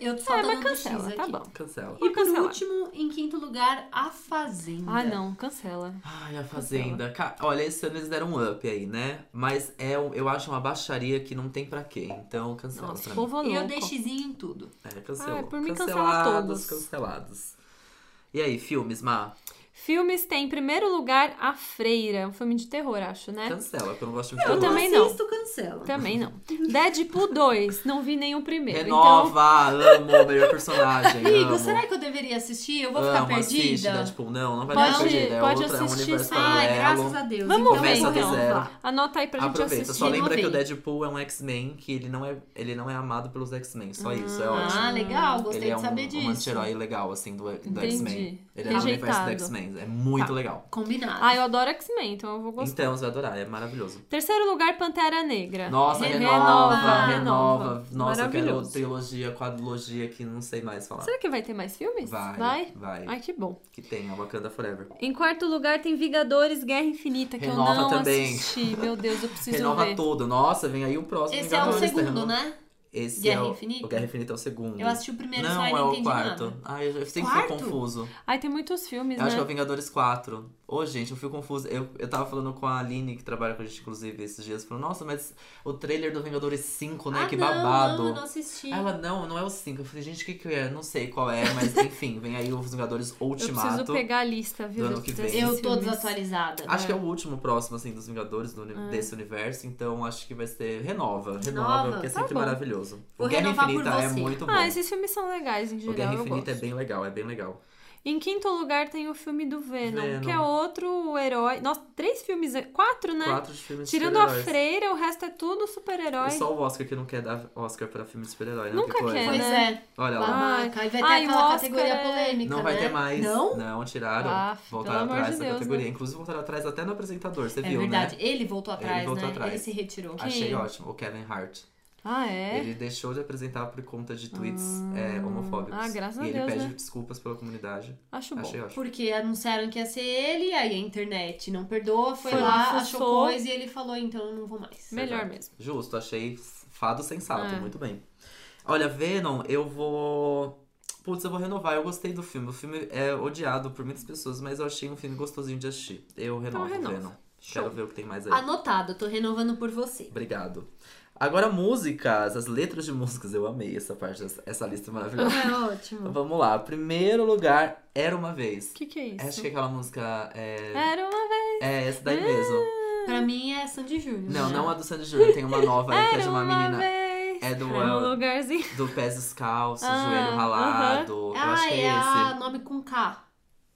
[SPEAKER 1] Eu tô
[SPEAKER 3] é,
[SPEAKER 1] dando
[SPEAKER 3] mas
[SPEAKER 1] um
[SPEAKER 3] cancela,
[SPEAKER 1] X
[SPEAKER 3] tá
[SPEAKER 1] aqui.
[SPEAKER 3] bom.
[SPEAKER 2] Cancela.
[SPEAKER 1] E por
[SPEAKER 3] Cancela.
[SPEAKER 1] último, em quinto lugar, A Fazenda.
[SPEAKER 2] É.
[SPEAKER 3] Ah, não, cancela.
[SPEAKER 2] Ai,
[SPEAKER 3] Então.
[SPEAKER 2] a Fazenda. Ca- Olha, esse ano eles deram um up aí, né? Mas é, um- eu acho uma baixaria que não tem pra quê. Então, cancela
[SPEAKER 3] Nossa,
[SPEAKER 2] pra mim.
[SPEAKER 3] povo tá louco.
[SPEAKER 1] E eu dei xizinho em tudo.
[SPEAKER 2] É, cancelou.
[SPEAKER 3] Ah, por mim, cancela
[SPEAKER 2] cancelados,
[SPEAKER 3] todos.
[SPEAKER 2] cancelados. E aí, filmes, Má?
[SPEAKER 3] Filmes tem, em primeiro lugar, A Freira. Um filme de terror, acho, né?
[SPEAKER 2] Cancela, porque eu não gosto de filme de
[SPEAKER 3] Eu
[SPEAKER 2] terror.
[SPEAKER 3] também
[SPEAKER 1] não
[SPEAKER 3] não.
[SPEAKER 1] assisto, cancela.
[SPEAKER 3] Também não. Deadpool 2, não vi nenhum
[SPEAKER 2] É
[SPEAKER 3] primeiro. Então,
[SPEAKER 2] Renova, amo, melhor personagem,
[SPEAKER 1] Amigo,
[SPEAKER 2] amo.
[SPEAKER 1] será que eu deveria assistir? Eu vou
[SPEAKER 2] amo,
[SPEAKER 1] ficar
[SPEAKER 2] assiste,
[SPEAKER 1] perdida?
[SPEAKER 2] Deadpool. Não, não vai
[SPEAKER 3] Pode-
[SPEAKER 2] ficar perdida. É
[SPEAKER 3] pode
[SPEAKER 2] outra, é um
[SPEAKER 3] assistir
[SPEAKER 2] universo
[SPEAKER 3] sim.
[SPEAKER 1] Ai,
[SPEAKER 2] paralelo.
[SPEAKER 1] graças a Deus.
[SPEAKER 3] Vamos
[SPEAKER 1] então
[SPEAKER 3] ver,
[SPEAKER 1] eu vou
[SPEAKER 3] então.
[SPEAKER 1] renovar.
[SPEAKER 3] Então, anota aí pra gente
[SPEAKER 2] Aproveita,
[SPEAKER 3] assistir.
[SPEAKER 2] só lembra que o
[SPEAKER 1] renovei.
[SPEAKER 2] Deadpool é um X-Men, que ele não é, ele não é amado pelos X-Men, só isso, é ótimo.
[SPEAKER 1] Ah, legal, gostei
[SPEAKER 2] ele é
[SPEAKER 1] de saber
[SPEAKER 2] um,
[SPEAKER 1] disso.
[SPEAKER 2] um anti-herói legal, assim, do, do
[SPEAKER 3] Entendi.
[SPEAKER 2] X-Men. Ele é do universo
[SPEAKER 3] Rejeitado.
[SPEAKER 2] do X-Men, é muito
[SPEAKER 3] Tá.
[SPEAKER 2] legal.
[SPEAKER 1] Combinado.
[SPEAKER 3] Ah, eu adoro X-Men, então eu vou gostar.
[SPEAKER 2] Então, você vai adorar, é maravilhoso.
[SPEAKER 3] Terceiro lugar, Pantera
[SPEAKER 1] É.
[SPEAKER 3] Negra.
[SPEAKER 2] Nossa,
[SPEAKER 1] Re-
[SPEAKER 2] renova,
[SPEAKER 1] Ah, renova.
[SPEAKER 2] renova. Nossa, eu quero
[SPEAKER 3] Maravilhoso.
[SPEAKER 2] trilogia, quadrilogia que não sei mais falar.
[SPEAKER 3] Será que vai ter mais filmes?
[SPEAKER 2] Vai,
[SPEAKER 3] Vai?
[SPEAKER 2] vai.
[SPEAKER 3] Ai, que bom.
[SPEAKER 2] Que tem, a Wakanda Forever.
[SPEAKER 3] Em quarto lugar tem Vingadores Guerra Infinita, que
[SPEAKER 2] Renova
[SPEAKER 3] eu não
[SPEAKER 2] também.
[SPEAKER 3] assisti. Meu Deus, eu preciso
[SPEAKER 2] renova
[SPEAKER 3] ver.
[SPEAKER 2] todo. Nossa, vem aí o próximo.
[SPEAKER 1] Esse é o
[SPEAKER 2] Vingadores, tá
[SPEAKER 1] segundo,
[SPEAKER 2] reno-
[SPEAKER 1] né?
[SPEAKER 2] Esse
[SPEAKER 1] Guerra
[SPEAKER 2] é o...
[SPEAKER 1] Infinita?
[SPEAKER 2] O Guerra Infinita é o segundo.
[SPEAKER 1] Eu assisti o primeiro
[SPEAKER 2] não,
[SPEAKER 1] só e
[SPEAKER 2] é
[SPEAKER 1] não
[SPEAKER 2] o
[SPEAKER 1] entendi
[SPEAKER 2] quarto.
[SPEAKER 1] nada.
[SPEAKER 2] Ai, eu sempre
[SPEAKER 1] Quarto?
[SPEAKER 2] fico confuso.
[SPEAKER 3] Ai, tem muitos filmes,
[SPEAKER 2] Eu acho que é o
[SPEAKER 3] né?
[SPEAKER 2] Vingadores 4. Ô, gente, eu fico confuso. Eu, eu tava falando com a Aline, que trabalha com a gente, inclusive, esses dias. Falou, nossa, mas o trailer do Vingadores 5, né?
[SPEAKER 1] ah,
[SPEAKER 2] que
[SPEAKER 1] não,
[SPEAKER 2] babado.
[SPEAKER 1] Não, eu não assisti.
[SPEAKER 2] Ela, não, não é o 5. Eu falei, gente, o que que é? Não sei qual é, mas enfim, vem aí os Vingadores
[SPEAKER 3] Eu preciso
[SPEAKER 2] Ultimato.
[SPEAKER 3] pegar né? a lista, viu?
[SPEAKER 2] do ano
[SPEAKER 3] desses-
[SPEAKER 2] que vem.
[SPEAKER 1] eu
[SPEAKER 3] desses
[SPEAKER 1] tô
[SPEAKER 3] filmes.
[SPEAKER 1] desatualizada.
[SPEAKER 2] Acho que é o último próximo, assim, dos Vingadores do uni-
[SPEAKER 3] Ah.
[SPEAKER 2] desse universo, então acho que vai ser. Renova, renova,
[SPEAKER 1] Renova,
[SPEAKER 2] porque é
[SPEAKER 3] tá
[SPEAKER 2] sempre
[SPEAKER 3] bom.
[SPEAKER 2] maravilhoso.
[SPEAKER 1] Vou
[SPEAKER 2] o Guerra
[SPEAKER 1] renovar por
[SPEAKER 2] Infinita é
[SPEAKER 1] você.
[SPEAKER 2] muito bom.
[SPEAKER 3] Ah, esses filmes são legais em
[SPEAKER 2] o Guerra
[SPEAKER 3] geral. Eu
[SPEAKER 2] Infinita
[SPEAKER 3] gosto.
[SPEAKER 2] é bem legal, é bem legal.
[SPEAKER 3] Em quinto lugar tem o filme do Venom,
[SPEAKER 2] Venom.
[SPEAKER 3] que é outro herói. Nossa, três filmes, quatro, né?
[SPEAKER 2] Quatro de filmes
[SPEAKER 3] Tirando
[SPEAKER 2] de
[SPEAKER 3] a
[SPEAKER 2] super-heróis.
[SPEAKER 3] freira, o resto é tudo
[SPEAKER 2] E
[SPEAKER 3] super-herói.
[SPEAKER 2] só o Oscar que não quer dar Oscar pra filme de super-herói, né?
[SPEAKER 3] Nunca
[SPEAKER 2] que coisa.
[SPEAKER 3] quer,
[SPEAKER 1] Pois
[SPEAKER 3] né?
[SPEAKER 1] é,
[SPEAKER 2] Olha lá.
[SPEAKER 1] babaca. E vai ter
[SPEAKER 3] Ai, o
[SPEAKER 1] aquela
[SPEAKER 3] Oscar
[SPEAKER 1] categoria
[SPEAKER 3] é-
[SPEAKER 1] polêmica,
[SPEAKER 2] Não vai
[SPEAKER 1] né?
[SPEAKER 2] ter mais.
[SPEAKER 1] Não?
[SPEAKER 2] Não, tiraram.
[SPEAKER 3] Ah,
[SPEAKER 2] voltaram
[SPEAKER 3] pelo amor
[SPEAKER 2] atrás
[SPEAKER 3] de
[SPEAKER 2] da
[SPEAKER 3] Deus,
[SPEAKER 2] categoria.
[SPEAKER 3] né?
[SPEAKER 2] Inclusive voltaram atrás até no apresentador, você
[SPEAKER 1] É
[SPEAKER 2] viu,
[SPEAKER 1] verdade.
[SPEAKER 2] né?
[SPEAKER 1] Ele voltou
[SPEAKER 2] Ele
[SPEAKER 1] atrás,
[SPEAKER 2] voltou
[SPEAKER 1] né?
[SPEAKER 2] atrás.
[SPEAKER 1] Ele se retirou.
[SPEAKER 3] Quem?
[SPEAKER 2] Achei ótimo. O Kevin Hart.
[SPEAKER 3] Ah, é?
[SPEAKER 2] Ele deixou de apresentar por conta de tweets é, homofóbicos.
[SPEAKER 3] Ah, graças a
[SPEAKER 2] E ele
[SPEAKER 3] Deus,
[SPEAKER 2] pede
[SPEAKER 3] né?
[SPEAKER 2] desculpas pela comunidade.
[SPEAKER 3] Acho bom.
[SPEAKER 2] Achei ótimo.
[SPEAKER 1] Porque anunciaram que ia ser ele, aí a internet não perdoa, foi,
[SPEAKER 3] Foi
[SPEAKER 1] lá,
[SPEAKER 3] lá,
[SPEAKER 1] achou
[SPEAKER 3] fuçou.
[SPEAKER 1] coisa e ele falou, então eu não vou mais.
[SPEAKER 3] Melhor
[SPEAKER 2] Exato.
[SPEAKER 3] mesmo.
[SPEAKER 2] Justo, achei fado sensato,
[SPEAKER 3] É.
[SPEAKER 2] muito bem. Olha, Venom, eu vou. Putz, eu vou renovar. Eu gostei do filme. O filme é odiado por muitas pessoas, mas eu achei um filme gostosinho de assistir. Eu renovo o
[SPEAKER 3] Então renova.
[SPEAKER 2] Venom.
[SPEAKER 3] Show.
[SPEAKER 2] Quero ver o que tem mais aí.
[SPEAKER 1] Anotado, tô renovando por você.
[SPEAKER 2] Obrigado. Agora, músicas, as letras de músicas. Eu amei essa parte, dessa- essa lista maravilhosa. Então,
[SPEAKER 1] É ótimo.
[SPEAKER 2] Vamos lá. Primeiro lugar, Era Uma Vez.
[SPEAKER 3] O que, que é isso?
[SPEAKER 2] Acho que é aquela música. É,
[SPEAKER 3] Era uma vez.
[SPEAKER 2] é essa daí mesmo.
[SPEAKER 1] Pra mim é Sandy Júnior.
[SPEAKER 2] Não, não a do Sandy Júnior, tem uma nova aí que é de
[SPEAKER 3] Era
[SPEAKER 2] uma
[SPEAKER 3] uma
[SPEAKER 2] menina.
[SPEAKER 3] vez.
[SPEAKER 2] É do,
[SPEAKER 3] Era um
[SPEAKER 2] uh,
[SPEAKER 3] lugarzinho.
[SPEAKER 2] Do pés descalços,
[SPEAKER 3] Ah,
[SPEAKER 2] joelho ralado. Eu
[SPEAKER 1] Ah,
[SPEAKER 2] acho que é,
[SPEAKER 1] é a
[SPEAKER 2] esse.
[SPEAKER 1] nome com K.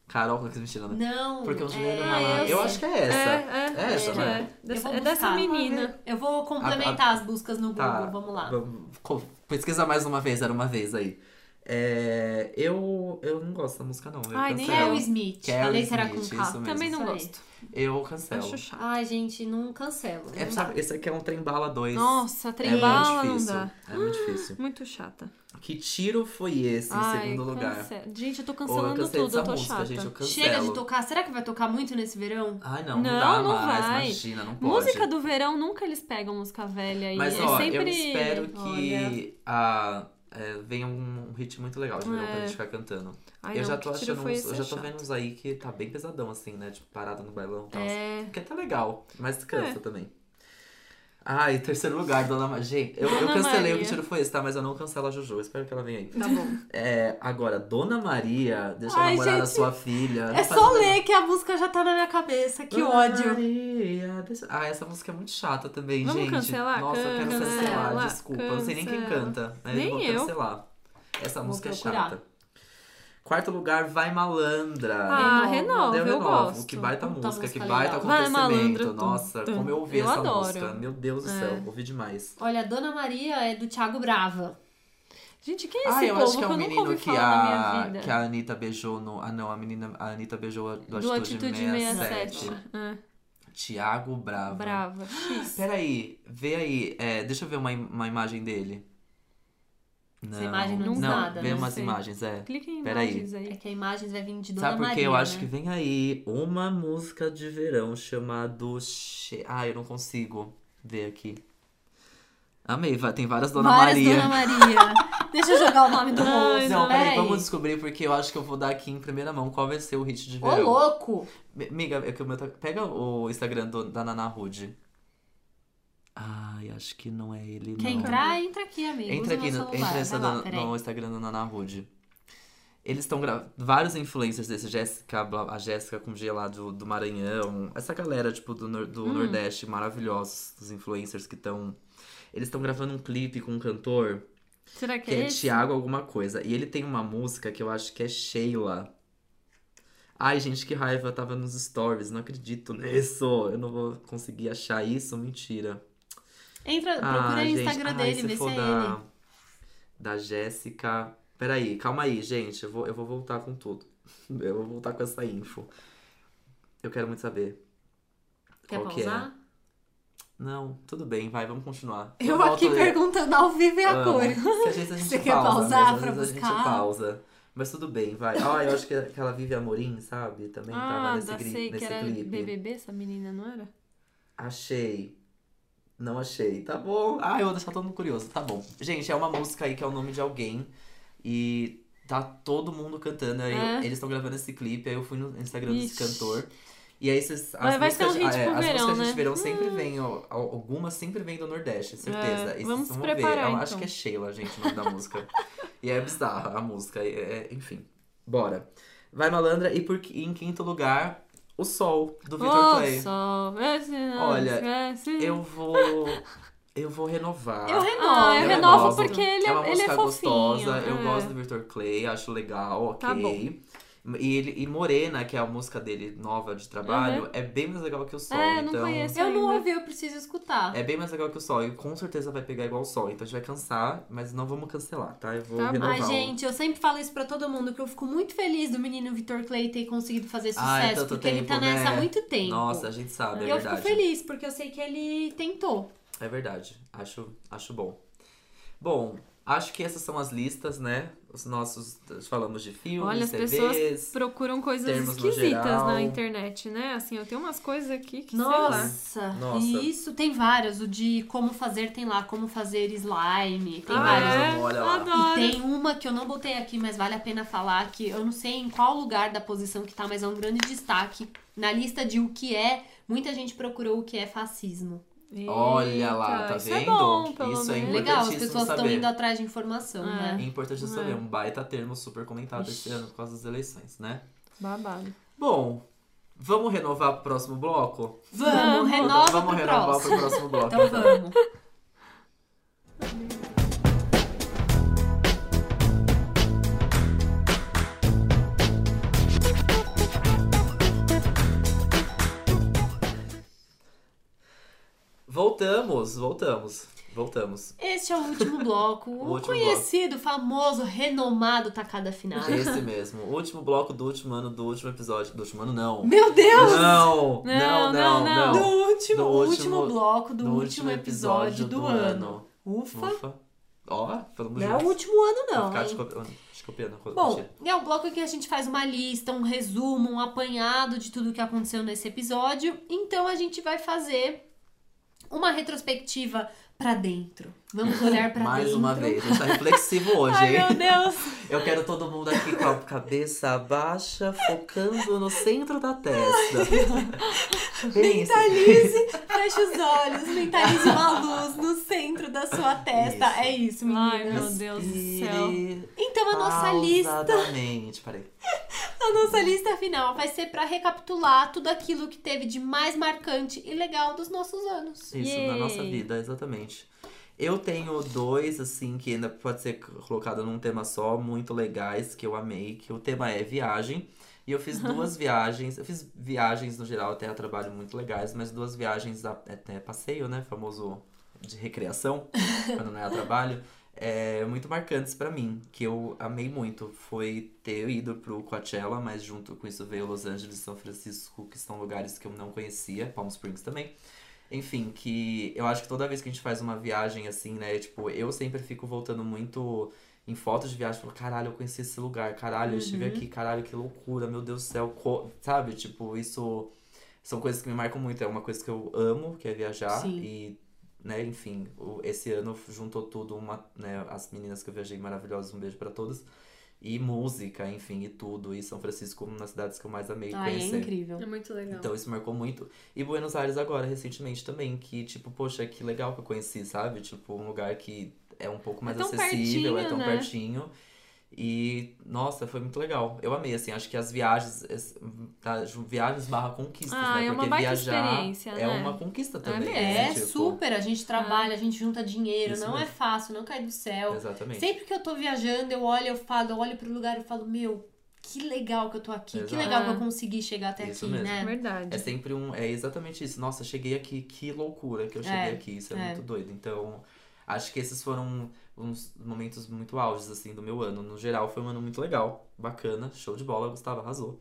[SPEAKER 2] Carol, como que você me tirando?
[SPEAKER 1] Não.
[SPEAKER 2] Porque um o joelho
[SPEAKER 1] é...
[SPEAKER 2] ralado.
[SPEAKER 3] eu
[SPEAKER 2] Eu, acho que é essa.
[SPEAKER 3] É, é,
[SPEAKER 2] É essa,
[SPEAKER 3] acho que
[SPEAKER 2] né?
[SPEAKER 3] é. Dessa-
[SPEAKER 1] vou
[SPEAKER 3] é dessa
[SPEAKER 1] buscar.
[SPEAKER 3] menina.
[SPEAKER 1] Eu vou complementar as buscas no Google,
[SPEAKER 2] Tá.
[SPEAKER 1] vamos lá.
[SPEAKER 2] Vamos- co- Pesquisa mais uma vez, era uma vez aí. É, eu, eu não gosto da música, não. Eu
[SPEAKER 3] Ai, nem
[SPEAKER 2] cancelo.
[SPEAKER 1] Carol Smith.
[SPEAKER 2] Carol
[SPEAKER 1] Falei será
[SPEAKER 2] Smith,
[SPEAKER 1] com
[SPEAKER 2] isso
[SPEAKER 1] K.
[SPEAKER 2] mesmo.
[SPEAKER 3] Também não
[SPEAKER 1] Isso aí.
[SPEAKER 3] gosto.
[SPEAKER 2] Eu cancelo.
[SPEAKER 3] Acho chato.
[SPEAKER 1] Ai, gente, não cancelo.
[SPEAKER 2] É, sabe, esse aqui é um trem bala 2.
[SPEAKER 3] Nossa,
[SPEAKER 2] é
[SPEAKER 3] trembala
[SPEAKER 2] muito
[SPEAKER 3] não
[SPEAKER 2] difícil.
[SPEAKER 3] dá.
[SPEAKER 2] É muito difícil.
[SPEAKER 3] Muito chata.
[SPEAKER 2] Que tiro foi esse em
[SPEAKER 3] Ai,
[SPEAKER 2] segundo lugar?
[SPEAKER 3] cance- Gente, eu tô
[SPEAKER 2] Ou eu
[SPEAKER 3] cancelando
[SPEAKER 2] cansei
[SPEAKER 3] tudo,
[SPEAKER 2] dessa
[SPEAKER 3] eu tô
[SPEAKER 2] música,
[SPEAKER 3] chata.
[SPEAKER 2] gente. Eu cancelo.
[SPEAKER 1] Chega de tocar. Será que vai tocar muito nesse verão?
[SPEAKER 2] Ai, não, não,
[SPEAKER 3] Não,
[SPEAKER 2] dá
[SPEAKER 3] não
[SPEAKER 2] mais.
[SPEAKER 3] vai.
[SPEAKER 2] Imagina, não pode.
[SPEAKER 3] Música do verão, nunca eles pegam música velha. E
[SPEAKER 2] Mas,
[SPEAKER 3] é
[SPEAKER 2] ó,
[SPEAKER 3] sempre...
[SPEAKER 2] eu espero que
[SPEAKER 1] Olha.
[SPEAKER 2] a, é, venha um um hit muito legal de verão pra
[SPEAKER 3] É.
[SPEAKER 2] gente ficar cantando.
[SPEAKER 3] Ai,
[SPEAKER 2] eu
[SPEAKER 3] não,
[SPEAKER 2] já tô
[SPEAKER 3] que tiro
[SPEAKER 2] achando
[SPEAKER 3] foi
[SPEAKER 2] uns,
[SPEAKER 3] esse?
[SPEAKER 2] eu
[SPEAKER 3] É
[SPEAKER 2] já tô
[SPEAKER 3] chato.
[SPEAKER 2] vendo uns aí que tá bem pesadão, assim, né? Tipo, parado no bailão e tal.
[SPEAKER 3] É.
[SPEAKER 2] Que até legal, mas cansa também. Ai, terceiro lugar, Dona Maria. Gente, eu, eu
[SPEAKER 3] Dona
[SPEAKER 2] cancelei o que
[SPEAKER 3] Maria.
[SPEAKER 2] tiro foi esse, tá? Mas eu não cancelo a Juju. Espero que ela venha aí.
[SPEAKER 3] Tá bom.
[SPEAKER 2] É, agora, Dona Maria, deixa
[SPEAKER 1] Ai,
[SPEAKER 2] namorar a
[SPEAKER 1] gente,
[SPEAKER 2] sua filha. Não
[SPEAKER 1] É
[SPEAKER 2] faz
[SPEAKER 1] só
[SPEAKER 2] nada.
[SPEAKER 1] ler que a música já tá na minha cabeça. Que
[SPEAKER 2] Dona
[SPEAKER 1] ódio.
[SPEAKER 2] Maria, deixa- Ah, essa música é muito chata também,
[SPEAKER 3] Vamos
[SPEAKER 2] gente.
[SPEAKER 3] cancelar?
[SPEAKER 2] Nossa, eu quero
[SPEAKER 1] Cancela,
[SPEAKER 2] cancelar, desculpa. Eu não sei nem quem
[SPEAKER 3] cancela.
[SPEAKER 2] canta, mas
[SPEAKER 3] Nem
[SPEAKER 2] eu vou
[SPEAKER 3] eu.
[SPEAKER 2] cancelar. Essa
[SPEAKER 1] Vou
[SPEAKER 2] música é
[SPEAKER 1] procurar.
[SPEAKER 2] chata. Quarto lugar, Vai Malandra.
[SPEAKER 1] Renova.
[SPEAKER 3] Ah, renova,
[SPEAKER 2] Deu
[SPEAKER 3] eu
[SPEAKER 2] Renovo,
[SPEAKER 3] gosto.
[SPEAKER 2] que baita
[SPEAKER 1] Puta
[SPEAKER 2] música, que
[SPEAKER 1] música
[SPEAKER 2] baita
[SPEAKER 1] legal.
[SPEAKER 3] Vai,
[SPEAKER 2] acontecimento.
[SPEAKER 3] malandro, tum,
[SPEAKER 2] Nossa,
[SPEAKER 3] tum.
[SPEAKER 2] como eu ouvi
[SPEAKER 3] Eu
[SPEAKER 2] essa
[SPEAKER 3] adoro.
[SPEAKER 2] música. Meu Deus do
[SPEAKER 3] É.
[SPEAKER 2] céu, ouvi demais.
[SPEAKER 1] Olha, a Dona Maria é do Thiago Brava.
[SPEAKER 3] Gente, quem é esse
[SPEAKER 2] Ah, eu
[SPEAKER 3] povo
[SPEAKER 2] acho que é um
[SPEAKER 3] eu nunca
[SPEAKER 2] menino
[SPEAKER 3] ouvi
[SPEAKER 2] que
[SPEAKER 3] falar na minha
[SPEAKER 2] a,
[SPEAKER 3] vida?
[SPEAKER 2] que a Anitta beijou no. Ah, não, a menina. A Anitta beijou a- do,
[SPEAKER 3] Do
[SPEAKER 2] Atitude,
[SPEAKER 3] Atitude
[SPEAKER 2] 67.
[SPEAKER 3] 67. Ah,
[SPEAKER 2] Tiago Brava.
[SPEAKER 3] brava. X.
[SPEAKER 2] Peraí, vê aí. é, deixa eu ver uma, im- uma imagem dele. Não,
[SPEAKER 1] Essa imagem não diz nada,
[SPEAKER 2] Vê
[SPEAKER 1] não
[SPEAKER 2] umas
[SPEAKER 3] sei.
[SPEAKER 2] imagens, é.
[SPEAKER 3] Clica em
[SPEAKER 2] Peraí.
[SPEAKER 3] imagens aí.
[SPEAKER 1] É que a imagem vai vir de Dona
[SPEAKER 2] Sabe por quê?
[SPEAKER 1] Maria.
[SPEAKER 2] Eu acho
[SPEAKER 1] né?
[SPEAKER 2] que vem aí uma música de verão chamado. Che... Ah, eu não consigo ver aqui. Amei, va- tem várias Dona
[SPEAKER 1] Várias
[SPEAKER 2] Maria.
[SPEAKER 1] Dona Maria. Deixa eu jogar o nome do
[SPEAKER 3] Ai,
[SPEAKER 1] moço.
[SPEAKER 2] Não, peraí,
[SPEAKER 1] peraí.
[SPEAKER 2] vamos descobrir, porque eu acho que eu vou dar aqui em primeira mão qual vai ser o hit de
[SPEAKER 1] Ô,
[SPEAKER 2] verão.
[SPEAKER 1] louco!
[SPEAKER 2] Mi- Miga, é que o meu tá- pega o Instagram do- da Nana Rude. Ai, acho que não é ele,
[SPEAKER 1] Quer
[SPEAKER 2] não.
[SPEAKER 1] entrar? Entra aqui, amigo.
[SPEAKER 2] Entra
[SPEAKER 1] Usa
[SPEAKER 2] aqui,
[SPEAKER 1] meu
[SPEAKER 2] no,
[SPEAKER 1] celular.
[SPEAKER 2] entra nessa
[SPEAKER 1] Vai lá,
[SPEAKER 2] da-
[SPEAKER 1] peraí.
[SPEAKER 2] no Instagram da Nana Rude. Eles estão gravando. Vários influencers desse, Jéssica, Bla- a Jéssica com G lá do, do Maranhão. Essa galera, tipo, do, nor-
[SPEAKER 1] Hum.
[SPEAKER 2] do Nordeste, maravilhosos, os influencers que estão. Eles estão gravando um clipe com um cantor
[SPEAKER 3] Será que,
[SPEAKER 2] que
[SPEAKER 3] é
[SPEAKER 2] é
[SPEAKER 3] esse?
[SPEAKER 2] Thiago alguma coisa. E ele tem uma música que eu acho que é Sheila. Ai, gente, que raiva, eu tava nos stories, não acredito nisso. Eu não vou conseguir achar isso, mentira.
[SPEAKER 1] Entra, procura
[SPEAKER 2] Ah,
[SPEAKER 1] o
[SPEAKER 2] gente,
[SPEAKER 1] Instagram
[SPEAKER 2] ai,
[SPEAKER 1] dele,
[SPEAKER 2] se
[SPEAKER 1] vê se
[SPEAKER 2] for
[SPEAKER 1] é
[SPEAKER 2] da,
[SPEAKER 1] ele.
[SPEAKER 2] Da Jéssica. Peraí, calma aí, gente. Eu vou, eu vou voltar com tudo. Eu vou voltar com essa info. Eu quero muito saber.
[SPEAKER 1] Quer
[SPEAKER 2] qual que é?
[SPEAKER 1] pausar?
[SPEAKER 2] Não, tudo bem, vai, vamos continuar.
[SPEAKER 1] Eu
[SPEAKER 2] volto Ah.
[SPEAKER 1] aqui
[SPEAKER 2] de-
[SPEAKER 1] perguntando ao vivo e a
[SPEAKER 2] Amo.
[SPEAKER 1] cor.
[SPEAKER 2] Se às vezes a gente
[SPEAKER 1] Você
[SPEAKER 2] pausa,
[SPEAKER 1] quer
[SPEAKER 2] mas
[SPEAKER 1] pausar
[SPEAKER 2] às
[SPEAKER 1] pra
[SPEAKER 2] vezes a gente
[SPEAKER 1] buscar?
[SPEAKER 2] pausa. Mas tudo bem, vai. Ah, eu acho que aquela Vivi Amorim, sabe? Também tava
[SPEAKER 3] Ah,
[SPEAKER 2] nesse,
[SPEAKER 3] da
[SPEAKER 2] gri-
[SPEAKER 3] sei que
[SPEAKER 2] nesse
[SPEAKER 3] era
[SPEAKER 2] clipe.
[SPEAKER 3] BBB, essa menina, não era?
[SPEAKER 2] Achei. Não achei. Tá bom. Ah, eu vou deixar todo mundo curioso. Tá bom. Gente, é uma música aí que é o nome de alguém. E tá todo mundo cantando. Aí eu-
[SPEAKER 3] É.
[SPEAKER 2] eles estão gravando esse clipe. Aí eu fui no Instagram desse
[SPEAKER 3] Ixi.
[SPEAKER 2] cantor. E aí vocês. As
[SPEAKER 3] Mas vai ser um
[SPEAKER 2] músicas-
[SPEAKER 3] hit
[SPEAKER 2] ah, é,
[SPEAKER 3] pro
[SPEAKER 2] as
[SPEAKER 3] verão,
[SPEAKER 2] músicas de
[SPEAKER 3] né?
[SPEAKER 2] verão sempre vêm, ó, al- algumas sempre vêm do Nordeste, certeza.
[SPEAKER 3] É,
[SPEAKER 2] E
[SPEAKER 3] vamos
[SPEAKER 2] vocês
[SPEAKER 3] se
[SPEAKER 2] vão ver.
[SPEAKER 3] preparar,
[SPEAKER 2] Eu acho
[SPEAKER 3] então.
[SPEAKER 2] que é Sheila, gente, o nome da música. E é bizarra a música. é- é- enfim. Bora. Vai malandra. E por, qu- em quinto lugar, o sol do Vitor
[SPEAKER 3] Oh,
[SPEAKER 2] Clay.
[SPEAKER 3] sol, esse não
[SPEAKER 2] Olha,
[SPEAKER 3] esquece.
[SPEAKER 2] Eu vou. Eu vou renovar.
[SPEAKER 1] Eu renovo.
[SPEAKER 3] Ah, eu,
[SPEAKER 2] Eu
[SPEAKER 3] renovo
[SPEAKER 2] gosto.
[SPEAKER 3] porque ele é,
[SPEAKER 2] é uma
[SPEAKER 3] ele
[SPEAKER 2] música
[SPEAKER 3] é fofinho.
[SPEAKER 2] gostosa. Eu
[SPEAKER 3] é.
[SPEAKER 2] gosto do Victor Clay, acho legal, ok.
[SPEAKER 3] Tá bom.
[SPEAKER 2] E, ele, e Morena, que é a música dele nova de trabalho, é bem mais legal que o sol.
[SPEAKER 3] Uhum. É, não
[SPEAKER 2] então.
[SPEAKER 3] conheço.
[SPEAKER 1] Eu não
[SPEAKER 3] ainda.
[SPEAKER 1] ouvi, eu preciso escutar.
[SPEAKER 2] É bem mais legal que o sol. E com certeza vai pegar igual o sol. Então a gente vai cansar, mas não vamos cancelar, tá? Eu vou
[SPEAKER 3] Tá bom.
[SPEAKER 2] renovar.
[SPEAKER 1] Ai,
[SPEAKER 2] o-
[SPEAKER 1] gente, eu sempre falo isso pra todo mundo, que eu fico muito feliz do menino Vitor Clay ter conseguido fazer sucesso,
[SPEAKER 2] Ah, é tanto
[SPEAKER 1] porque ele
[SPEAKER 2] tempo,
[SPEAKER 1] tá nessa
[SPEAKER 2] né?
[SPEAKER 1] há muito tempo.
[SPEAKER 2] Nossa, a gente sabe,
[SPEAKER 1] e
[SPEAKER 2] é
[SPEAKER 1] eu
[SPEAKER 2] verdade.
[SPEAKER 1] fico feliz, porque eu sei que ele tentou.
[SPEAKER 2] É verdade. Acho, acho bom. Bom, acho que essas são as listas, né? Os nossos. Falamos de filmes,
[SPEAKER 3] Olha, as
[SPEAKER 2] TVs.
[SPEAKER 3] pessoas procuram coisas
[SPEAKER 2] termos no
[SPEAKER 3] esquisitas
[SPEAKER 2] geral.
[SPEAKER 3] na internet, né? Assim, eu tenho umas coisas aqui que, sei lá.
[SPEAKER 1] Nossa,
[SPEAKER 2] Nossa.
[SPEAKER 1] isso tem vários. O de como fazer tem lá, como fazer slime, tem
[SPEAKER 3] ah,
[SPEAKER 1] vários.
[SPEAKER 3] é?
[SPEAKER 2] amor, olha lá.
[SPEAKER 1] E
[SPEAKER 3] Adoro.
[SPEAKER 1] tem uma que eu não botei aqui, mas vale a pena falar, que eu não sei em qual lugar da posição que tá, mas é um grande destaque. Na lista de o que é, muita gente procurou o que é fascismo.
[SPEAKER 2] Olha lá,
[SPEAKER 3] Eita,
[SPEAKER 2] tá
[SPEAKER 3] isso
[SPEAKER 2] vendo?
[SPEAKER 3] É bom, pelo
[SPEAKER 2] Isso é
[SPEAKER 3] menos.
[SPEAKER 2] importante.
[SPEAKER 1] Legal, as
[SPEAKER 2] Importantíssimo
[SPEAKER 1] pessoas estão
[SPEAKER 2] saber.
[SPEAKER 1] indo atrás de informação,
[SPEAKER 3] É.
[SPEAKER 2] É
[SPEAKER 1] né?
[SPEAKER 2] importante
[SPEAKER 3] Não
[SPEAKER 2] saber,
[SPEAKER 3] é?
[SPEAKER 2] um baita termo super comentado esse
[SPEAKER 3] Ixi.
[SPEAKER 2] ano por causa das eleições, né?
[SPEAKER 3] Babado.
[SPEAKER 2] Bom, vamos renovar pro próximo bloco?
[SPEAKER 1] Vamos, renova
[SPEAKER 2] vamos
[SPEAKER 1] pro
[SPEAKER 2] renovar
[SPEAKER 1] próximo.
[SPEAKER 2] pro próximo bloco.
[SPEAKER 1] Então vamos.
[SPEAKER 2] Voltamos, voltamos. Voltamos.
[SPEAKER 1] Este é o último bloco. o
[SPEAKER 2] último
[SPEAKER 1] conhecido, famoso, renomado tacada final.
[SPEAKER 2] Esse mesmo. O último bloco do último ano do último episódio. Do último ano, não.
[SPEAKER 1] Meu Deus!
[SPEAKER 2] Não! Não, não,
[SPEAKER 3] Não, não,
[SPEAKER 2] não.
[SPEAKER 3] não.
[SPEAKER 1] Do último,
[SPEAKER 2] Do
[SPEAKER 1] o último,
[SPEAKER 2] último-
[SPEAKER 1] bloco, do,
[SPEAKER 2] No
[SPEAKER 1] último episódio do, ano. Ufa.
[SPEAKER 2] Ufa. Ó, falamos
[SPEAKER 1] Não é o último ano,
[SPEAKER 2] Vou
[SPEAKER 1] não.
[SPEAKER 2] ficar
[SPEAKER 1] hein?
[SPEAKER 2] descopi- descopiando.
[SPEAKER 1] Bom, é o bloco em que a gente faz uma lista, um resumo, um apanhado de tudo o que aconteceu nesse episódio. Então a gente vai fazer uma retrospectiva pra dentro. Vamos olhar pra
[SPEAKER 2] Mais
[SPEAKER 1] dentro.
[SPEAKER 2] uma vez, a gente tá reflexivo hoje,
[SPEAKER 3] Ai, meu
[SPEAKER 2] hein?
[SPEAKER 3] Deus.
[SPEAKER 2] Eu quero todo mundo aqui com a cabeça baixa, focando no centro da testa. Bem isso.
[SPEAKER 1] Mentalize, feche os olhos, mentalize uma luz no centro da sua testa.
[SPEAKER 2] Isso.
[SPEAKER 1] É isso,
[SPEAKER 3] Ai, meu
[SPEAKER 1] meninas.
[SPEAKER 3] Deus do céu. É
[SPEAKER 2] Respire
[SPEAKER 1] Então a nossa lista
[SPEAKER 2] pausadamente. Peraí.
[SPEAKER 1] A nossa lista final vai ser pra recapitular tudo aquilo que teve de mais marcante e legal dos nossos anos.
[SPEAKER 2] Isso, na nossa
[SPEAKER 3] Yay.
[SPEAKER 2] vida, exatamente. Eu tenho dois, assim, que ainda pode ser colocado num tema só, muito legais, que eu amei, que o tema é viagem. E eu fiz duas viagens, eu fiz viagens no geral até a trabalho muito legais, mas duas viagens a- até passeio, né, famoso de recreação, quando não é a trabalho, é, muito marcantes pra mim, que eu amei muito. Foi ter ido pro Coachella, mas junto com isso veio Los Angeles e São Francisco, que são lugares que eu não conhecia, Palm Springs também. Enfim, que eu acho que toda vez que a gente faz uma viagem assim, né? Tipo, eu sempre fico voltando muito em fotos de viagem, falo, caralho, eu conheci esse lugar, caralho, eu
[SPEAKER 1] Uhum.
[SPEAKER 2] estive aqui, caralho, que loucura, meu Deus do céu, co-", sabe? Tipo, isso são coisas que me marcam muito, é uma coisa que eu amo, que é viajar
[SPEAKER 1] Sim.
[SPEAKER 2] e né, enfim, o- esse ano juntou tudo, uma, né, as meninas que eu viajei maravilhosas, um beijo pra todas. E música, enfim, e tudo. E São Francisco, uma das cidades que eu mais amei
[SPEAKER 1] Ai, é
[SPEAKER 2] conhecer.
[SPEAKER 1] incrível.
[SPEAKER 3] É muito legal.
[SPEAKER 2] Então isso marcou muito. E Buenos Aires agora, recentemente também, que tipo, poxa, que legal que eu conheci, sabe? Tipo, um lugar que é um pouco mais
[SPEAKER 3] tão
[SPEAKER 2] acessível, é
[SPEAKER 3] pertinho,
[SPEAKER 2] tão
[SPEAKER 3] né?
[SPEAKER 2] pertinho. E, nossa, foi muito legal. Eu amei, assim, acho que as viagens, es- tá, ju- viagens barra conquistas,
[SPEAKER 3] Ah,
[SPEAKER 2] né?
[SPEAKER 3] é uma
[SPEAKER 2] Porque
[SPEAKER 3] baita
[SPEAKER 2] viajar
[SPEAKER 3] experiência,
[SPEAKER 2] é
[SPEAKER 3] né?
[SPEAKER 2] uma conquista também.
[SPEAKER 3] mesmo.
[SPEAKER 2] né?
[SPEAKER 1] É,
[SPEAKER 2] Tipo,
[SPEAKER 1] super. A gente trabalha, a gente junta dinheiro,
[SPEAKER 2] Isso
[SPEAKER 1] não é
[SPEAKER 2] mesmo.
[SPEAKER 1] fácil, não cai do céu.
[SPEAKER 2] Exatamente.
[SPEAKER 1] Sempre que eu tô viajando, eu olho, eu falo, eu olho pro lugar e falo, meu, que legal que eu tô aqui, que
[SPEAKER 2] Exato.
[SPEAKER 1] legal que eu
[SPEAKER 3] É.
[SPEAKER 1] consegui chegar até
[SPEAKER 2] Isso
[SPEAKER 1] aqui,
[SPEAKER 2] mesmo.
[SPEAKER 1] né?
[SPEAKER 3] Verdade.
[SPEAKER 2] É sempre um. É exatamente isso. Nossa, cheguei aqui, que loucura que eu cheguei
[SPEAKER 1] É,
[SPEAKER 2] aqui. Isso é,
[SPEAKER 1] é.
[SPEAKER 2] muito doido. Então, acho que esses foram uns momentos muito auges, assim, do meu ano. No geral, foi um ano muito legal, bacana, show de bola, Gustavo arrasou.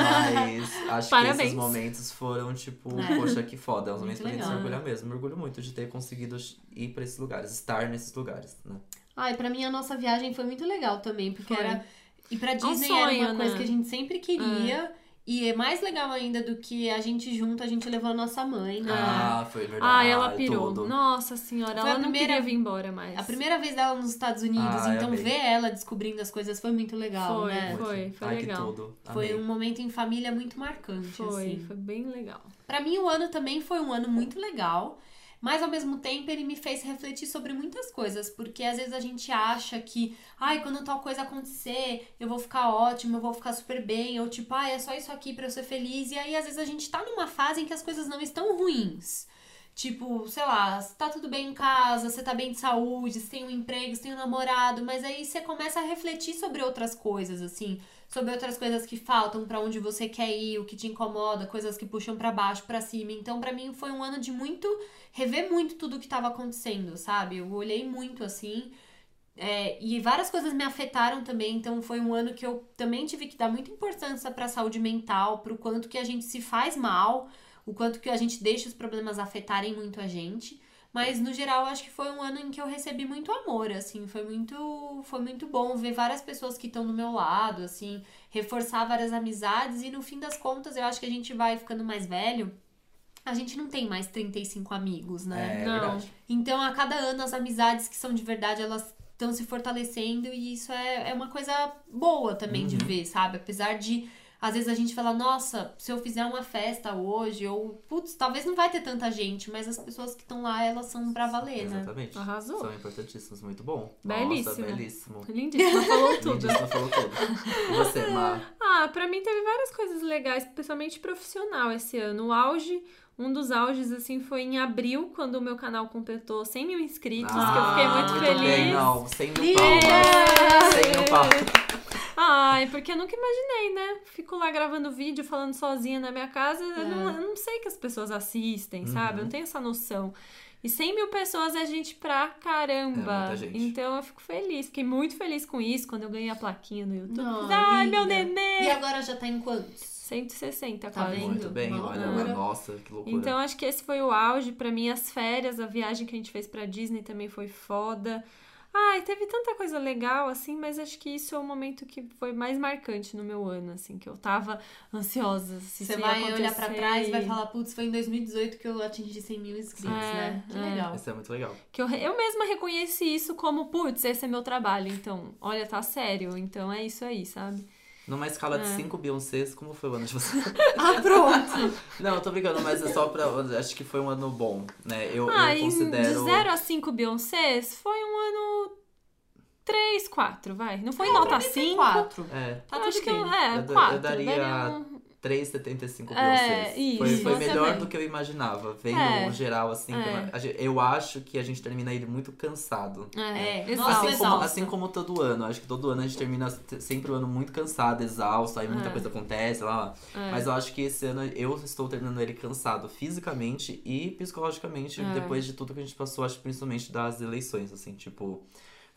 [SPEAKER 2] Mas acho que
[SPEAKER 3] Parabéns.
[SPEAKER 2] esses momentos foram, tipo,
[SPEAKER 1] É.
[SPEAKER 2] poxa, que foda.
[SPEAKER 1] Muito
[SPEAKER 2] Uns momentos pra gente se
[SPEAKER 1] legal.
[SPEAKER 2] orgulhar mesmo. Me orgulho muito de ter conseguido ir pra esses lugares, estar nesses lugares, né?
[SPEAKER 1] Ai, pra mim a nossa viagem foi muito legal também, porque
[SPEAKER 3] Foi.
[SPEAKER 1] era. E pra Disney
[SPEAKER 3] sonho,
[SPEAKER 1] era uma coisa
[SPEAKER 3] né?
[SPEAKER 1] que a gente sempre queria. E é mais legal ainda do que a gente junto, a gente levou a nossa mãe, né?
[SPEAKER 2] Ah, foi verdade.
[SPEAKER 3] Ah, ela pirou.
[SPEAKER 2] tudo.
[SPEAKER 3] Nossa senhora,
[SPEAKER 1] Foi a
[SPEAKER 3] ela não
[SPEAKER 1] primeira-
[SPEAKER 3] queria vir embora mais.
[SPEAKER 1] A primeira vez dela nos Estados Unidos,
[SPEAKER 2] Ah, eu
[SPEAKER 1] então
[SPEAKER 2] amei.
[SPEAKER 1] ver ela descobrindo as coisas foi muito legal,
[SPEAKER 3] Foi.
[SPEAKER 1] né?
[SPEAKER 2] Muito.
[SPEAKER 3] foi, foi
[SPEAKER 2] Ai,
[SPEAKER 3] legal.
[SPEAKER 2] que tudo.
[SPEAKER 1] Foi
[SPEAKER 2] Amei.
[SPEAKER 1] um momento em família muito marcante,
[SPEAKER 3] Foi,
[SPEAKER 1] assim.
[SPEAKER 3] foi bem legal.
[SPEAKER 1] Pra mim, o ano também foi um ano muito legal, mas ao mesmo tempo ele me fez refletir sobre muitas coisas, porque às vezes a gente acha que, ai, quando tal coisa acontecer, eu vou ficar ótimo, eu vou ficar super bem, ou tipo, ai, é só isso aqui pra eu ser feliz. E aí, às vezes, a gente tá numa fase em que as coisas não estão ruins. Tipo, sei lá, você tá tudo bem em casa, você tá bem de saúde, você tem um emprego, você tem um namorado, mas aí você começa a refletir sobre outras coisas, assim sobre outras coisas que faltam, pra onde você quer ir, o que te incomoda, coisas que puxam pra baixo, pra cima. Então, pra mim foi um ano de muito rever muito tudo que tava acontecendo, sabe? Eu olhei muito assim. é, e várias coisas me afetaram também, então foi um ano que eu também tive que dar muita importância pra saúde mental, pro quanto que a gente se faz mal, o quanto que a gente deixa os problemas afetarem muito a gente. Mas no geral, acho que foi um ano em que eu recebi muito amor, assim, foi muito, foi muito bom ver várias pessoas que estão do meu lado, assim, reforçar várias amizades e no fim das contas eu acho que a gente vai ficando mais velho. A gente não tem mais 35 amigos, né?
[SPEAKER 2] É,
[SPEAKER 3] Não.
[SPEAKER 2] verdade.
[SPEAKER 1] Então a cada ano as amizades que são de verdade elas estão se fortalecendo e isso é, é uma coisa boa também de
[SPEAKER 2] Uhum.
[SPEAKER 1] ver, sabe? Apesar de às vezes a gente fala, nossa, se eu fizer uma festa hoje, ou putz, talvez não vai ter tanta gente, mas as pessoas que estão lá elas são pra valer, né?
[SPEAKER 2] Exatamente.
[SPEAKER 3] Arrasou.
[SPEAKER 2] São importantíssimos, muito bom.
[SPEAKER 3] Belíssimo.
[SPEAKER 2] Nossa, belíssimo.
[SPEAKER 3] Lindíssima, falou É tudo.
[SPEAKER 2] Lindíssima falou tudo. E você, Mar?
[SPEAKER 3] Ah, pra mim teve várias coisas legais, principalmente profissional esse ano. O auge, um dos auges, assim, foi em abril, quando o meu canal completou 100 mil inscritos, que eu fiquei
[SPEAKER 2] Ah,
[SPEAKER 3] muito,
[SPEAKER 2] muito
[SPEAKER 3] feliz.
[SPEAKER 2] Bem, não, sem mil palmas.
[SPEAKER 3] É!
[SPEAKER 2] Sem mil palmas.
[SPEAKER 3] Ai, porque eu nunca imaginei, né? Fico lá gravando vídeo,
[SPEAKER 2] É. Uhum.
[SPEAKER 3] falando sozinha na minha casa, eu, não, eu não sei que as pessoas assistem, sabe? Eu não tenho essa noção. E 100 mil pessoas é gente pra caramba.
[SPEAKER 2] É muita gente.
[SPEAKER 3] Então eu fico feliz. Fiquei muito feliz com isso quando eu ganhei a plaquinha no YouTube.
[SPEAKER 1] Não,
[SPEAKER 3] Ai,
[SPEAKER 1] linda.
[SPEAKER 3] meu neném!
[SPEAKER 1] E agora já tá em quantos?
[SPEAKER 3] 160
[SPEAKER 1] Tá
[SPEAKER 3] quase.
[SPEAKER 1] vendo?
[SPEAKER 2] Muito bem,
[SPEAKER 1] Uma
[SPEAKER 2] olha,
[SPEAKER 1] loucura.
[SPEAKER 2] nossa, que loucura.
[SPEAKER 3] Então acho que esse foi o auge pra mim as férias, a viagem que a gente fez pra Disney também foi foda. Ai, teve tanta coisa legal assim, mas acho que isso é o momento que foi mais marcante no meu ano, assim, que eu tava ansiosa assim, se
[SPEAKER 1] Você
[SPEAKER 3] isso ia
[SPEAKER 1] vai olhar pra
[SPEAKER 3] acontecer.
[SPEAKER 1] trás e vai falar, putz, foi em 2018 que eu atingi 100 mil inscritos,
[SPEAKER 3] É,
[SPEAKER 1] né? Que
[SPEAKER 3] é.
[SPEAKER 1] legal.
[SPEAKER 2] Isso é muito legal.
[SPEAKER 3] que eu, re- eu mesma reconheci isso como, putz, esse é meu trabalho, então, olha, tá sério, então é isso aí, sabe?
[SPEAKER 2] Numa escala de
[SPEAKER 3] É.
[SPEAKER 2] 5 Beyoncés, como foi o ano de vocês?
[SPEAKER 1] Ah, pronto!
[SPEAKER 2] Não, eu tô brincando, mas é só pra. Acho que foi um ano bom, né? Eu, eu
[SPEAKER 3] ah, em- de
[SPEAKER 2] considero.
[SPEAKER 3] 0 a 5 Beyoncés foi um ano 3, 4, vai. Não
[SPEAKER 1] É,
[SPEAKER 3] foi nota 5.
[SPEAKER 1] Quatro.
[SPEAKER 2] É,
[SPEAKER 1] Tá
[SPEAKER 3] eu
[SPEAKER 1] tudo
[SPEAKER 3] acho que
[SPEAKER 1] bem.
[SPEAKER 3] eu, é,
[SPEAKER 2] Eu da- eu
[SPEAKER 3] 4.
[SPEAKER 2] daria
[SPEAKER 3] um-
[SPEAKER 2] 3,75
[SPEAKER 3] É,
[SPEAKER 2] Beyoncés. Foi,
[SPEAKER 3] isso,
[SPEAKER 2] foi
[SPEAKER 1] eu
[SPEAKER 2] melhor
[SPEAKER 1] também.
[SPEAKER 2] do que eu imaginava, vendo
[SPEAKER 3] É.
[SPEAKER 2] o geral, assim. que eu-
[SPEAKER 3] É.
[SPEAKER 2] a gente- eu acho que a gente termina ele muito cansado.
[SPEAKER 3] É,
[SPEAKER 1] É,
[SPEAKER 3] exato.
[SPEAKER 1] nossa,
[SPEAKER 2] Assim como,
[SPEAKER 1] exausto.
[SPEAKER 2] assim como todo ano. Acho que todo ano a gente termina t- sempre o ano muito cansado, exausto, aí muita
[SPEAKER 3] É.
[SPEAKER 2] coisa acontece, lá, lá.
[SPEAKER 3] É.
[SPEAKER 2] Mas eu acho que esse ano eu estou terminando ele cansado fisicamente e psicologicamente,
[SPEAKER 3] É.
[SPEAKER 2] depois de tudo que a gente passou, acho que principalmente das eleições, assim, tipo,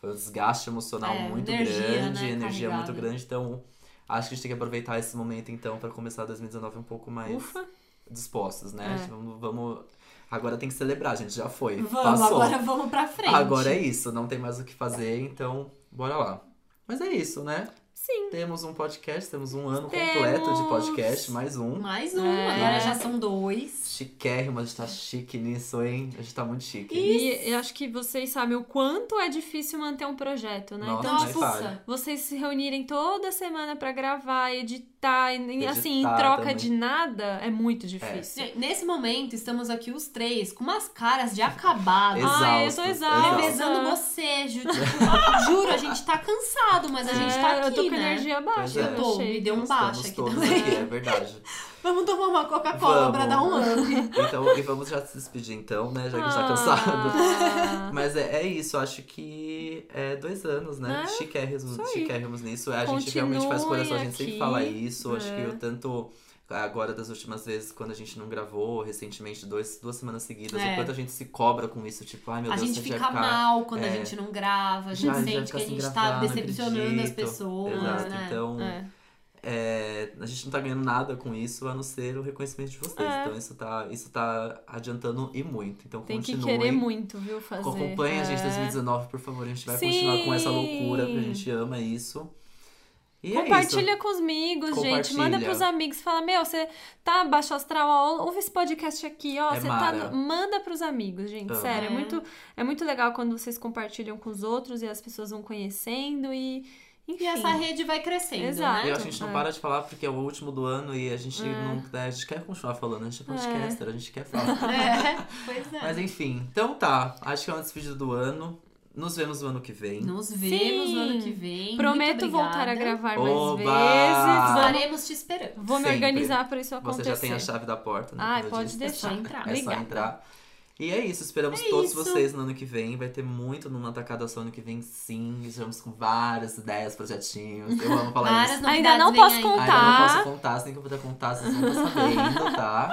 [SPEAKER 2] foi um desgaste emocional
[SPEAKER 1] É,
[SPEAKER 2] muito
[SPEAKER 1] energia,
[SPEAKER 2] grande,
[SPEAKER 1] né,
[SPEAKER 2] energia muito
[SPEAKER 1] carregada.
[SPEAKER 2] grande, então. Acho que a gente tem que aproveitar esse momento, então, pra começar 2019 um pouco mais
[SPEAKER 3] Ufa.
[SPEAKER 2] dispostos, né?
[SPEAKER 3] É.
[SPEAKER 2] Acho que Vamos, vamos. Agora tem que celebrar, gente. Já foi.
[SPEAKER 1] Vamos,
[SPEAKER 2] passou.
[SPEAKER 1] agora vamos pra frente.
[SPEAKER 2] Agora é isso, não tem mais o que fazer, então bora lá. Mas é isso, né?
[SPEAKER 3] Sim.
[SPEAKER 2] Temos um podcast, temos um ano
[SPEAKER 3] Temos.
[SPEAKER 2] completo de podcast, mais um.
[SPEAKER 1] Mais um,
[SPEAKER 3] É.
[SPEAKER 1] agora já são dois.
[SPEAKER 2] Chiquérrimo, a gente tá chique nisso, hein? A gente tá muito chique.
[SPEAKER 3] E eu acho que vocês sabem o quanto é difícil manter um projeto, né?
[SPEAKER 2] Nossa,
[SPEAKER 3] então,
[SPEAKER 2] nem
[SPEAKER 3] tipo,
[SPEAKER 2] fale.
[SPEAKER 3] vocês se reunirem toda semana pra gravar, editar, e, e, assim, em
[SPEAKER 2] Editar
[SPEAKER 3] troca
[SPEAKER 2] também.
[SPEAKER 3] de nada, é muito difícil.
[SPEAKER 1] Gente, Nesse momento, estamos aqui os três com umas caras de acabado.
[SPEAKER 2] Exato.
[SPEAKER 3] Ai, eu sou
[SPEAKER 2] Exaustos, exaustos.
[SPEAKER 3] exausta.
[SPEAKER 1] Revezando bocejo. Tipo, juro, a gente tá cansado, mas a gente tá
[SPEAKER 3] É,
[SPEAKER 1] aqui,
[SPEAKER 3] Eu tô com
[SPEAKER 1] né?
[SPEAKER 3] energia
[SPEAKER 2] Pois
[SPEAKER 3] baixa,
[SPEAKER 2] é.
[SPEAKER 3] eu
[SPEAKER 1] Eu tô,
[SPEAKER 3] achei.
[SPEAKER 1] me deu um
[SPEAKER 2] Nós
[SPEAKER 1] baixo
[SPEAKER 2] estamos
[SPEAKER 1] aqui
[SPEAKER 2] todos
[SPEAKER 1] também.
[SPEAKER 2] aqui, é verdade.
[SPEAKER 1] Vamos tomar uma Coca-Cola pra
[SPEAKER 2] Vamos.
[SPEAKER 1] dar um up.
[SPEAKER 2] Então, e vamos já se despedir então, né? Já que a
[SPEAKER 1] Ah.
[SPEAKER 2] gente tá cansado.
[SPEAKER 3] cansado.
[SPEAKER 2] Mas é, é isso, acho que é dois anos, né?
[SPEAKER 3] É,
[SPEAKER 2] Chiquérrimos,
[SPEAKER 3] isso aí.
[SPEAKER 2] chiquérrimos nisso. É, A gente
[SPEAKER 3] Continuem
[SPEAKER 2] realmente faz coração, a gente sempre
[SPEAKER 3] aqui,
[SPEAKER 2] fala isso. Acho que
[SPEAKER 3] né?
[SPEAKER 2] eu tanto. Agora, das últimas vezes, quando a gente não gravou, recentemente, dois, duas semanas seguidas,
[SPEAKER 1] É.
[SPEAKER 2] o quanto a gente se cobra com isso, tipo, ai meu
[SPEAKER 1] A
[SPEAKER 2] Deus,
[SPEAKER 1] gente
[SPEAKER 2] a gente vai
[SPEAKER 1] fica
[SPEAKER 2] ficar-
[SPEAKER 1] mal quando a
[SPEAKER 2] é.
[SPEAKER 1] gente não grava, a gente
[SPEAKER 2] Já- já
[SPEAKER 1] sente que
[SPEAKER 2] fica
[SPEAKER 1] a
[SPEAKER 2] sem
[SPEAKER 1] gente tá
[SPEAKER 2] gravar, não
[SPEAKER 1] decepcionando as
[SPEAKER 2] acredito.
[SPEAKER 1] pessoas,
[SPEAKER 2] Exato,
[SPEAKER 1] né?
[SPEAKER 2] então
[SPEAKER 3] É.
[SPEAKER 2] é, a gente não tá ganhando nada com isso, a não ser o reconhecimento de vocês.
[SPEAKER 3] É.
[SPEAKER 2] Então isso tá, isso tá adiantando e muito. Então
[SPEAKER 3] Tem que
[SPEAKER 2] continuem.
[SPEAKER 3] querer muito, viu, fazer.
[SPEAKER 2] Acompanha a gente em
[SPEAKER 3] É.
[SPEAKER 2] 2019, por favor. A gente vai continuar com essa
[SPEAKER 3] Sim.
[SPEAKER 2] loucura, porque a gente ama isso. E é isso.
[SPEAKER 3] Compartilha com os amigos, gente.
[SPEAKER 2] Compartilha.
[SPEAKER 3] Manda pros amigos. Fala, meu, você tá baixo astral, ó, ouve esse podcast aqui, ó.
[SPEAKER 2] É
[SPEAKER 3] Você tá
[SPEAKER 2] mara.
[SPEAKER 3] no... Manda pros amigos, gente.
[SPEAKER 2] Amo.
[SPEAKER 3] Sério,
[SPEAKER 1] É.
[SPEAKER 3] é. muito, é muito legal quando vocês compartilham com os outros e as pessoas vão conhecendo e. Enfim.
[SPEAKER 1] E essa rede vai crescendo,
[SPEAKER 3] Exato.
[SPEAKER 1] né?
[SPEAKER 2] Eu acho que a gente não
[SPEAKER 3] É.
[SPEAKER 2] para de falar porque é o último do ano e a gente não. né, A gente quer continuar falando, a gente é podcaster, a gente quer falar.
[SPEAKER 1] É, pois é.
[SPEAKER 2] Mas enfim, então tá. Acho que é uma despedida do ano. Nos vemos no ano que vem.
[SPEAKER 1] Nos vemos no ano
[SPEAKER 3] Sim.
[SPEAKER 1] que vem.
[SPEAKER 3] Prometo
[SPEAKER 1] Muito
[SPEAKER 3] voltar a
[SPEAKER 1] obrigada.
[SPEAKER 3] gravar
[SPEAKER 2] Oba!
[SPEAKER 3] mais vezes.
[SPEAKER 1] Estaremos te esperando.
[SPEAKER 3] Vou, vou me
[SPEAKER 2] Sempre.
[SPEAKER 3] organizar pra isso
[SPEAKER 2] Você
[SPEAKER 3] acontecer.
[SPEAKER 2] já tem a chave da porta, né?
[SPEAKER 3] Ai,
[SPEAKER 2] como eu
[SPEAKER 3] pode
[SPEAKER 2] disse.
[SPEAKER 3] deixar.
[SPEAKER 1] É só entrar.
[SPEAKER 2] É
[SPEAKER 3] Obrigada.
[SPEAKER 2] só entrar. E é isso, esperamos
[SPEAKER 1] É
[SPEAKER 2] todos
[SPEAKER 1] isso.
[SPEAKER 2] vocês no ano que vem. Vai ter muito numa tacada só ano que vem, sim. Estamos com várias ideias, projetinhos. Eu amo falar
[SPEAKER 1] Várias
[SPEAKER 2] isso.
[SPEAKER 1] novidades
[SPEAKER 3] Ainda não
[SPEAKER 1] vêm
[SPEAKER 3] posso
[SPEAKER 1] aí.
[SPEAKER 3] contar.
[SPEAKER 2] Ainda não
[SPEAKER 1] Tá.
[SPEAKER 2] posso contar, assim que eu puder contar, vocês não estão sabendo, tá?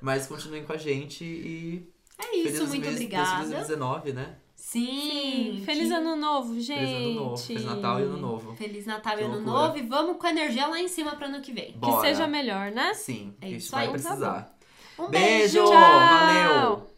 [SPEAKER 2] Mas continuem com a gente e.
[SPEAKER 1] É isso,
[SPEAKER 2] feliz
[SPEAKER 1] muito
[SPEAKER 2] 2000
[SPEAKER 1] obrigada.
[SPEAKER 2] 2019, né?
[SPEAKER 1] Sim.
[SPEAKER 3] Sim, Feliz
[SPEAKER 1] que-
[SPEAKER 3] ano novo, gente.
[SPEAKER 2] Feliz ano novo. Feliz Natal e ano novo.
[SPEAKER 1] Feliz Natal e
[SPEAKER 2] Que
[SPEAKER 1] Ano
[SPEAKER 2] loucura.
[SPEAKER 1] Novo. E vamos com a energia lá em cima para ano que vem.
[SPEAKER 3] Que
[SPEAKER 2] Bora.
[SPEAKER 3] seja melhor, né?
[SPEAKER 2] Sim,
[SPEAKER 1] É
[SPEAKER 2] a gente
[SPEAKER 1] isso
[SPEAKER 2] vai
[SPEAKER 1] aí, tá bom.
[SPEAKER 2] precisar.
[SPEAKER 1] Um
[SPEAKER 2] Beijo!
[SPEAKER 3] Tchau!
[SPEAKER 2] Valeu!